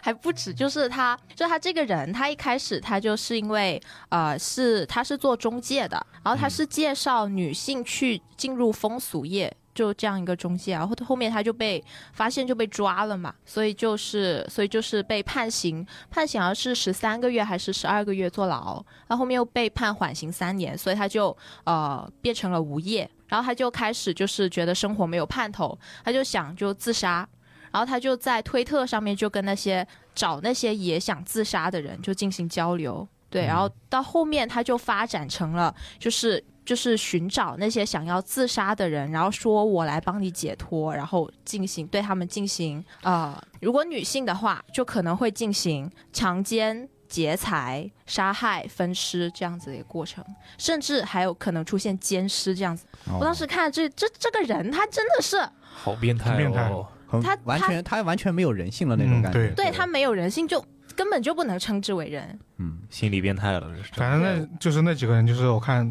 [SPEAKER 2] 还不止，就是他，就他这个人，他一开始他就是因为呃是他是做中介的，然后他是介绍女性去进入风俗业。就这样一个中介，然后后面他就被发现就被抓了嘛，所以就是所以就是被判刑，判刑好像是十三个月还是十二个月坐牢，然后后面又被判缓刑三年，所以他就呃变成了无业，然后他就开始就是觉得生活没有盼头，他就想就自杀，然后他就在推特上面就跟那些找那些也想自杀的人就进行交流，对，然后到后面他就发展成了就是就是寻找那些想要自杀的人，然后说我来帮你解脱，然后进行对他们进行呃，如果女性的话，就可能会进行强奸。劫财、杀害、分尸这样子的一个过程，甚至还有可能出现奸尸这样子。
[SPEAKER 4] 哦
[SPEAKER 2] 我当时看这这这个人，他真的是，
[SPEAKER 3] 好变态、哦，
[SPEAKER 1] 很变态
[SPEAKER 4] 很
[SPEAKER 2] 他
[SPEAKER 4] 完全他完全没有人性了那种
[SPEAKER 1] 嗯
[SPEAKER 4] 感觉。
[SPEAKER 1] 对
[SPEAKER 2] 对他没有人性，就根本就不能称之为人。
[SPEAKER 4] 嗯，
[SPEAKER 3] 心理变态了，这是。
[SPEAKER 1] 反正那就是那几个人，就是我看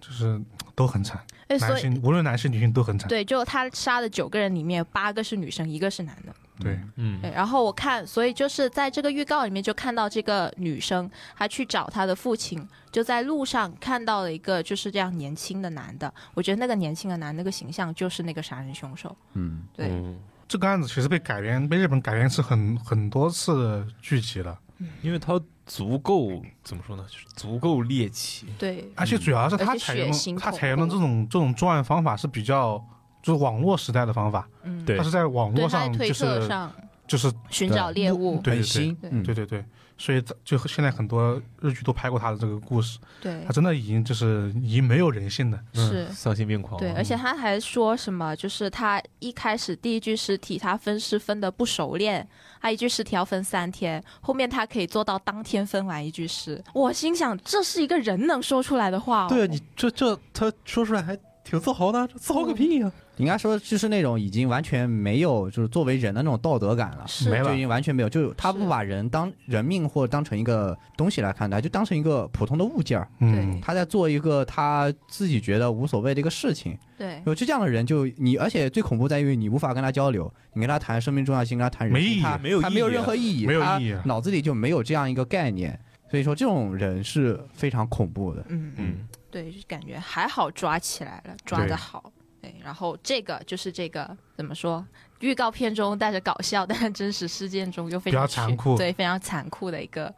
[SPEAKER 1] 就是都很惨，
[SPEAKER 2] 哎，所
[SPEAKER 1] 男
[SPEAKER 2] 以
[SPEAKER 1] 性无论男性女性都很惨。
[SPEAKER 2] 对，就他杀的九个人里面，八个是女生，一个是男的。
[SPEAKER 1] 对，
[SPEAKER 3] 嗯
[SPEAKER 2] 对，然后我看，所以就是在这个预告里面就看到这个女生，她去找她的父亲，就在路上看到了一个就是这样年轻的男的。我觉得那个年轻的男那个形象就是那个杀人凶手。
[SPEAKER 4] 嗯，
[SPEAKER 2] 对，
[SPEAKER 3] 嗯
[SPEAKER 1] 这个案子其实被改编，被日本改编是很很多次的剧集了，
[SPEAKER 3] 因为他足够怎么说呢，就是足够猎奇。
[SPEAKER 2] 对，
[SPEAKER 1] 而且主要是他
[SPEAKER 2] 而且
[SPEAKER 1] 采用
[SPEAKER 2] 血腥
[SPEAKER 1] 了他
[SPEAKER 2] 恐
[SPEAKER 1] 采用的
[SPEAKER 2] 怖
[SPEAKER 1] 这种这种作案方法是比较就是网络时代的方法，
[SPEAKER 2] 嗯，
[SPEAKER 3] 对
[SPEAKER 1] 他是在网
[SPEAKER 2] 对，
[SPEAKER 1] 络
[SPEAKER 2] 他在
[SPEAKER 1] 上
[SPEAKER 2] 推
[SPEAKER 1] 就是
[SPEAKER 2] 特上
[SPEAKER 1] 就是
[SPEAKER 2] 寻找猎物。
[SPEAKER 1] 对对对啊
[SPEAKER 4] 很新，
[SPEAKER 2] 对
[SPEAKER 4] 嗯
[SPEAKER 1] 对对对，所以他就现在很多日剧都拍过他的这个故事，
[SPEAKER 2] 对
[SPEAKER 1] 他，真的已经就是已经没有人性了。
[SPEAKER 2] 是
[SPEAKER 3] 嗯丧心病
[SPEAKER 1] 哦
[SPEAKER 3] 狂。
[SPEAKER 2] 对，而且他还说什么，就是他一开始第一具尸体他分尸分的不熟练，他一具尸体要分三天，后面他可以做到当天分完一具尸。我心想，这是一个人能说出来的话、哦。
[SPEAKER 3] 对啊，你这这他说出来还挺自豪的，这自豪个屁呀、
[SPEAKER 4] 应该说就是那种已经完全没有就是作为人的那种道德感了。
[SPEAKER 2] 是
[SPEAKER 1] 没了
[SPEAKER 4] 就已经完全没有，就他
[SPEAKER 2] 是
[SPEAKER 4] 不把人当人命或者当成一个东西来看待，就当成一个普通的物件儿。
[SPEAKER 1] 嗯，
[SPEAKER 4] 他在做一个他自己觉得无所谓的一个事情。
[SPEAKER 2] 对
[SPEAKER 4] 有就这样的人就你，而且最恐怖在于你无法跟他交流，你跟他谈生命重要性，跟他谈人
[SPEAKER 1] 没意
[SPEAKER 4] 性，
[SPEAKER 1] 义
[SPEAKER 4] 他
[SPEAKER 3] 没有
[SPEAKER 4] 他
[SPEAKER 3] 意义
[SPEAKER 4] 没有任何意义，啊
[SPEAKER 1] 没有
[SPEAKER 4] 他
[SPEAKER 1] 意义啊
[SPEAKER 4] 脑子里就没有这样一个概念，所以说这种人是非常恐怖的。
[SPEAKER 2] 嗯嗯，
[SPEAKER 3] 嗯，
[SPEAKER 2] 对，就感觉还好抓起来了，抓
[SPEAKER 1] 对
[SPEAKER 2] 的好。对，然后这个就是这个怎么说？预告片中带着搞笑，但是真实事件中又非
[SPEAKER 1] 比较
[SPEAKER 2] 常血
[SPEAKER 1] 残酷
[SPEAKER 2] 对，非常残酷的一个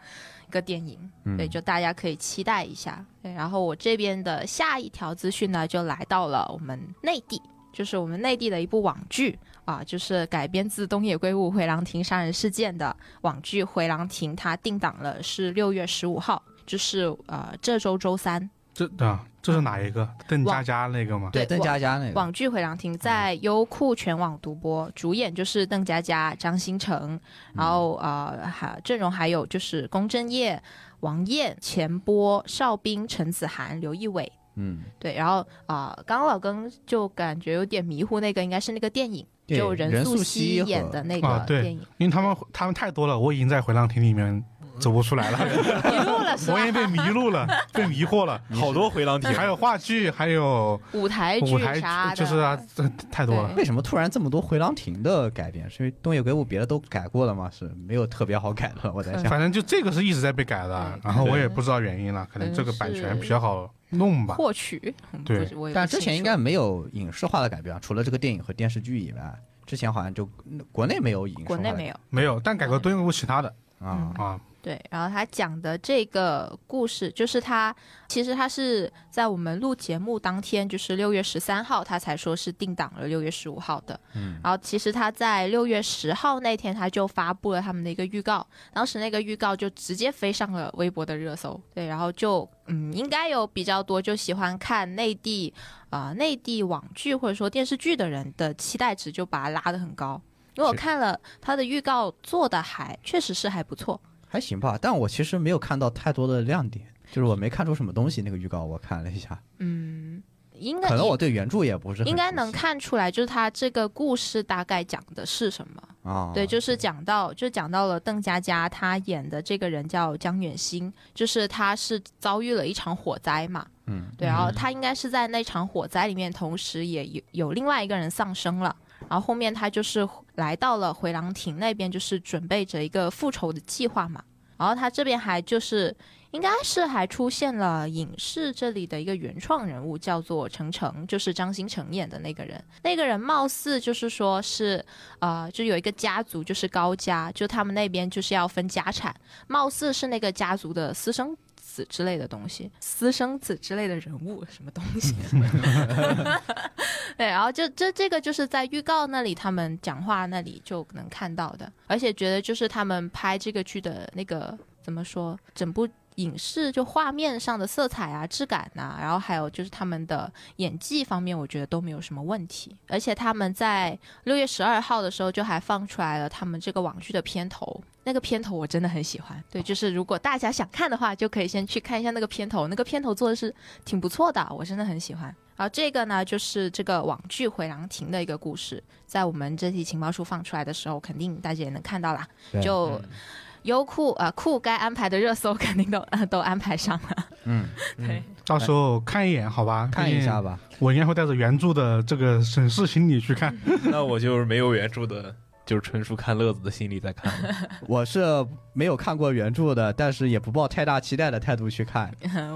[SPEAKER 2] 一个电影。
[SPEAKER 4] 嗯，
[SPEAKER 2] 对，就大家可以期待一下。对，然后我这边的下一条资讯呢，就来到了我们内地，就是我们内地的一部网剧啊，就是改编自东野圭吾回廊亭杀人事件的网剧《回廊亭》，它定档了是六月十五号，就是呃这周周三。
[SPEAKER 1] 这啊，这是哪一个？邓家佳那个吗？
[SPEAKER 2] 对
[SPEAKER 4] 邓家佳那个，
[SPEAKER 2] 网剧《回廊亭》
[SPEAKER 4] 嗯
[SPEAKER 2] 在优酷全网独播，主演就是邓家佳、张新
[SPEAKER 4] 嗯
[SPEAKER 2] 成，然后呃还阵容还有就是龚正业、王艳、钱波、邵兵、陈子涵、刘仪伟
[SPEAKER 4] 嗯，
[SPEAKER 2] 对，然后啊、呃刚刚老庚就感觉有点迷糊，那个应该是那个电影，
[SPEAKER 4] 对
[SPEAKER 2] 就
[SPEAKER 4] 任
[SPEAKER 2] 素
[SPEAKER 4] 素
[SPEAKER 2] 汐
[SPEAKER 4] 汐和
[SPEAKER 2] 演的那
[SPEAKER 1] 啊
[SPEAKER 2] 个
[SPEAKER 1] 对
[SPEAKER 2] 电影。
[SPEAKER 1] 因为他们他们太多了，我已经在回廊亭里面走不出来了，
[SPEAKER 2] 迷路了 是啊
[SPEAKER 1] 魔岩被
[SPEAKER 2] 吧？
[SPEAKER 1] 迷路 了，被迷惑了。
[SPEAKER 3] 好多回廊帖，
[SPEAKER 1] 还有话剧，还有
[SPEAKER 2] 舞台
[SPEAKER 1] 舞
[SPEAKER 2] 剧
[SPEAKER 1] 台
[SPEAKER 4] 呃
[SPEAKER 2] 啥
[SPEAKER 1] 剧，就
[SPEAKER 2] 的，
[SPEAKER 1] 是啊，这太多了。
[SPEAKER 4] 为什么突然这么多回廊亭的改变？是因为东野圭吾别的都改过了吗？是没有特别好改的。我在想，
[SPEAKER 1] 反正就这个是一直在被改的
[SPEAKER 2] 嗯，
[SPEAKER 1] 然后我也不知道原因了，可能这个版权比较好弄吧。
[SPEAKER 2] 获取。嗯
[SPEAKER 1] 对，
[SPEAKER 2] 不是我也不
[SPEAKER 4] 但之
[SPEAKER 2] 清
[SPEAKER 4] 前应
[SPEAKER 2] 楚
[SPEAKER 4] 该没有影视化的改变啊，除了这个电影和电视剧以外，之前好像就嗯国内没有影视
[SPEAKER 2] 国
[SPEAKER 4] 化的
[SPEAKER 2] 内没有。嗯
[SPEAKER 1] 没有，但改革多用过其他的
[SPEAKER 4] 啊。
[SPEAKER 1] 啊，
[SPEAKER 2] 对，然后他讲的这个故事，就是他其实他是在我们录节目当天，就是六月十三号，他才说是定档了六月十五号的。嗯，然后其实他在六月十号那天，他就发布了他们的一个预告，当时那个预告就直接飞上了微博的热搜。对，然后就嗯，应该有比较多就喜欢看内地啊、呃内地网剧或者说电视剧的人的期待值就把它拉得很高。因为我
[SPEAKER 4] 是
[SPEAKER 2] 看了他的预告，做的还确实是还不错。
[SPEAKER 4] 还行吧，但我其实没有看到太多的亮点，就是我没看出什么东西。那个预告我看了一下，
[SPEAKER 2] 嗯，应该
[SPEAKER 4] 可能我对原著也不是很
[SPEAKER 2] 应该能
[SPEAKER 4] 熟悉
[SPEAKER 2] 看出来，就是他这个故事大概讲的是什么。
[SPEAKER 4] 啊。
[SPEAKER 2] 对，就是讲到就讲到了邓家佳，她演的这个人叫江远新，就是她是遭遇了一场火灾嘛。
[SPEAKER 4] 嗯，
[SPEAKER 2] 对，然后她应该是在那场火灾里面，同时也有有另外一个人丧生了。然后后面她就是来到了回廊亭那边，就是准备着一个复仇的计划嘛。然后她这边还就是应该是还出现了影视这里的一个原创人物，叫做程程，就是张新成演的那个人。那个人貌似就是说是呃，就有一个家族就是高家，就他们那边就是要分家产，貌似是那个家族的私生子之类的东西，私生子之类的人物什么东西。 对，然后就这这个就是在预告那里他们讲话那里就能看到的，而且觉得就是他们拍这个剧的那个怎么说，整部。影视就画面上的色彩啊、质感呐、然后还有就是他们的演技方面，我觉得都没有什么问题。而且他们在六月十二号的时候就还放出来了他们这个网剧的片头，那个片头我真的很喜欢。对，就是如果大家想看的话，就可以先去看一下那个片头，那个片头做的是挺不错的，我真的很喜欢。然后这个呢，就是这个网剧《回廊亭》的一个故事，在我们这期情报书放出来的时候，肯定大家也能看到啦。
[SPEAKER 4] 对
[SPEAKER 3] 嗯
[SPEAKER 2] 就优酷啊、呃酷该安排的热搜 肯定都、呃都安排
[SPEAKER 3] 啊
[SPEAKER 2] 上了。
[SPEAKER 4] 嗯，
[SPEAKER 2] 对，
[SPEAKER 1] 到时候看一眼好吧，
[SPEAKER 4] 看一下。吧。
[SPEAKER 1] 我应该会带着原著的这个审视心理去看。
[SPEAKER 3] 那我就是没有原著的，就是纯属看乐子的心理在看了。
[SPEAKER 4] 我是没有看过原著的，但是也不抱太大期待的态度去 看。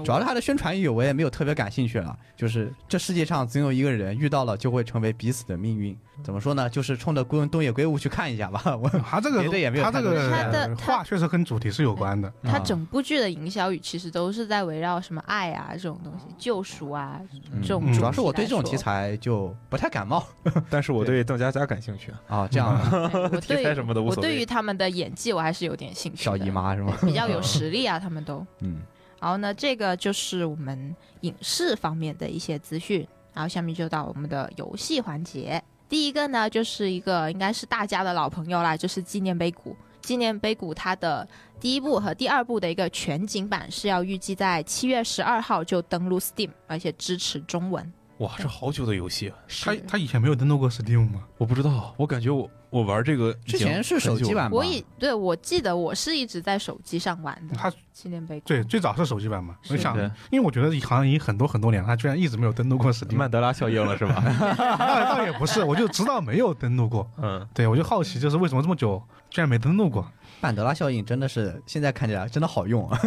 [SPEAKER 4] 主要是它的宣传语我也没有特别感兴趣了。就是这世界上总有一个人遇到了就会成为彼此的命运。怎么说呢？就是冲着东东野圭吾去看一下吧。 我
[SPEAKER 1] 他这个
[SPEAKER 4] 别的也没有
[SPEAKER 1] 他这
[SPEAKER 4] 看过
[SPEAKER 2] 嗯他
[SPEAKER 1] 个
[SPEAKER 2] 的
[SPEAKER 1] 话确实跟主题是有关的。
[SPEAKER 2] 它
[SPEAKER 4] 啊
[SPEAKER 2] 整部剧的营销语其实都是在围绕什么爱啊这种东西、救赎啊
[SPEAKER 4] 嗯
[SPEAKER 2] 这种、
[SPEAKER 1] 嗯
[SPEAKER 4] 主要是我对这种题
[SPEAKER 2] 题材。
[SPEAKER 4] 材就不太感冒
[SPEAKER 3] 但是我对邓家佳感兴趣啊，
[SPEAKER 4] 啊。这样啊
[SPEAKER 2] 哎我
[SPEAKER 3] 题
[SPEAKER 2] 对
[SPEAKER 3] 材什么的无
[SPEAKER 2] 我
[SPEAKER 3] 所
[SPEAKER 2] 对
[SPEAKER 3] 谓
[SPEAKER 2] 于他们的演技，我还是有点兴趣。
[SPEAKER 4] 小姨，妈 是吗？
[SPEAKER 2] 比较有实力啊，他们都。
[SPEAKER 4] 嗯，
[SPEAKER 2] 然后呢，这个就是我们影视方面的一些资讯。然后下面就到我们的游戏环节。第一个呢，就是一个应该是大家的老朋友啦，就是纪念碑谷。纪念碑谷它的第一部和第二部的一个全景版是要预计在七月十二号就登陆 Steam，而且支持中文。
[SPEAKER 3] 哇，这好久的游戏啊，
[SPEAKER 1] 他
[SPEAKER 2] 是
[SPEAKER 1] 他以前没有登录过 Steam 吗？
[SPEAKER 3] 我不知道，我感觉我我玩这个已
[SPEAKER 4] 之
[SPEAKER 3] 经
[SPEAKER 4] 前是手机版吧？
[SPEAKER 2] 我以对我记得我是一直在手机上玩的
[SPEAKER 1] 他
[SPEAKER 2] 纪念碑谷。
[SPEAKER 1] 对最早是手机版嘛？
[SPEAKER 2] 是
[SPEAKER 1] 我想，因为我觉得好像已经很多很多年了，他居然一直没有登录过 Steam。
[SPEAKER 3] 曼德拉效应了是吧？
[SPEAKER 1] 倒啊倒也不是，我就知道没有登录过。
[SPEAKER 3] 嗯，
[SPEAKER 1] 对，我就好奇，就是为什么这么久居然没登录过？
[SPEAKER 4] 曼德拉效应真的是现在看起来真的好用啊！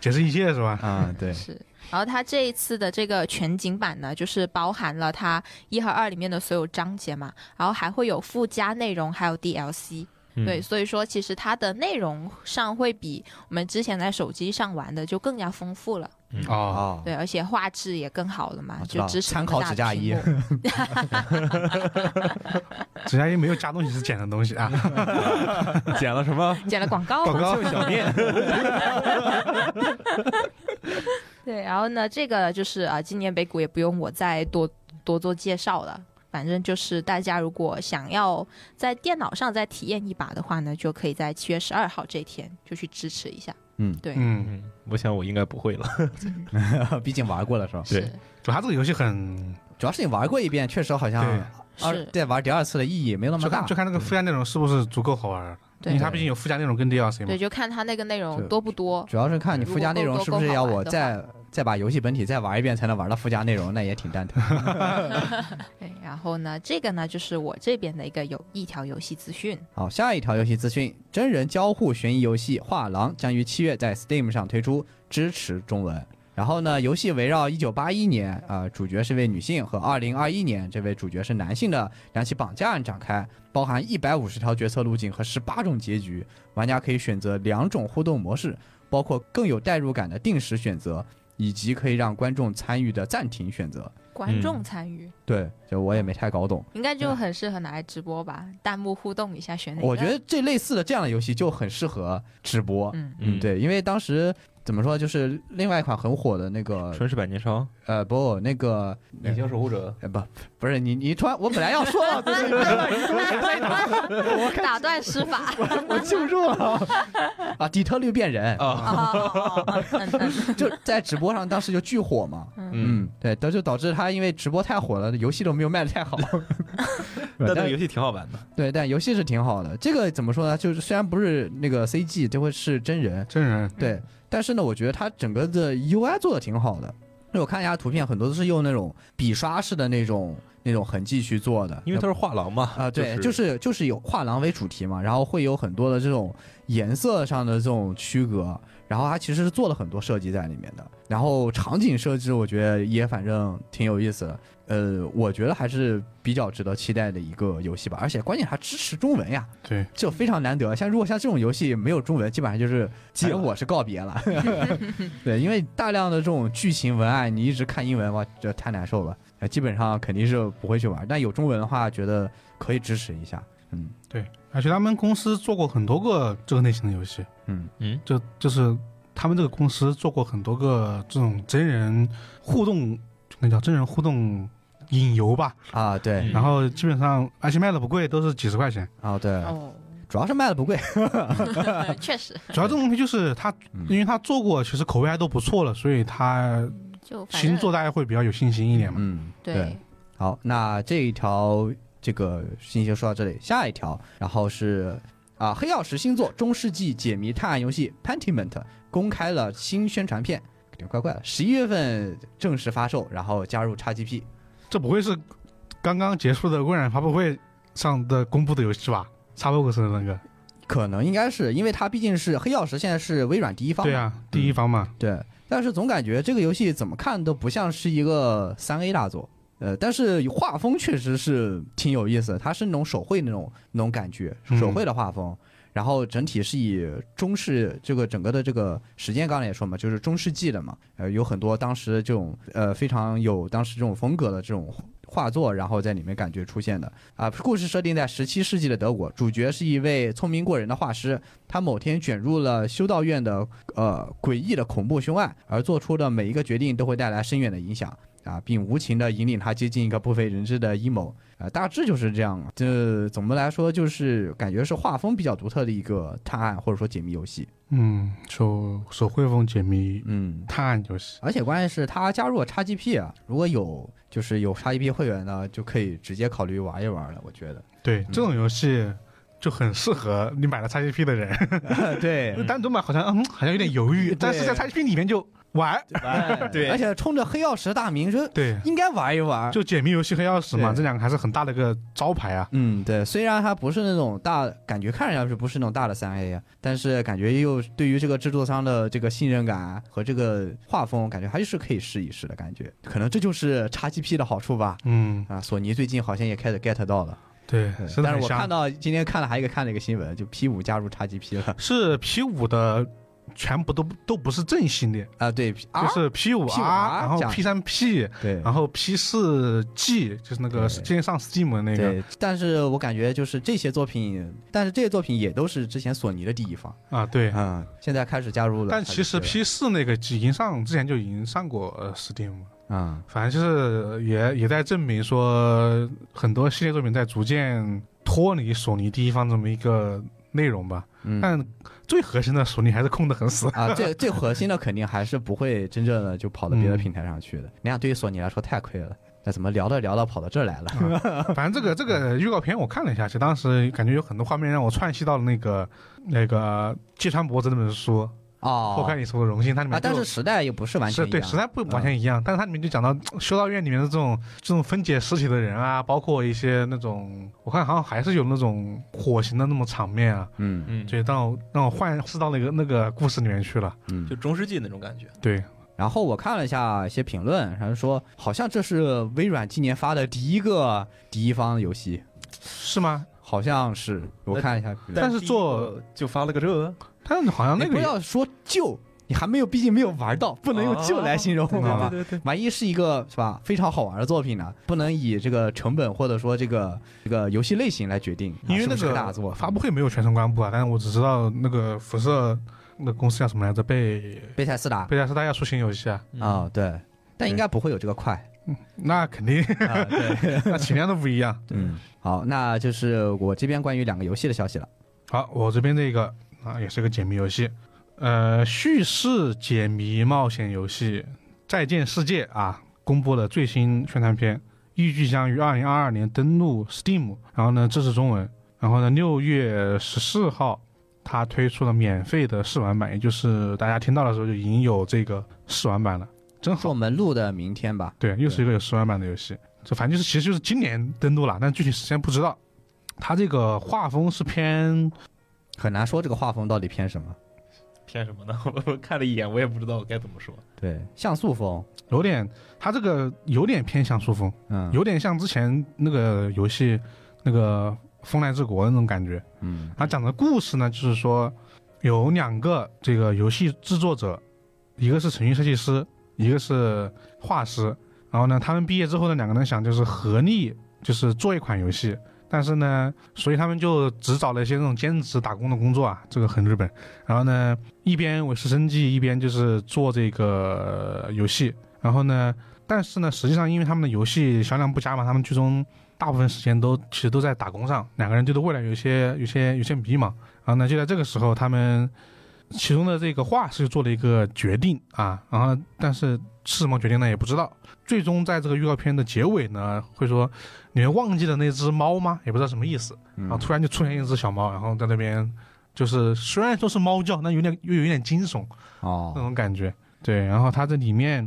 [SPEAKER 1] 解释一切是吧？
[SPEAKER 4] 啊，对，
[SPEAKER 2] 是。然后它这一次的这个全景版呢，就是包含了它一和二里面的所有章节嘛，然后还会有附加内容，还有 DLC。
[SPEAKER 3] 嗯
[SPEAKER 2] 对，，所以说其实它的内容上会比我们之前在手机上玩的就更加丰富了，
[SPEAKER 1] 哦，
[SPEAKER 4] 啊，
[SPEAKER 2] 对，而且画质也更好了嘛，
[SPEAKER 4] 我知
[SPEAKER 2] 就
[SPEAKER 4] 道
[SPEAKER 2] 支持
[SPEAKER 4] 参
[SPEAKER 2] 那么
[SPEAKER 4] 考
[SPEAKER 2] 大
[SPEAKER 4] 指
[SPEAKER 2] 的
[SPEAKER 4] 甲
[SPEAKER 2] 屏
[SPEAKER 4] 仪
[SPEAKER 2] 幕
[SPEAKER 1] 指甲也没有加东西是捡的东西
[SPEAKER 2] 嗯
[SPEAKER 1] 啊。
[SPEAKER 3] 剪了什么？
[SPEAKER 2] 剪了广告
[SPEAKER 1] 广
[SPEAKER 2] 嘛。
[SPEAKER 1] 告
[SPEAKER 3] 就小念，
[SPEAKER 2] 对，然后呢，这个就是啊，今年北谷也不用我再多多做介绍了。反正就是大家如果想要在电脑上再体验一把的话呢，就可以在七月十二号这一天就去支持一下。
[SPEAKER 4] 嗯，
[SPEAKER 2] 对，
[SPEAKER 1] 嗯，
[SPEAKER 3] 嗯，我想我应该不会了。
[SPEAKER 4] 毕竟玩过了是吧？
[SPEAKER 3] 对
[SPEAKER 2] 是
[SPEAKER 1] 主要它这个游戏很，
[SPEAKER 4] 主要是你玩过一遍，确实好像
[SPEAKER 1] 对
[SPEAKER 4] 二
[SPEAKER 2] 是
[SPEAKER 4] 再玩第二次的意义没有那么
[SPEAKER 1] 就
[SPEAKER 4] 大
[SPEAKER 1] 看就。看那个附加内容是不是足够好玩儿。因
[SPEAKER 2] 对
[SPEAKER 1] 为它毕竟有附加内容跟 DLC 嘛
[SPEAKER 2] 对，。就看它那个内容
[SPEAKER 4] 就
[SPEAKER 2] 多不多。
[SPEAKER 4] 主要是看你附加内容是不是要我
[SPEAKER 2] 如
[SPEAKER 4] 再再把游戏本体再玩一遍才能玩到附加内容，那也挺蛋疼。
[SPEAKER 2] 对，然后呢，这个呢就是我这边的一个有一条游戏资讯。
[SPEAKER 4] 好，下一条游戏资讯：真人交互悬疑游戏《画廊》将于七月在 Steam 上推出，支持中文。然后呢，游戏围绕1981年啊、呃主角是位女性和2021年这位主角是男性的两起绑架案展开，包含150条决策路径和18种结局，玩家可以选择两种互动模式，包括更有代入感的定时选择，以及可以让观众参与的暂停选择。
[SPEAKER 2] 观众参与、
[SPEAKER 4] 对，这我也没太搞懂。
[SPEAKER 2] 应该就很适合拿来直播吧，弹幕互动一下，选哪个？
[SPEAKER 4] 我觉得这类似的这样的游戏就很适合直播，
[SPEAKER 2] 嗯，
[SPEAKER 3] 嗯，，
[SPEAKER 4] 对，因为当时怎么说，就是另外一款很火的那个，
[SPEAKER 3] 春是百年抄，
[SPEAKER 4] 呃，不，那个，
[SPEAKER 3] 隐形守护者，
[SPEAKER 4] 呃、不，不是你，你突然，我本来要说了， 对对对，
[SPEAKER 2] 打断施法。
[SPEAKER 4] 我记不住了，啊，底特律变人，
[SPEAKER 2] 哦哦哦嗯嗯
[SPEAKER 4] 就在直播上当时就巨火嘛，嗯，对，导就导致他因为直播太火了，游戏都没有卖 的太好，
[SPEAKER 3] 但那
[SPEAKER 4] 但
[SPEAKER 3] 个游戏挺好玩的，
[SPEAKER 4] 对，但游戏是挺好的，这个怎么说呢？就是虽然不是那个 CG，这会是真人，
[SPEAKER 1] 真人
[SPEAKER 3] 嗯
[SPEAKER 4] 对，但是呢，我觉得它整个的 UI 做的挺好的。因为我看一下图片，很多都是用那种笔刷式的那种那种痕迹去做的，
[SPEAKER 3] 因为它是画廊嘛，
[SPEAKER 4] 啊、对，
[SPEAKER 3] 就
[SPEAKER 4] 就是是就是有画廊为主题嘛，然后会有很多的这种颜色上的这种区隔，然后它其实是做了很多设计在里面的，然后场景设置我觉得也反正挺有意思的，呃，我觉得还是比较值得期待的一个游戏吧，而且关键它支持中文呀，
[SPEAKER 1] 对，
[SPEAKER 4] 这非常难得。像如果像这种游戏没有中文，基本上就是
[SPEAKER 3] 戒
[SPEAKER 4] 反
[SPEAKER 3] 了
[SPEAKER 4] 正我是告别了。对，因为大量的这种剧情文案，你一直看英文，哇，这太难受了。呃基本上肯定是不会去玩，但有中文的话，觉得可以支持一下。嗯
[SPEAKER 1] 对，而且他们公司做过很多个这个类型的游戏，
[SPEAKER 4] 嗯，
[SPEAKER 3] 嗯
[SPEAKER 1] 就就是他们这个公司做过很多个这种真人互动，那叫真人互动引游吧。
[SPEAKER 4] 啊，对，
[SPEAKER 3] 嗯
[SPEAKER 1] 然后基本上，而且卖的不贵，都是几十块钱。
[SPEAKER 4] 啊对，
[SPEAKER 2] 哦，
[SPEAKER 4] 主要是卖的不贵。
[SPEAKER 2] 确实，
[SPEAKER 3] 嗯
[SPEAKER 1] 主要这种东西就是他
[SPEAKER 4] 嗯，
[SPEAKER 1] 因为他做过，其实口碑还都不错了，所以他
[SPEAKER 2] 就反
[SPEAKER 1] 新
[SPEAKER 2] 正
[SPEAKER 1] 做大家会比较有信心一点嘛。
[SPEAKER 4] 嗯，
[SPEAKER 2] 对，
[SPEAKER 4] 好，那这一条这个信息就说到这里，下一条，然后是啊，黑曜石星座中世纪解谜探案游戏《Pentiment》公开了新宣传片，有点怪怪的，十一月份正式发售，然后加入 XGP
[SPEAKER 1] 这不会是刚刚结束的微软发布会上的公布的游戏吧？Xbox 的那个，
[SPEAKER 4] 可能应该是因为它毕竟是黑曜石，现在是微软第一方嘛，
[SPEAKER 1] 对啊，第一方嘛，
[SPEAKER 4] 对，但是总感觉这个游戏怎么看都不像是一个三 A 大作。呃，但是画风确实是挺有意思的，它是那种手绘那种那种感觉，
[SPEAKER 1] 嗯
[SPEAKER 4] 手绘的画风。然后整体是以中世这个整个的这个时间，刚才也说嘛，就是中世纪的嘛，呃，有很多当时这种呃非常有当时这种风格的这种画作，然后在里面感觉出现的啊、故事设定在十七世纪的德国，主角是一位聪明过人的画师，他某天卷入了修道院的呃诡异的恐怖凶案，而做出的每一个决定都会带来深远的影响啊，并无情的引领他接近一个不为人知的阴谋啊，大致就是这样。这总的来说就是感觉是画风比较独特的一个探案或者说解密游戏，
[SPEAKER 1] 嗯，手手绘风解谜
[SPEAKER 4] 嗯。
[SPEAKER 1] 探案游戏。
[SPEAKER 4] 而且关键是它加入了 XGP 啊，如果有就是有 XGP 会员呢，就可以直接考虑玩一玩了。我觉得，
[SPEAKER 1] 对，这种游戏就很适合你买了 XGP 的人，
[SPEAKER 4] 对
[SPEAKER 1] 嗯 单独买好像嗯好像有点犹豫，但是在 XGP 里面就玩，
[SPEAKER 3] 对
[SPEAKER 4] 而且冲着黑曜石的大名，说
[SPEAKER 1] 对，
[SPEAKER 4] 应该玩一玩。
[SPEAKER 1] 就解密游戏和钥匙嘛，
[SPEAKER 4] 对
[SPEAKER 1] 这两个还是很大的一个招牌啊。
[SPEAKER 4] 嗯，对，虽然它不是那种大，感觉看上去不是那种大的三 A 啊，但是感觉又对于这个制作商的这个信任感啊和这个画风，感觉还是可以试一试的感觉。可能这就是 XGP 的好处吧。
[SPEAKER 1] 嗯，
[SPEAKER 4] 啊，索尼最近好像也开始 get 到了，
[SPEAKER 1] 对
[SPEAKER 4] 对，
[SPEAKER 1] 真的
[SPEAKER 4] 但
[SPEAKER 1] 很
[SPEAKER 4] 是我看
[SPEAKER 1] 香。
[SPEAKER 4] 到今天看了还有一个看了一个新闻，就 P 五加入 XGP 了
[SPEAKER 1] 是 P 五的全部都都不是正系列，
[SPEAKER 4] 啊，对，P
[SPEAKER 1] 就是 P 啊五
[SPEAKER 4] P5R
[SPEAKER 1] 然后
[SPEAKER 4] 讲
[SPEAKER 1] P 三 P，
[SPEAKER 4] 对
[SPEAKER 1] 然后 P 四 G，就是那个
[SPEAKER 4] 对
[SPEAKER 1] 今天上 Steam 的那个
[SPEAKER 4] 对，但是我感觉就是这些作品，但是这些作品也都是之前索尼的第一方，
[SPEAKER 1] 啊，对。
[SPEAKER 4] 嗯，现在开始加入了 XGP 了，
[SPEAKER 1] 但其实 P 四那个已经上之前就已经上过呃 Steam 了，
[SPEAKER 4] 嗯。
[SPEAKER 1] 反正就是也也在证明说很多系列作品在逐渐脱离索尼第一方这么一个内容吧。
[SPEAKER 4] 嗯
[SPEAKER 1] 但最核心的索尼还是控得很 死。
[SPEAKER 4] 啊，最
[SPEAKER 1] 嗯
[SPEAKER 4] 最核心的肯定还是不会真正的就跑到别的平台上去的，那样对于索尼来说太亏了。那怎么聊着聊着跑到这儿 来了？
[SPEAKER 1] 嗯反正这个这个预告片我看了一下，其实当时感觉有很多画面让我串戏到了那个那个芥川博子那本书《破
[SPEAKER 4] 哦
[SPEAKER 1] 开，你手的荣幸》，它里
[SPEAKER 4] 啊，
[SPEAKER 1] 面就
[SPEAKER 4] 但是时代也不是完全
[SPEAKER 1] 是
[SPEAKER 4] 一
[SPEAKER 1] 对，
[SPEAKER 4] 样嗯
[SPEAKER 1] 实在不完全一样。但是它里面就讲到修道院里面的这种这种分解尸体的人啊，包括一些那种，我看好像还是有那种火刑的那种场面啊，
[SPEAKER 4] 嗯
[SPEAKER 3] 嗯，
[SPEAKER 1] 就让我让我幻视到那个那个故事里面去了。
[SPEAKER 4] 嗯
[SPEAKER 3] 就。中世纪那种感觉。
[SPEAKER 1] 对，
[SPEAKER 4] 然后我看了一下一些评论，然后说好像这是微软今年发的第一个第一方游戏，
[SPEAKER 1] 是吗？
[SPEAKER 4] 好像是我看了一下
[SPEAKER 3] 嗯
[SPEAKER 4] 评论。
[SPEAKER 1] 但是做
[SPEAKER 3] 第一个啊就发了个这，
[SPEAKER 1] 但是好像那
[SPEAKER 4] 你
[SPEAKER 1] 个
[SPEAKER 4] 不要说旧，你还没有，毕竟没有玩到，不能用旧来形容，
[SPEAKER 1] 对
[SPEAKER 4] 好
[SPEAKER 1] 哦对
[SPEAKER 4] 吗？
[SPEAKER 3] 啊对对，
[SPEAKER 4] 万一是一个是吧非常好玩的作品呢，不能以这个成本或者说这个这个游戏类型来决定，
[SPEAKER 1] 因为
[SPEAKER 4] 啊
[SPEAKER 1] 那
[SPEAKER 4] 是不是大作
[SPEAKER 1] 个发布会没有全程关布啊，但是我只知道那个辐射那公司叫什么来着，被
[SPEAKER 4] 贝塞斯达
[SPEAKER 1] 贝加斯大要出新游戏啊，
[SPEAKER 3] 嗯
[SPEAKER 4] 啊，对，但应该不会有这个快
[SPEAKER 1] 那肯定
[SPEAKER 4] 啊，对，
[SPEAKER 1] 那体量都不一样。
[SPEAKER 4] 嗯，好，那就是我这边关于两个游戏的消息了，
[SPEAKER 1] 好，我这边这个啊也是个解谜游戏，呃，叙事解谜冒险游戏《再见世界》啊，公布了最新宣传片，预计将于二零二二年登陆 Steam，然后呢支持中文，然后呢六月十四号。它推出了免费的试玩版，也就是大家听到的时候就已经有这个试玩版了，真
[SPEAKER 4] 是
[SPEAKER 1] 好
[SPEAKER 4] 我。们录的明天吧，
[SPEAKER 1] 对，又是一个有十万版的游戏。这反正就是，其实就是今年登陆了，但具体时间不知道。它这个画风是偏
[SPEAKER 4] 很难说这个画风到底偏什么，
[SPEAKER 3] 偏什么呢？ 我我看了一眼，我也不知道该怎么说。
[SPEAKER 4] 对，像素风，
[SPEAKER 1] 有点，它这个有点偏向书风，
[SPEAKER 4] 嗯，
[SPEAKER 1] 有点像之前那个游戏那个《风来之国》那种感觉。
[SPEAKER 4] 嗯
[SPEAKER 1] 它讲的故事呢，就是说有两个这个游戏制作者，一个是程序设计师，一个是画师。然后呢，他们毕业之后呢，两个人想就是合力就是做一款游戏，但是呢，所以他们就只找了一些那种兼职打工的工作啊，这个很日本。然后呢，一边维持生计，一边就是做这个呃游戏。然后呢，但是呢，实际上因为他们的游戏销量不佳嘛，他们最终大部分时间都其实都在打工上，两个人对未来有些有些有些迷茫。然后呢，就在这个时候，他们其中的这个画师就做了一个决定啊，然后但是是什么决定呢也不知道。最终在这个预告片的结尾呢，会说你们忘记了那只猫吗？也不知道什么意思。
[SPEAKER 4] 嗯
[SPEAKER 1] 然后突然就出现一只小猫，然后在那边就是虽然说是猫叫，但有点又有点惊悚那
[SPEAKER 4] 哦，
[SPEAKER 1] 种感觉。对，然后它这里面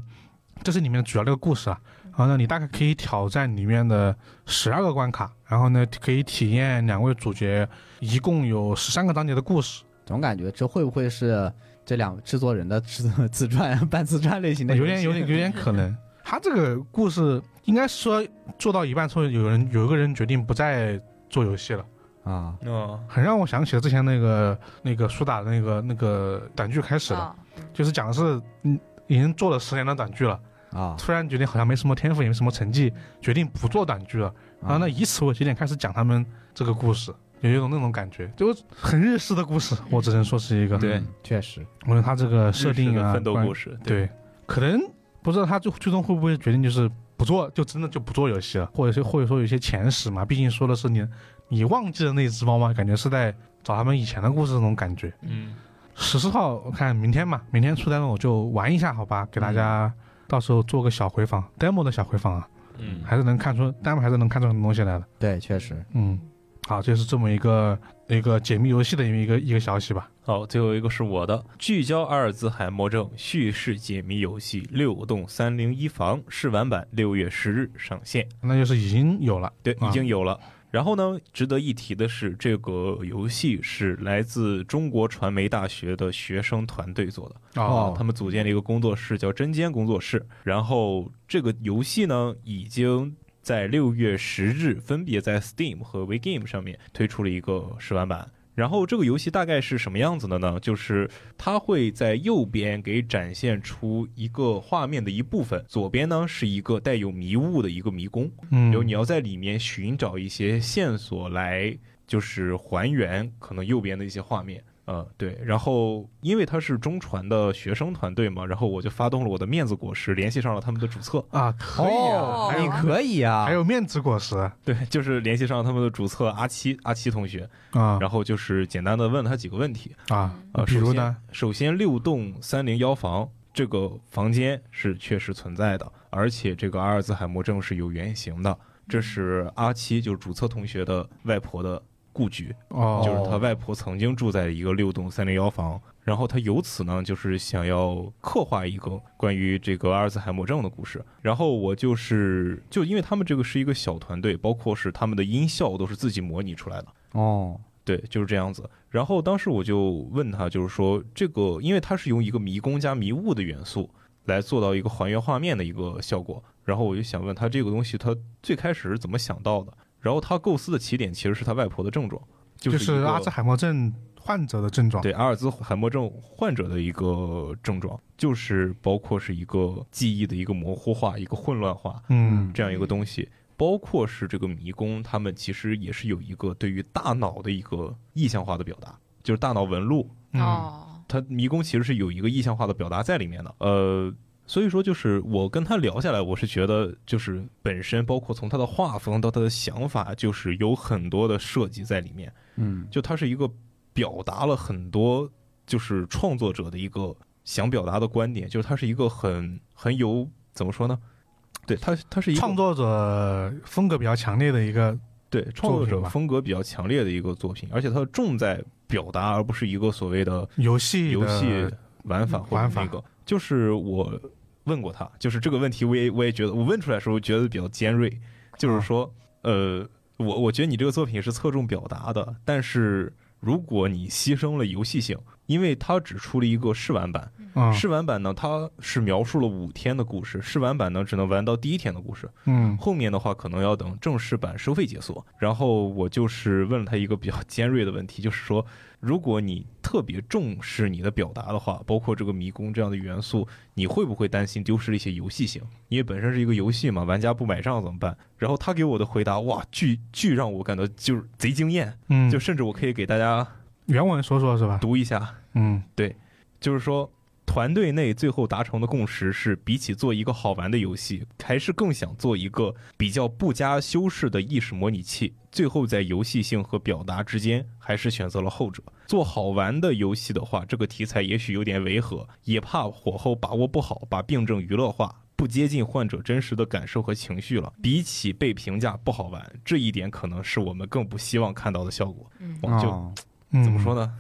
[SPEAKER 1] 这是里面的主要这个故事啊。然后呢，你大概可以挑战里面的十二个关卡，然后呢可以体验两位主角一共有十三个章节的故事。
[SPEAKER 4] 总感觉这会不会是这两制作人的自自传 半自传类型的
[SPEAKER 1] 哦有
[SPEAKER 4] 游戏？
[SPEAKER 1] 点有点有点可能。他这个故事应该是说做到一半之后，有人有一个人决定不再做游戏了，
[SPEAKER 4] 啊，
[SPEAKER 3] 嗯，
[SPEAKER 1] 很让我想起了之前那个那个苏打的那个那个短剧开始了，
[SPEAKER 2] 哦
[SPEAKER 1] 就是讲的是嗯已经做了十年的短剧了，
[SPEAKER 4] 啊，
[SPEAKER 1] 突然决定好像没什么天赋，也没什么成绩，决定不做短
[SPEAKER 3] 啊
[SPEAKER 1] 剧了，然后呢以此为节点开始讲他们这个故事。有一种那种感觉，就很日式的故事，我只能说是一个。
[SPEAKER 3] 嗯对
[SPEAKER 4] 嗯，确实，
[SPEAKER 1] 我觉得他这个设
[SPEAKER 3] 日式
[SPEAKER 1] 定
[SPEAKER 3] 的
[SPEAKER 1] 啊，
[SPEAKER 3] 奋斗
[SPEAKER 1] 关
[SPEAKER 3] 故事，
[SPEAKER 1] 对，可能不知道他最最终会不会决定就是不做，就真的就不做游戏了，或者是或者说有些前史嘛，毕竟说的是你你忘记了那只猫吗？感觉是在找他们以前的故事那种感觉。
[SPEAKER 3] 嗯，
[SPEAKER 1] 十四号我看明天嘛，明天出 demo 我就玩一下，好吧，给大家到时候做个小回访、d e m o 的小回访啊，
[SPEAKER 3] 嗯
[SPEAKER 1] 还是能看出 demo 还是能看出很多东西来的。
[SPEAKER 4] 对，确实，
[SPEAKER 1] 嗯，好，这是这么一个一个解密游戏的一个一个消息吧。
[SPEAKER 3] 好，最后一个是我的聚焦阿尔兹海默症叙事解谜游戏《六栋三零一房》试玩版六月十日上线，
[SPEAKER 1] 那就是已经有了，
[SPEAKER 3] 对，
[SPEAKER 1] 啊
[SPEAKER 3] 已经有了。然后呢，值得一提的是，这个游戏是来自中国传媒大学的学生团队做的。
[SPEAKER 1] 哦，
[SPEAKER 3] 啊他们组建了一个工作室，叫针尖工作室。然后这个游戏呢，已经在六月十日分别在 Steam 和 WeGame 上面推出了一个试玩版。然后这个游戏大概是什么样子的呢？就是它会在右边给展现出一个画面的一部分，左边呢是一个带有迷雾的一个迷宫，
[SPEAKER 1] 嗯，
[SPEAKER 3] 有你哦要在里面寻找一些线索来，就是还原可能右边的一些画面。呃，对，然后因为他是中传的学生团队嘛，然后我就发动了我的面子果实，联系上了他们的主策。
[SPEAKER 1] 啊，可以啊，
[SPEAKER 2] 哦
[SPEAKER 1] 还有
[SPEAKER 4] 你可以啊，
[SPEAKER 1] 还有面子果实啊，
[SPEAKER 3] 对，就是联系上他们的主策阿七阿七同学，然后就是简单的问了他几个问题。
[SPEAKER 1] 啊
[SPEAKER 3] 呃，
[SPEAKER 1] 比
[SPEAKER 3] 首
[SPEAKER 1] 如
[SPEAKER 3] 先
[SPEAKER 1] 呢，
[SPEAKER 3] 首先六栋三零幺房这个房间是确实存在的，而且这个阿尔兹海默症是有原型的。这是阿七，就是主策同学的外婆的故居，
[SPEAKER 1] 哦，
[SPEAKER 3] 就是他外婆曾经住在一个六栋三零幺房，然后他由此呢，就是想要刻画一个关于这个阿尔兹海默症的故事。然后我就是就因为他们这个是一个小团队，包括是他们的音效都是自己模拟出来的。
[SPEAKER 4] 哦，
[SPEAKER 3] 对，就是这样子。然后当时我就问他，就是说这个，因为它是用一个迷宫加迷雾的元素来做到一个还原画面的一个效果。然后我就想问他这个东西，他最开始是怎么想到的？然后他构思的起点其实是他外婆的症状，
[SPEAKER 1] 就是
[SPEAKER 3] 一个
[SPEAKER 1] 阿兹海默症患者的症状。
[SPEAKER 3] 对阿尔兹海默症患者的一个症状，就是包括是一个记忆的一个模糊化、一个混乱化，
[SPEAKER 1] 嗯，
[SPEAKER 3] 这样一个东西，包括是这个迷宫，他们其实也是有一个对于大脑的一个意象化的表达，就是大脑纹路，
[SPEAKER 1] 嗯，
[SPEAKER 2] 哦，
[SPEAKER 3] 它迷宫其实是有一个意象化的表达在里面的，呃。所以说，就是我跟他聊下来，我是觉得，就是本身包括从他的画风到他的想法，就是有很多的设计在里面。
[SPEAKER 4] 嗯，
[SPEAKER 3] 就它是一个表达了很多就是创作者的一个想表达的观点，就是它是一个很很有怎么说呢？对，它它是一个
[SPEAKER 1] 创作者风格比较强烈的一个，
[SPEAKER 3] 对创作
[SPEAKER 1] 作
[SPEAKER 3] 者
[SPEAKER 1] 品吧
[SPEAKER 3] 风格比较强烈的一个作品，而且它重在表达，而不是一个所谓的
[SPEAKER 1] 游戏
[SPEAKER 3] 游
[SPEAKER 1] 的
[SPEAKER 3] 戏玩法或者
[SPEAKER 1] 玩法
[SPEAKER 3] 那个。就是我问过他，就是这个问题，我也我也觉得我问出来的时候觉得比较尖锐，就是说，
[SPEAKER 1] 啊
[SPEAKER 3] 呃，我我觉得你这个作品是侧重表达的，但是如果你牺牲了游戏性，因为它只出了一个试玩版，
[SPEAKER 1] 嗯
[SPEAKER 3] 试玩版呢，它是描述了五天的故事，试玩版呢只能玩到第一天的故事，
[SPEAKER 1] 嗯
[SPEAKER 3] 后面的话可能要等正式版收费解锁。然后我就是问了他一个比较尖锐的问题，就是说，如果你特别重视你的表达的话，包括这个迷宫这样的元素，你会不会担心丢失一些游戏性？因为本身是一个游戏嘛，玩家不买账怎么办？然后他给我的回答，哇，巨巨让我感到就是贼惊艳，
[SPEAKER 1] 嗯，
[SPEAKER 3] 就甚至我可以给大家
[SPEAKER 1] 原文说说是吧？
[SPEAKER 3] 读一下。
[SPEAKER 1] 嗯
[SPEAKER 3] 就是说，团队内最后达成的共识是，比起做一个好玩的游戏，还是更想做一个比较不加修饰的意识模拟器。最后在游戏性和表达之间，还是选择了后者。做好玩的游戏的话，这个题材也许有点违和，也怕火候把握不好，把病症娱乐化。不接近患者真实的感受和情绪了，比起被评价不好玩，这一点可能是我们更不希望看到的效果。
[SPEAKER 2] 嗯
[SPEAKER 3] 哇，就
[SPEAKER 4] 哦
[SPEAKER 1] 嗯，
[SPEAKER 3] 怎么说呢？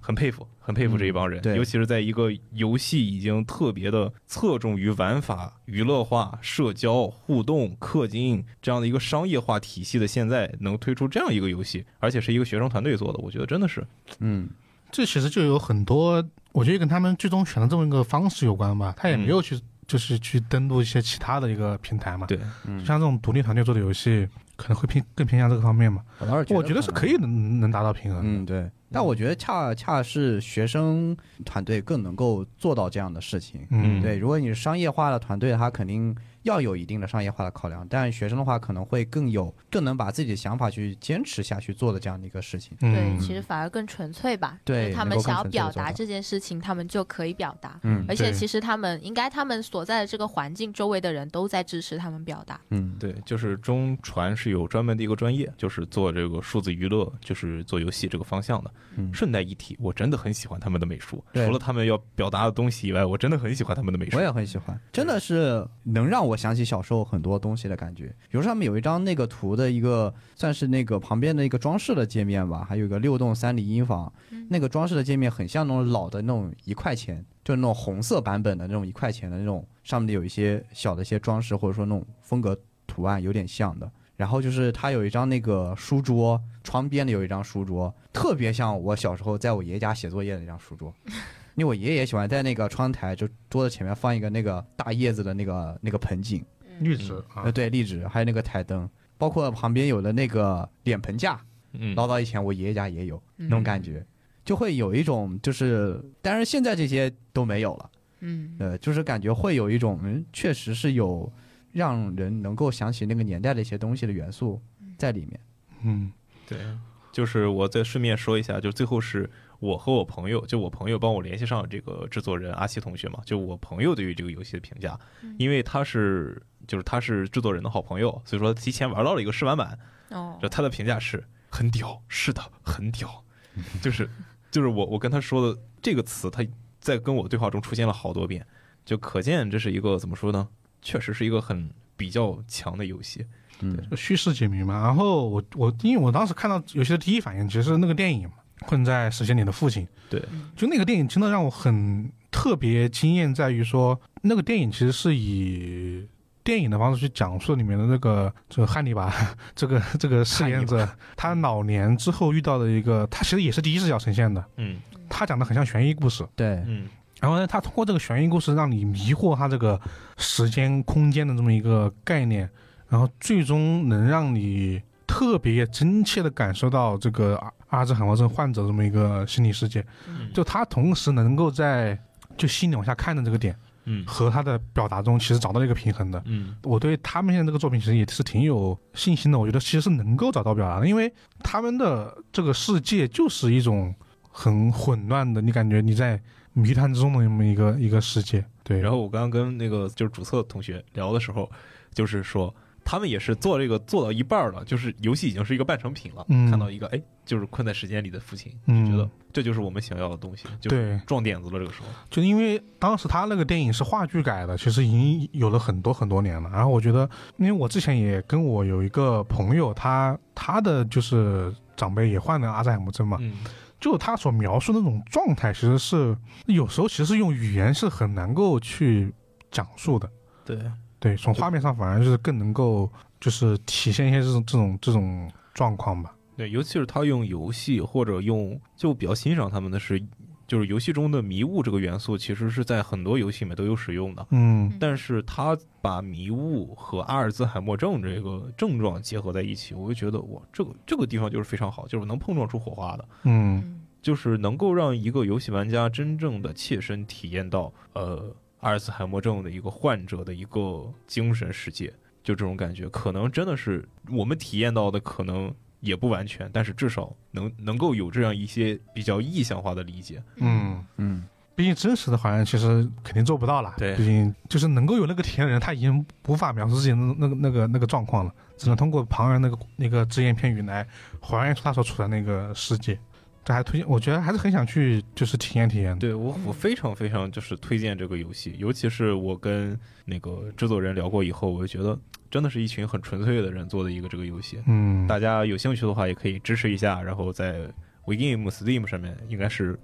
[SPEAKER 3] 很佩服，很佩服
[SPEAKER 4] 嗯
[SPEAKER 3] 这一帮人，
[SPEAKER 4] 对
[SPEAKER 3] 尤其是在一个游戏已经特别的侧重于玩法、娱乐化、社交互动、氪金这样的一个商业化体系的现在，能推出这样一个游戏，而且是一个学生团队做的，我觉得真的是，
[SPEAKER 4] 嗯
[SPEAKER 6] 这其实就有很多，我觉得跟他们最终选的这么一个方式有关吧。他也
[SPEAKER 1] 嗯
[SPEAKER 6] 没有去，就是去登录一些其他的一个平台嘛。
[SPEAKER 3] 对
[SPEAKER 4] 嗯
[SPEAKER 1] 像这种独立团队做的游戏，可能会偏更偏向这个方面嘛。
[SPEAKER 4] 我倒是
[SPEAKER 1] 我觉得是可以能能达到平衡的。
[SPEAKER 4] 嗯，对。但我觉得恰恰是学生团队更能够做到这样的事情。
[SPEAKER 1] 嗯，
[SPEAKER 4] 对，如果你是商业化的团队，它肯定要有一定的商业化的考量，但学生的话可能会更有、更能把自己的想法去坚持下去做的这样的一个事情。
[SPEAKER 2] 对，
[SPEAKER 1] 嗯，
[SPEAKER 2] 其实反而更纯粹吧。
[SPEAKER 4] 对
[SPEAKER 2] 就是他
[SPEAKER 4] 能
[SPEAKER 2] 们
[SPEAKER 4] 够更
[SPEAKER 2] 想要
[SPEAKER 4] 纯粹地
[SPEAKER 2] 表
[SPEAKER 4] 做
[SPEAKER 2] 达
[SPEAKER 4] 到
[SPEAKER 2] 这件事情，他们就可以表达。
[SPEAKER 4] 嗯
[SPEAKER 2] 而且
[SPEAKER 1] 对
[SPEAKER 2] 其实他们应该，他们所在的这个环境，周围的人都在支持他们表达。
[SPEAKER 4] 嗯，
[SPEAKER 3] 对，就是中传是有专门的一个专业，就是做这个数字娱乐，就是做游戏这个方向的。
[SPEAKER 4] 嗯
[SPEAKER 3] 顺带一提，我真的很喜欢他们的美术，
[SPEAKER 4] 对
[SPEAKER 3] 除了他们要表达的东西以外，我真的很喜欢他们的美术
[SPEAKER 4] 我。也很喜欢，真的是能让我想起小时候很多东西的感觉。比如说他们有一张那个图的一个，算是那个旁边的一个装饰的界面吧，还有一个六栋三里英房，那个装饰的界面很像那种老的那种一块钱，就是那种红色版本的那种一块钱的那种，上面有一些小的一些装饰或者说那种风格图案有点像的。然后就是它有一张那个书桌，窗边的有一张书桌，特别像我小时候在我爷爷家写作业的那张书桌。因为我爷爷喜欢在那个窗台，就桌子前面放一个那个大叶子的那个那个盆景，
[SPEAKER 1] 绿植啊
[SPEAKER 4] 呃，，对，立纸，还有那个台灯，包括旁边有的那个脸盆架，
[SPEAKER 3] 嗯，
[SPEAKER 4] 老早以前我爷爷家也有
[SPEAKER 2] 那
[SPEAKER 4] 那种感觉，就会有一种就是，但是现在这些都没有了，
[SPEAKER 2] 嗯，
[SPEAKER 4] 呃，就是感觉会有一种，嗯，确实是有让人能够想起那个年代的一些东西的元素在里面。
[SPEAKER 1] 嗯，
[SPEAKER 3] 对，就是我再顺便说一下，就最后是我和我朋友，就我朋友帮我联系上这个制作人阿西同学嘛，就我朋友对于这个游戏的评价，因为他是就是他是制作人的好朋友，所以说提前玩到了一个试玩版，
[SPEAKER 2] 哦
[SPEAKER 3] 就，他的评价是很屌，是的，很屌， 就是就是我我跟他说的这个词，他在跟我对话中出现了好多遍。就可见这是一个怎么说呢？确实是一个很比较强的游戏。
[SPEAKER 4] 嗯，
[SPEAKER 1] 就叙事呃解谜嘛。然后我我因为我当时看到游戏的第一反应其实是那个电影《困在时间里的父亲》，
[SPEAKER 3] 对，
[SPEAKER 1] 就那个电影真的让我很特别惊艳，在于说那个电影其实是以。电影的方式去讲述里面的那个这个汉尼拔 这个这个饰演者，他老年之后遇到的一个，他其实也是第一视角呈现的，
[SPEAKER 3] 嗯
[SPEAKER 1] 他讲的很像悬疑故事，
[SPEAKER 4] 对，
[SPEAKER 3] 嗯
[SPEAKER 1] 然后呢，他通过这个悬疑故事让你迷惑他这个时间空间的这么一个概念，然后最终能让你特别真切的感受到这个阿阿兹海默症患者这么一个心理世界。
[SPEAKER 3] 嗯
[SPEAKER 1] 就他同时能够在就心里往下看的这个点
[SPEAKER 3] 嗯
[SPEAKER 1] 和他的表达中，其实找到了一个平衡的。
[SPEAKER 3] 嗯
[SPEAKER 1] 我对他们现在这个作品其实也是挺有信心的，我觉得其实是能够找到表达的，因为他们的这个世界就是一种很混乱的，你感觉你在谜团之中的那么一个一个世界。对，
[SPEAKER 3] 然后我刚刚跟那个就是主策同学聊的时候，就是说他们也是做这个做到一半儿了，就是游戏已经是一个半成品了，
[SPEAKER 1] 嗯
[SPEAKER 3] 看到一个哎，就是困在时间里的父亲，
[SPEAKER 1] 嗯
[SPEAKER 3] 就觉得这就是我们想要的东西，就
[SPEAKER 1] 对，啊
[SPEAKER 3] 撞点子了。这个时候，
[SPEAKER 1] 就因为当时他那个电影是话剧改的，其实已经有了很多很多年了。然后我觉得，因为我之前也跟我有一个朋友，他他的就是长辈也患了阿兹海默症嘛，
[SPEAKER 3] 嗯
[SPEAKER 1] 就他所描述的那种状态，其实是有时候其实用语言是很难够去讲述的。
[SPEAKER 3] 对，
[SPEAKER 1] 对，从画面上反而就是更能够就是体现一些这种这种这种状况吧。
[SPEAKER 3] 对，尤其是他用游戏或者用，就我比较欣赏他们的是，就是游戏中的迷雾这个元素，其实是在很多游戏里面都有使用的。
[SPEAKER 1] 嗯
[SPEAKER 3] 但是他把迷雾和阿尔兹海默症这个症状结合在一起，我就觉得哇，这个这个地方就是非常好，就是能碰撞出火花的，
[SPEAKER 1] 嗯
[SPEAKER 2] 嗯
[SPEAKER 3] 就是能够让一个游戏玩家真正的切身体验到呃阿尔兹海默症的一个患者的一个精神世界，就这种感觉，可能真的是我们体验到的可能。也不完全，但是至少能能够有这样一些比较意象化的理解。
[SPEAKER 1] 嗯，
[SPEAKER 4] 嗯，
[SPEAKER 1] 毕竟真实的还原其实肯定做不到啦。
[SPEAKER 3] 对
[SPEAKER 1] 毕竟就是能够有那个体验的人，他已经无法描述自己的那个那个那个状况了，只能通过旁人那个那个只言片语来还原出他所处的那个世界。这还推荐，我觉得还是很想去就是体验体验的。
[SPEAKER 3] 对我，我非常非常就是推荐这个游戏，尤其是我跟那个制作人聊过以后，我就觉得真的是一群很纯粹的人做的一个这个游戏。
[SPEAKER 1] 嗯，
[SPEAKER 3] 大家有兴趣的话，也可以支持一下，然后在 WeGame、Steam 上面应该是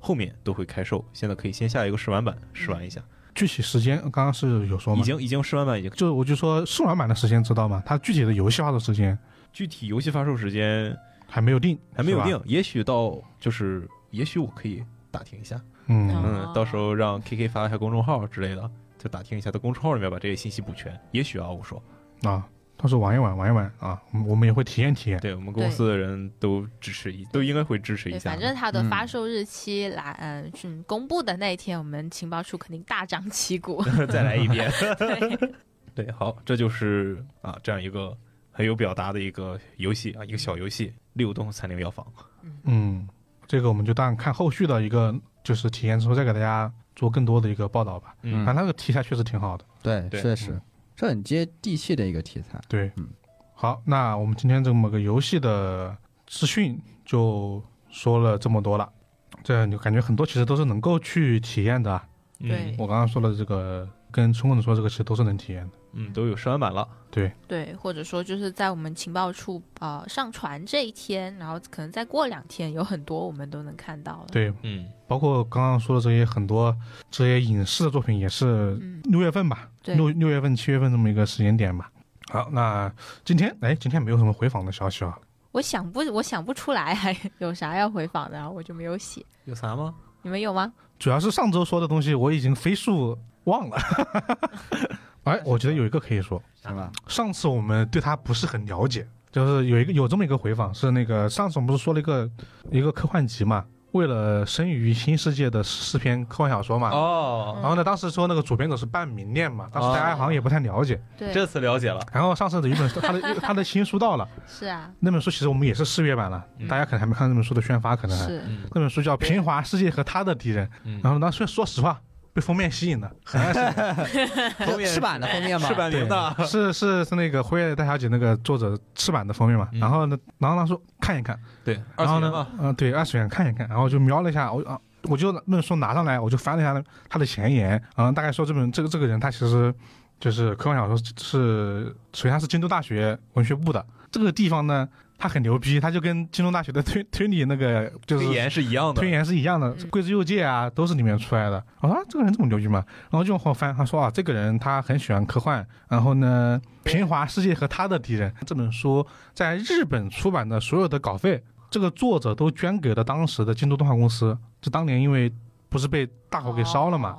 [SPEAKER 3] 后面都会开售，现在可以先下一个试玩版试玩一下。
[SPEAKER 1] 具体时间刚刚是有嗯说吗？
[SPEAKER 3] 已经已经试玩版已经，
[SPEAKER 1] 就我就说试玩版的时间知道吗？它具体的游戏化的时间
[SPEAKER 3] 具体游戏发售时间
[SPEAKER 1] 还没有定，
[SPEAKER 3] 还没有
[SPEAKER 1] 是吧。
[SPEAKER 3] 定，也许到就是也许我可以打听一下，
[SPEAKER 1] 嗯，
[SPEAKER 2] 哦
[SPEAKER 3] 嗯，到时候让 KK 发一下公众号之类的，就打听一下，在公众号里面把这些信息补全。也许啊，我说。
[SPEAKER 1] 啊，到时候玩一玩，玩一玩啊，我们我们也会体验体验。
[SPEAKER 3] 对我们公司的人都支持一，都应该会支持一
[SPEAKER 2] 对，
[SPEAKER 3] 下。
[SPEAKER 2] 反正它的
[SPEAKER 4] 嗯
[SPEAKER 2] 发售日期来，嗯、嗯公布的那一天，我们情报处肯定大张旗鼓。
[SPEAKER 3] 再来一遍。
[SPEAKER 2] 对
[SPEAKER 3] 对，好，这就是啊这样一个很有表达的一个游戏啊，一个小游戏《六栋三零药房》。
[SPEAKER 1] 嗯，这个我们就当看后续的一个就是体验之后再给大家做更多的一个报道吧。
[SPEAKER 3] 嗯
[SPEAKER 1] 反正那个题材确实挺好的。
[SPEAKER 4] 对，
[SPEAKER 3] 对
[SPEAKER 4] 确实
[SPEAKER 1] 嗯，
[SPEAKER 4] 这很接地气的一个题材。
[SPEAKER 1] 对，
[SPEAKER 4] 嗯，
[SPEAKER 1] 好，那我们今天这么个游戏的资讯就说了这么多了，这你感觉很多其实都是能够去体验的啊。
[SPEAKER 2] 对
[SPEAKER 1] 我刚刚说的这个跟冲公子说这个其实都是能体验的。
[SPEAKER 3] 嗯，都有试玩版了。
[SPEAKER 1] 对，
[SPEAKER 2] 对，或者说就是在我们情报处呃上传这一天，然后可能再过两天，有很多我们都能看到了。
[SPEAKER 1] 对，
[SPEAKER 3] 嗯，
[SPEAKER 1] 包括刚刚说的这些很多这些影视的作品，也是
[SPEAKER 2] 嗯
[SPEAKER 1] 六月份吧，
[SPEAKER 2] 对
[SPEAKER 1] 六六月份、七月份这么一个时间点吧。好，那今天哎，今天没有什么回访的消息啊。
[SPEAKER 2] 我想不我想不出来还 有啥要回访的，然后我就没有写。
[SPEAKER 3] 有啥吗？
[SPEAKER 2] 你们有吗？
[SPEAKER 1] 主要是上周说的东西我已经飞速忘了。 哎，我觉得有一个可以说，
[SPEAKER 4] 是吧？
[SPEAKER 1] 上次我们对他不是很了解，就是有一个有这么一个回访，是那个上次我们不是说了一个一个科幻集嘛，为了生于新世界的四篇科幻小说嘛。
[SPEAKER 3] 哦，
[SPEAKER 1] 然后呢，当时说那个主编者是半明恋嘛，当时大家好像也不太了解。
[SPEAKER 2] 对，
[SPEAKER 3] 这次了解了。
[SPEAKER 1] 然后上次的一本 他的他的新书到了，
[SPEAKER 2] 是啊，
[SPEAKER 1] 那本书其实我们也是四月版了，
[SPEAKER 3] 嗯
[SPEAKER 1] 大家可能还没看那本书的宣发，可能还
[SPEAKER 2] 是
[SPEAKER 3] 嗯
[SPEAKER 1] 那本书叫《平滑世界和他的敌人》，
[SPEAKER 3] 嗯
[SPEAKER 1] 然后当时说实话被封面吸引了，很爱上
[SPEAKER 4] 后面翅膀的封面吗？
[SPEAKER 3] 试版名的。
[SPEAKER 1] 是是是那个《辉夜大小姐》那个作者翅膀的封面嘛，
[SPEAKER 3] 嗯
[SPEAKER 1] 然后呢，然后他说看一看，呃
[SPEAKER 3] 对，
[SPEAKER 1] 然后
[SPEAKER 3] 元
[SPEAKER 1] 呢，嗯、对，二次元看一看，然后就瞄了一下，我啊，我就论说拿上来，我就翻了一下他的前言，然后大概说这本这个这个人他其实就是科幻小说是，首先他是京都大学文学部的这个地方呢，他很牛逼，他就跟京都大学的推推理那个就是
[SPEAKER 3] 推言是一样的
[SPEAKER 1] 推。演是一样的
[SPEAKER 2] 嗯，
[SPEAKER 1] 桂枝右介啊都是里面出来的。我说、啊、这个人这么牛逼吗？然后就往后翻，他说啊，这个人他很喜欢科幻，然后呢，平滑世界和他的敌人这本书在日本出版的所有的稿费，这个作者都捐给了当时的京都动画公司。就当年因为不是被大火给烧了嘛，
[SPEAKER 3] 啊，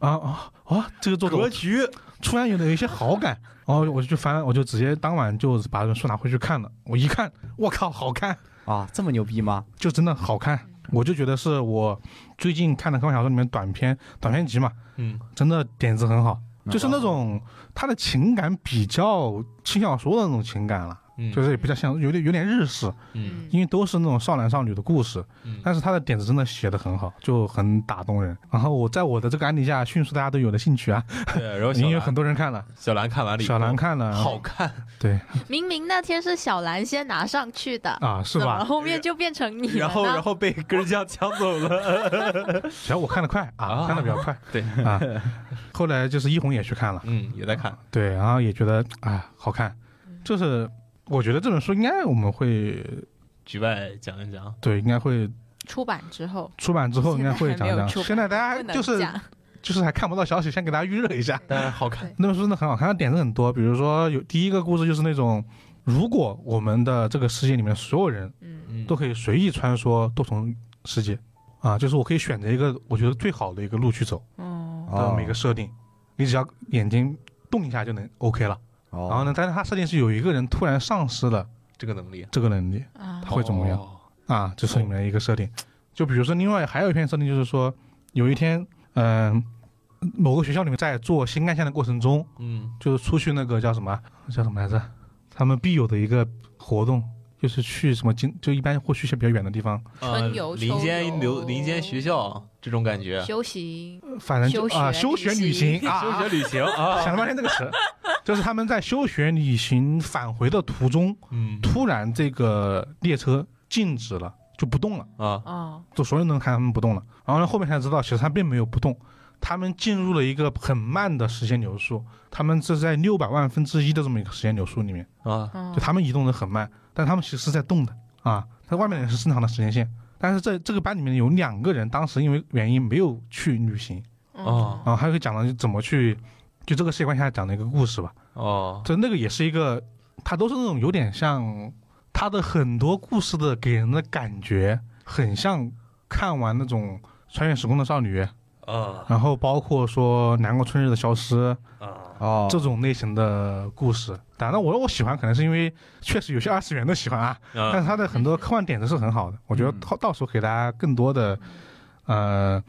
[SPEAKER 2] 嗯，
[SPEAKER 1] 啊啊啊！这个作者我
[SPEAKER 3] 格局
[SPEAKER 1] 突然有了有一些好感，然后我就翻，我就直接当晚就把这本书拿回去看了。我一看，我靠，好看！
[SPEAKER 4] 啊，这么牛逼吗？
[SPEAKER 1] 就真的好看，我就觉得是我最近看的科幻小说里面短篇短篇集嘛，
[SPEAKER 3] 嗯，
[SPEAKER 1] 真的点子很好，就是那种他的情感比较轻小说的那种情感了，
[SPEAKER 3] 嗯
[SPEAKER 1] 就是也比较像有点有点日式，
[SPEAKER 3] 嗯
[SPEAKER 1] 因为都是那种少男少女的故事，
[SPEAKER 3] 嗯
[SPEAKER 1] 但是他的点子真的写的很好，就很打动人。然后我在我的这个案例下，迅速大家都有了兴趣啊，
[SPEAKER 3] 对，然后
[SPEAKER 1] 因
[SPEAKER 3] 小
[SPEAKER 1] 为有
[SPEAKER 3] 兰
[SPEAKER 1] 很多人看了，
[SPEAKER 3] 小兰看完了以后，
[SPEAKER 1] 小兰看了，
[SPEAKER 3] 好看，
[SPEAKER 1] 对
[SPEAKER 2] 嗯明明那天是小兰先拿上去的，
[SPEAKER 1] 啊，是
[SPEAKER 2] 怎么
[SPEAKER 1] 吧？
[SPEAKER 2] 后面就变成你了呢？
[SPEAKER 3] 然后然后被根儿酱抢走了。
[SPEAKER 1] 只要我看得快
[SPEAKER 3] 啊
[SPEAKER 1] 啊，看得比较快
[SPEAKER 3] 对，
[SPEAKER 1] 啊。后来就是一红也去看了。
[SPEAKER 3] 嗯，也在看，
[SPEAKER 1] 对，然后也觉得啊好看，
[SPEAKER 2] 嗯
[SPEAKER 1] 就是我觉得这本书应该我们会
[SPEAKER 3] 局外讲一讲。
[SPEAKER 1] 对，应该会
[SPEAKER 2] 出版之后，
[SPEAKER 1] 出版之后应该会
[SPEAKER 2] 现在还
[SPEAKER 1] 讲
[SPEAKER 2] 没
[SPEAKER 1] 讲。
[SPEAKER 2] 有出版
[SPEAKER 1] 现在大
[SPEAKER 2] 不
[SPEAKER 1] 家
[SPEAKER 2] 能
[SPEAKER 1] 就是
[SPEAKER 2] 讲
[SPEAKER 1] 就是还看不到消息，先给大家预热一下。
[SPEAKER 3] 但是好看，
[SPEAKER 1] 那本书真的很好看，它点子很多，比如说有第一个故事就是那种。如果我们的这个世界里面所有人
[SPEAKER 2] 嗯
[SPEAKER 3] 嗯
[SPEAKER 1] 都可以随意穿梭多重世界，啊，就是我可以选择一个我觉得最好的一个路去走
[SPEAKER 2] 哦，
[SPEAKER 1] 的
[SPEAKER 4] 哦
[SPEAKER 1] 每个设定，你只要眼睛动一下就能 OK 了。
[SPEAKER 4] 哦，
[SPEAKER 1] 然后呢，但是它设定是有一个人突然丧失了
[SPEAKER 3] 这个能力
[SPEAKER 1] 这个能力，
[SPEAKER 2] 啊
[SPEAKER 1] 他会怎么样
[SPEAKER 3] 哦？
[SPEAKER 1] 啊，这是里面的一个设定。就比如说，另外还有一篇设定就是说，有一天，嗯、某个学校里面在做新干线的过程中，
[SPEAKER 3] 嗯，
[SPEAKER 1] 就是出去那个叫什么叫什么来着，他们必有的一个活动，就是去什么京，就一般会去一些比较远的地方，
[SPEAKER 2] 春游
[SPEAKER 3] 呃林间
[SPEAKER 2] 秋游
[SPEAKER 3] 流林间学校这种感觉，
[SPEAKER 2] 修行，
[SPEAKER 1] 呃反正就
[SPEAKER 2] 休学
[SPEAKER 1] 啊
[SPEAKER 2] 旅
[SPEAKER 1] 休学旅
[SPEAKER 2] 行
[SPEAKER 1] 行啊，
[SPEAKER 3] 休学
[SPEAKER 1] 啊
[SPEAKER 3] 旅行啊，
[SPEAKER 1] 想了半天这个词，就是他们在休学旅行返回的途中，
[SPEAKER 3] 嗯
[SPEAKER 1] 突然这个列车静止了，就不动了。
[SPEAKER 3] 啊，
[SPEAKER 2] 哦，
[SPEAKER 1] 就所有人都看他们不动了。然后呢，后面才知道，其实他并没有不动，他们进入了一个很慢的时间流速，他们这是在六百万分之一的这么一个时间流速里面，
[SPEAKER 3] 啊，
[SPEAKER 2] 哦
[SPEAKER 1] 就他们移动的很慢，但他们其实是在动的啊，在外面的人是正常的时间线。但是在这个班里面有两个人，当时因为原因没有去旅行，
[SPEAKER 2] 嗯
[SPEAKER 3] 哦
[SPEAKER 1] 然后还有讲了怎么去，就这个世界观下讲的一个故事吧。
[SPEAKER 3] 哦，
[SPEAKER 1] 就那个也是一个，它都是那种有点像它的很多故事的给人的感觉，很像看完那种穿越时空的少女，
[SPEAKER 3] 啊
[SPEAKER 1] 然后包括说南国春日的消失
[SPEAKER 3] 啊，
[SPEAKER 4] 哦，
[SPEAKER 1] 这种类型的故事。当然，我说我喜欢，可能是因为确实有些二次元的喜欢啊，但
[SPEAKER 3] 啊
[SPEAKER 1] 是它的很多科幻点子是很好的，我觉得到到时候给大家更多的，呃，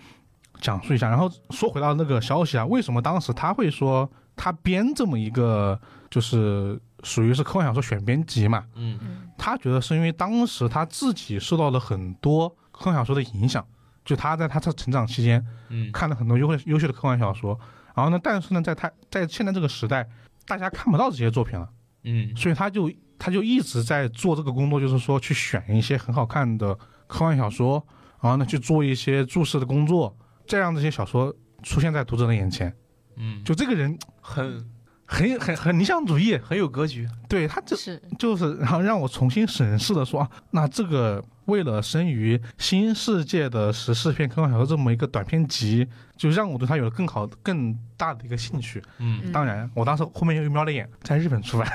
[SPEAKER 1] 讲述一下。然后说回到那个消息啊，为什么当时他会说他编这么一个就是属于是科幻小说选编集嘛？
[SPEAKER 3] 嗯
[SPEAKER 2] 嗯
[SPEAKER 1] 他觉得是因为当时他自己受到了很多科幻小说的影响，就他在他的成长期间
[SPEAKER 3] 嗯
[SPEAKER 1] 看了很多优秀优秀的科幻小说，然后呢，但是呢，在他在现在这个时代，大家看不到这些作品了。
[SPEAKER 3] 嗯
[SPEAKER 1] 所以他就他就一直在做这个工作，就是说去选一些很好看的科幻小说，然后呢去做一些注释的工作，再让这些小说出现在读者的眼前。
[SPEAKER 3] 嗯，
[SPEAKER 1] 就这个人
[SPEAKER 3] 很
[SPEAKER 1] 很很很理想主义，
[SPEAKER 3] 很有格局，
[SPEAKER 1] 对他这
[SPEAKER 2] 是
[SPEAKER 1] 就是然后让我重新审视的说啊，那这个为了生于新世界的十四篇科幻小说这么一个短篇集，就让我对他有了更好更大的一个兴趣。
[SPEAKER 3] 嗯
[SPEAKER 1] 当然，我当时后面又瞄了一眼，在日本出版，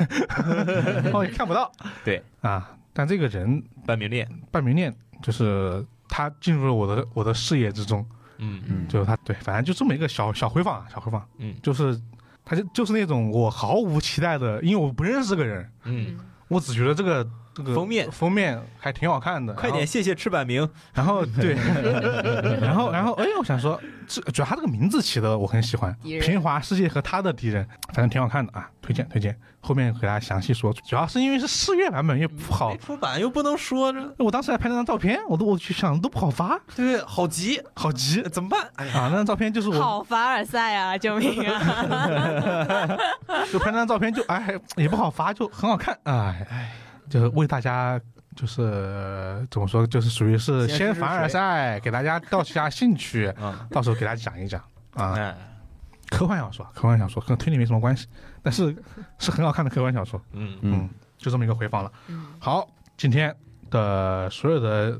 [SPEAKER 1] 哦，也看不到。
[SPEAKER 3] 对
[SPEAKER 1] 啊，但这个人
[SPEAKER 3] 半边恋，
[SPEAKER 1] 半明恋，就是他进入了我的我的视野之中，
[SPEAKER 3] 嗯
[SPEAKER 4] 嗯
[SPEAKER 1] 就是他对，反正就这么一个小小回访啊，小回访，
[SPEAKER 3] 嗯
[SPEAKER 1] 就是他就就是那种我毫无期待的，因为我不认识这个人，
[SPEAKER 3] 嗯，
[SPEAKER 2] 嗯
[SPEAKER 1] 我只觉得这个这个
[SPEAKER 3] 封面
[SPEAKER 1] 封面还挺好看的，
[SPEAKER 3] 快点，谢谢赤坂明，
[SPEAKER 1] 然 后，然后对， 然后然后哎，我想说，这主要他这个名字起的我很喜欢，
[SPEAKER 2] 敌人
[SPEAKER 1] 平滑世界和他的敌人，反正挺好看的啊，推荐推荐。后面给大家详细说，主要是因为是四月版本，也不好
[SPEAKER 3] 没。哎出版又不能说这，
[SPEAKER 1] 我当时还拍那张照片，我都我去想都不好发，
[SPEAKER 3] 对，好急，
[SPEAKER 1] 好急啊！
[SPEAKER 3] 怎么办？哎呀，，
[SPEAKER 1] 那张照片就是 我，
[SPEAKER 2] 好凡尔赛啊！救命啊！
[SPEAKER 1] 就拍那张照片就哎也不好发，就很好看，哎哎，就为大家就是呃怎么说，就是属于是
[SPEAKER 4] 先
[SPEAKER 1] 先
[SPEAKER 4] 试
[SPEAKER 1] 凡尔
[SPEAKER 4] 水
[SPEAKER 1] 赛，给大家吊起下兴趣
[SPEAKER 3] 啊，
[SPEAKER 1] 到时候给大家讲一讲啊。
[SPEAKER 3] 哎，
[SPEAKER 1] 科幻小说，科幻小说跟推理没什么关系，但是是很好看的科幻小说。
[SPEAKER 3] 嗯
[SPEAKER 4] 嗯，
[SPEAKER 1] 就这么一个回放了。
[SPEAKER 2] 嗯
[SPEAKER 1] 好，今天的所有的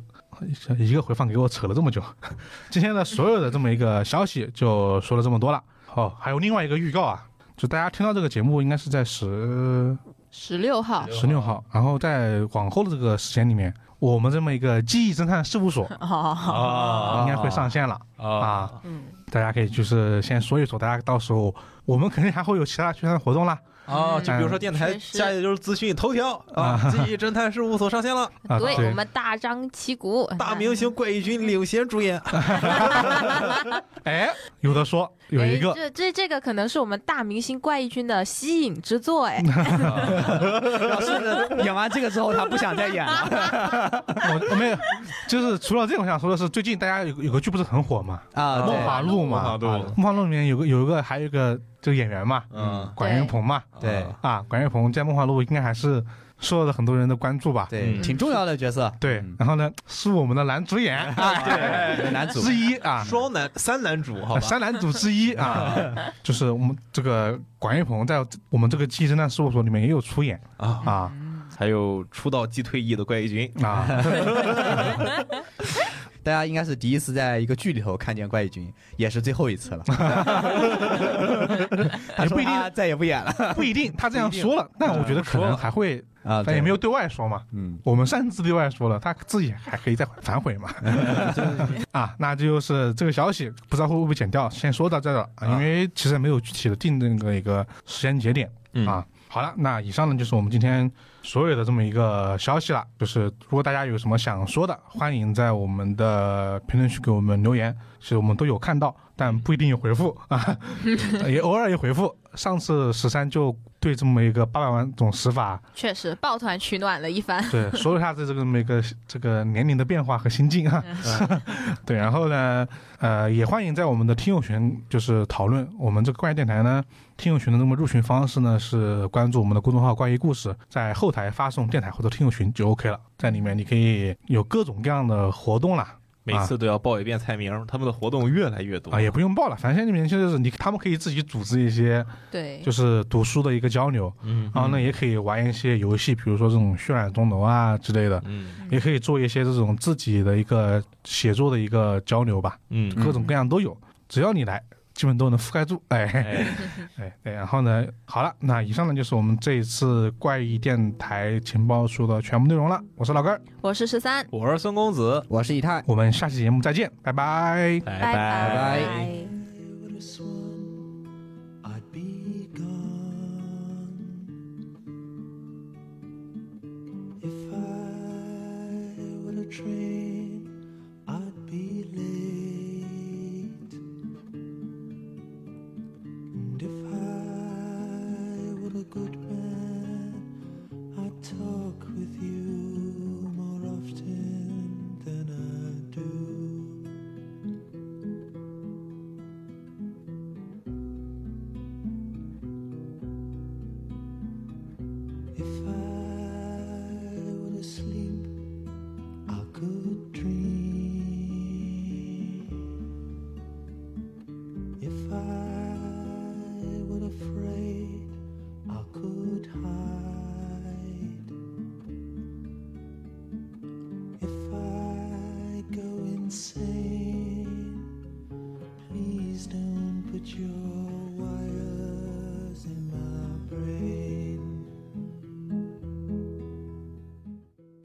[SPEAKER 1] 呃一个回放给我扯了这么久， 今天的所有的这么一个消息就说了这么多了。哦，还有另外一个预告啊，就大家听到这个节目应该是在十
[SPEAKER 2] 十六 号
[SPEAKER 1] 十六号，然后在往后的这个时间里面，我们这么一个记忆侦探事务所
[SPEAKER 2] 哦，
[SPEAKER 3] 啊
[SPEAKER 1] 应该会上线了。啊
[SPEAKER 2] 嗯，
[SPEAKER 1] 大家可以就是先说一说，大家到时候我们肯定还会有其他宣传活动啦
[SPEAKER 3] 啊！就比如说
[SPEAKER 1] 嗯
[SPEAKER 3] 电台
[SPEAKER 2] 确实
[SPEAKER 3] 下一个就是资讯头条啊，《记忆侦探事务所》上 线了，
[SPEAKER 1] 啊！
[SPEAKER 2] 对我们大张旗鼓，
[SPEAKER 3] 大明星怪异君领衔主演。
[SPEAKER 1] 哎，有的说有一个
[SPEAKER 2] 哎这这这个可能是我们大明星怪异君的吸引之作哎，
[SPEAKER 4] 要是
[SPEAKER 1] 嗯
[SPEAKER 4] 演完这个之后他不想再演了
[SPEAKER 1] 我我没有，就是除了这种，我想说的是，最近大家有个有个剧不是很火嘛，
[SPEAKER 4] 啊，
[SPEAKER 1] 梦
[SPEAKER 4] 对
[SPEAKER 1] 华录》嘛，
[SPEAKER 3] 嘛，对，
[SPEAKER 1] 《梦华录》里面有个有一个还有一个这个演员嘛，
[SPEAKER 3] 嗯，
[SPEAKER 1] 管岳鹏嘛，
[SPEAKER 4] 对
[SPEAKER 3] 啊
[SPEAKER 1] 啊，管岳鹏在《梦华录》应该还是受到很多人的关注吧？
[SPEAKER 4] 对，
[SPEAKER 3] 嗯
[SPEAKER 4] 挺重要的角色，
[SPEAKER 1] 对，然后呢，是我们的男主 演
[SPEAKER 4] 对，男主
[SPEAKER 1] 哎之一啊，
[SPEAKER 3] 双男三男主，好
[SPEAKER 1] 呃
[SPEAKER 3] 吧，
[SPEAKER 1] 三男主之一 啊，就是我们这个管岳鹏在我们这个《记忆侦探事务所》里面也有出演
[SPEAKER 3] 啊，
[SPEAKER 1] 啊
[SPEAKER 3] 还有出道即退役的怪异君，
[SPEAKER 1] 啊，
[SPEAKER 4] 大家应该是第一次在一个剧里头看见怪异君，也是最后 一次了。 他
[SPEAKER 1] 也
[SPEAKER 4] 说
[SPEAKER 1] 不一定
[SPEAKER 4] 他再也不演了
[SPEAKER 1] 不一定他这样说了，但我觉得可能还会，
[SPEAKER 4] 啊
[SPEAKER 1] 但也没有，对外说嘛。
[SPEAKER 4] 嗯，
[SPEAKER 1] 我们擅自对外说了，他自己还可以再反悔嘛？啊，那就是这个消息，不知道会不会剪掉，先说到这儿了，啊
[SPEAKER 3] 啊
[SPEAKER 1] 因为其实没有具体的定那个一个时间节点
[SPEAKER 3] 嗯
[SPEAKER 1] 啊。好了，那以上呢就是我们今天所有的这么一个消息了。就是如果大家有什么想说的，欢迎在我们的评论区给我们留言，其实我们都有看到，但不一定有回复啊，也偶尔有回复。上次十三就对这么一个八百万种死法
[SPEAKER 2] 确实抱团取暖了一番，
[SPEAKER 1] 对，说一下这这个每个这个年龄的变化和心境啊。 对，然后呢，呃，也欢迎在我们的听友群就是讨论我们这个怪异电台呢，听友群的这么入群方式呢是关注我们的公众号“怪异故事”，在后台发送电台或者听友群就 OK 了，在里面你可以有各种各样的活动啦。
[SPEAKER 3] 每次都要报一遍菜名，他们的活动越来越多
[SPEAKER 1] 啊，也不用报了，反正里面就是你，他们可以自己组织一些，
[SPEAKER 2] 对
[SPEAKER 1] 就，是读书的一个交流，
[SPEAKER 3] 嗯
[SPEAKER 1] 然后呢，也可以玩一些游戏，比如说这种渲染钟楼啊之类的，
[SPEAKER 3] 嗯
[SPEAKER 1] 也可以做一些这种自己的一个写作的一个交流吧，
[SPEAKER 3] 嗯，
[SPEAKER 1] 各种各样都有，只要你来，基本都能覆盖住。哎
[SPEAKER 3] 哎，
[SPEAKER 1] 哎哎，然后呢，好了，那以上呢就是我们这一次怪异电台情报书的全部内容了。我是老根儿，
[SPEAKER 2] 我是十三，
[SPEAKER 3] 我是孙公子，
[SPEAKER 4] 我是以太，
[SPEAKER 1] 我们下期节目再见，拜拜。
[SPEAKER 2] 拜
[SPEAKER 4] 拜
[SPEAKER 2] 拜
[SPEAKER 5] you would have sworn I'd be gone if I were a train, I'd be late, and if I were a good man, I'd talk with you more often than I do. If I were asleep, I could dream. If I were afraid, I could hide. If I go insane, please don't put your wires in my brain.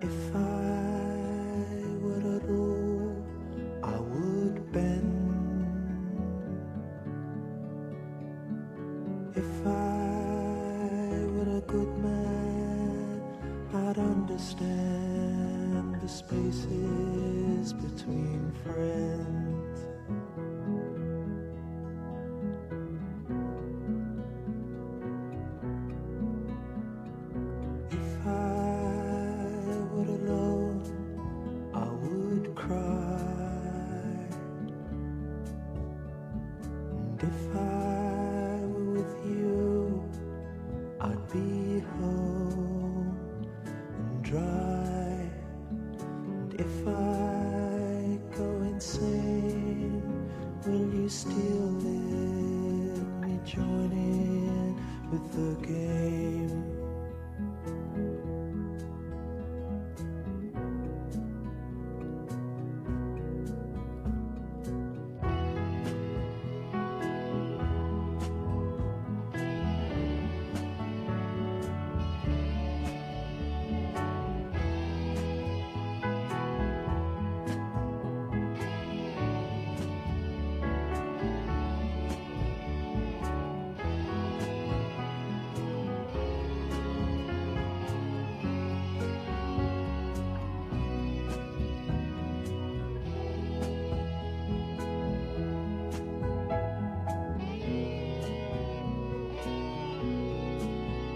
[SPEAKER 5] If I were a rope, I would bend. If I were a good man, I'd understand the spaces between friends. If I were alone, I would cry. And if I were with you, I'd be home and dry. And if I go insane, will you still let me join in with the game?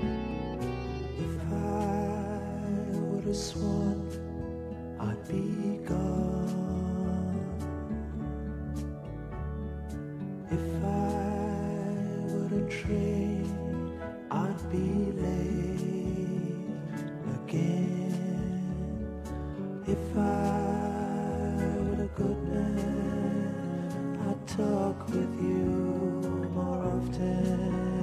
[SPEAKER 5] If I were a swan, I'd be gone. If I were a train, I'd be late again. If I were a good man, I'd talk with you more often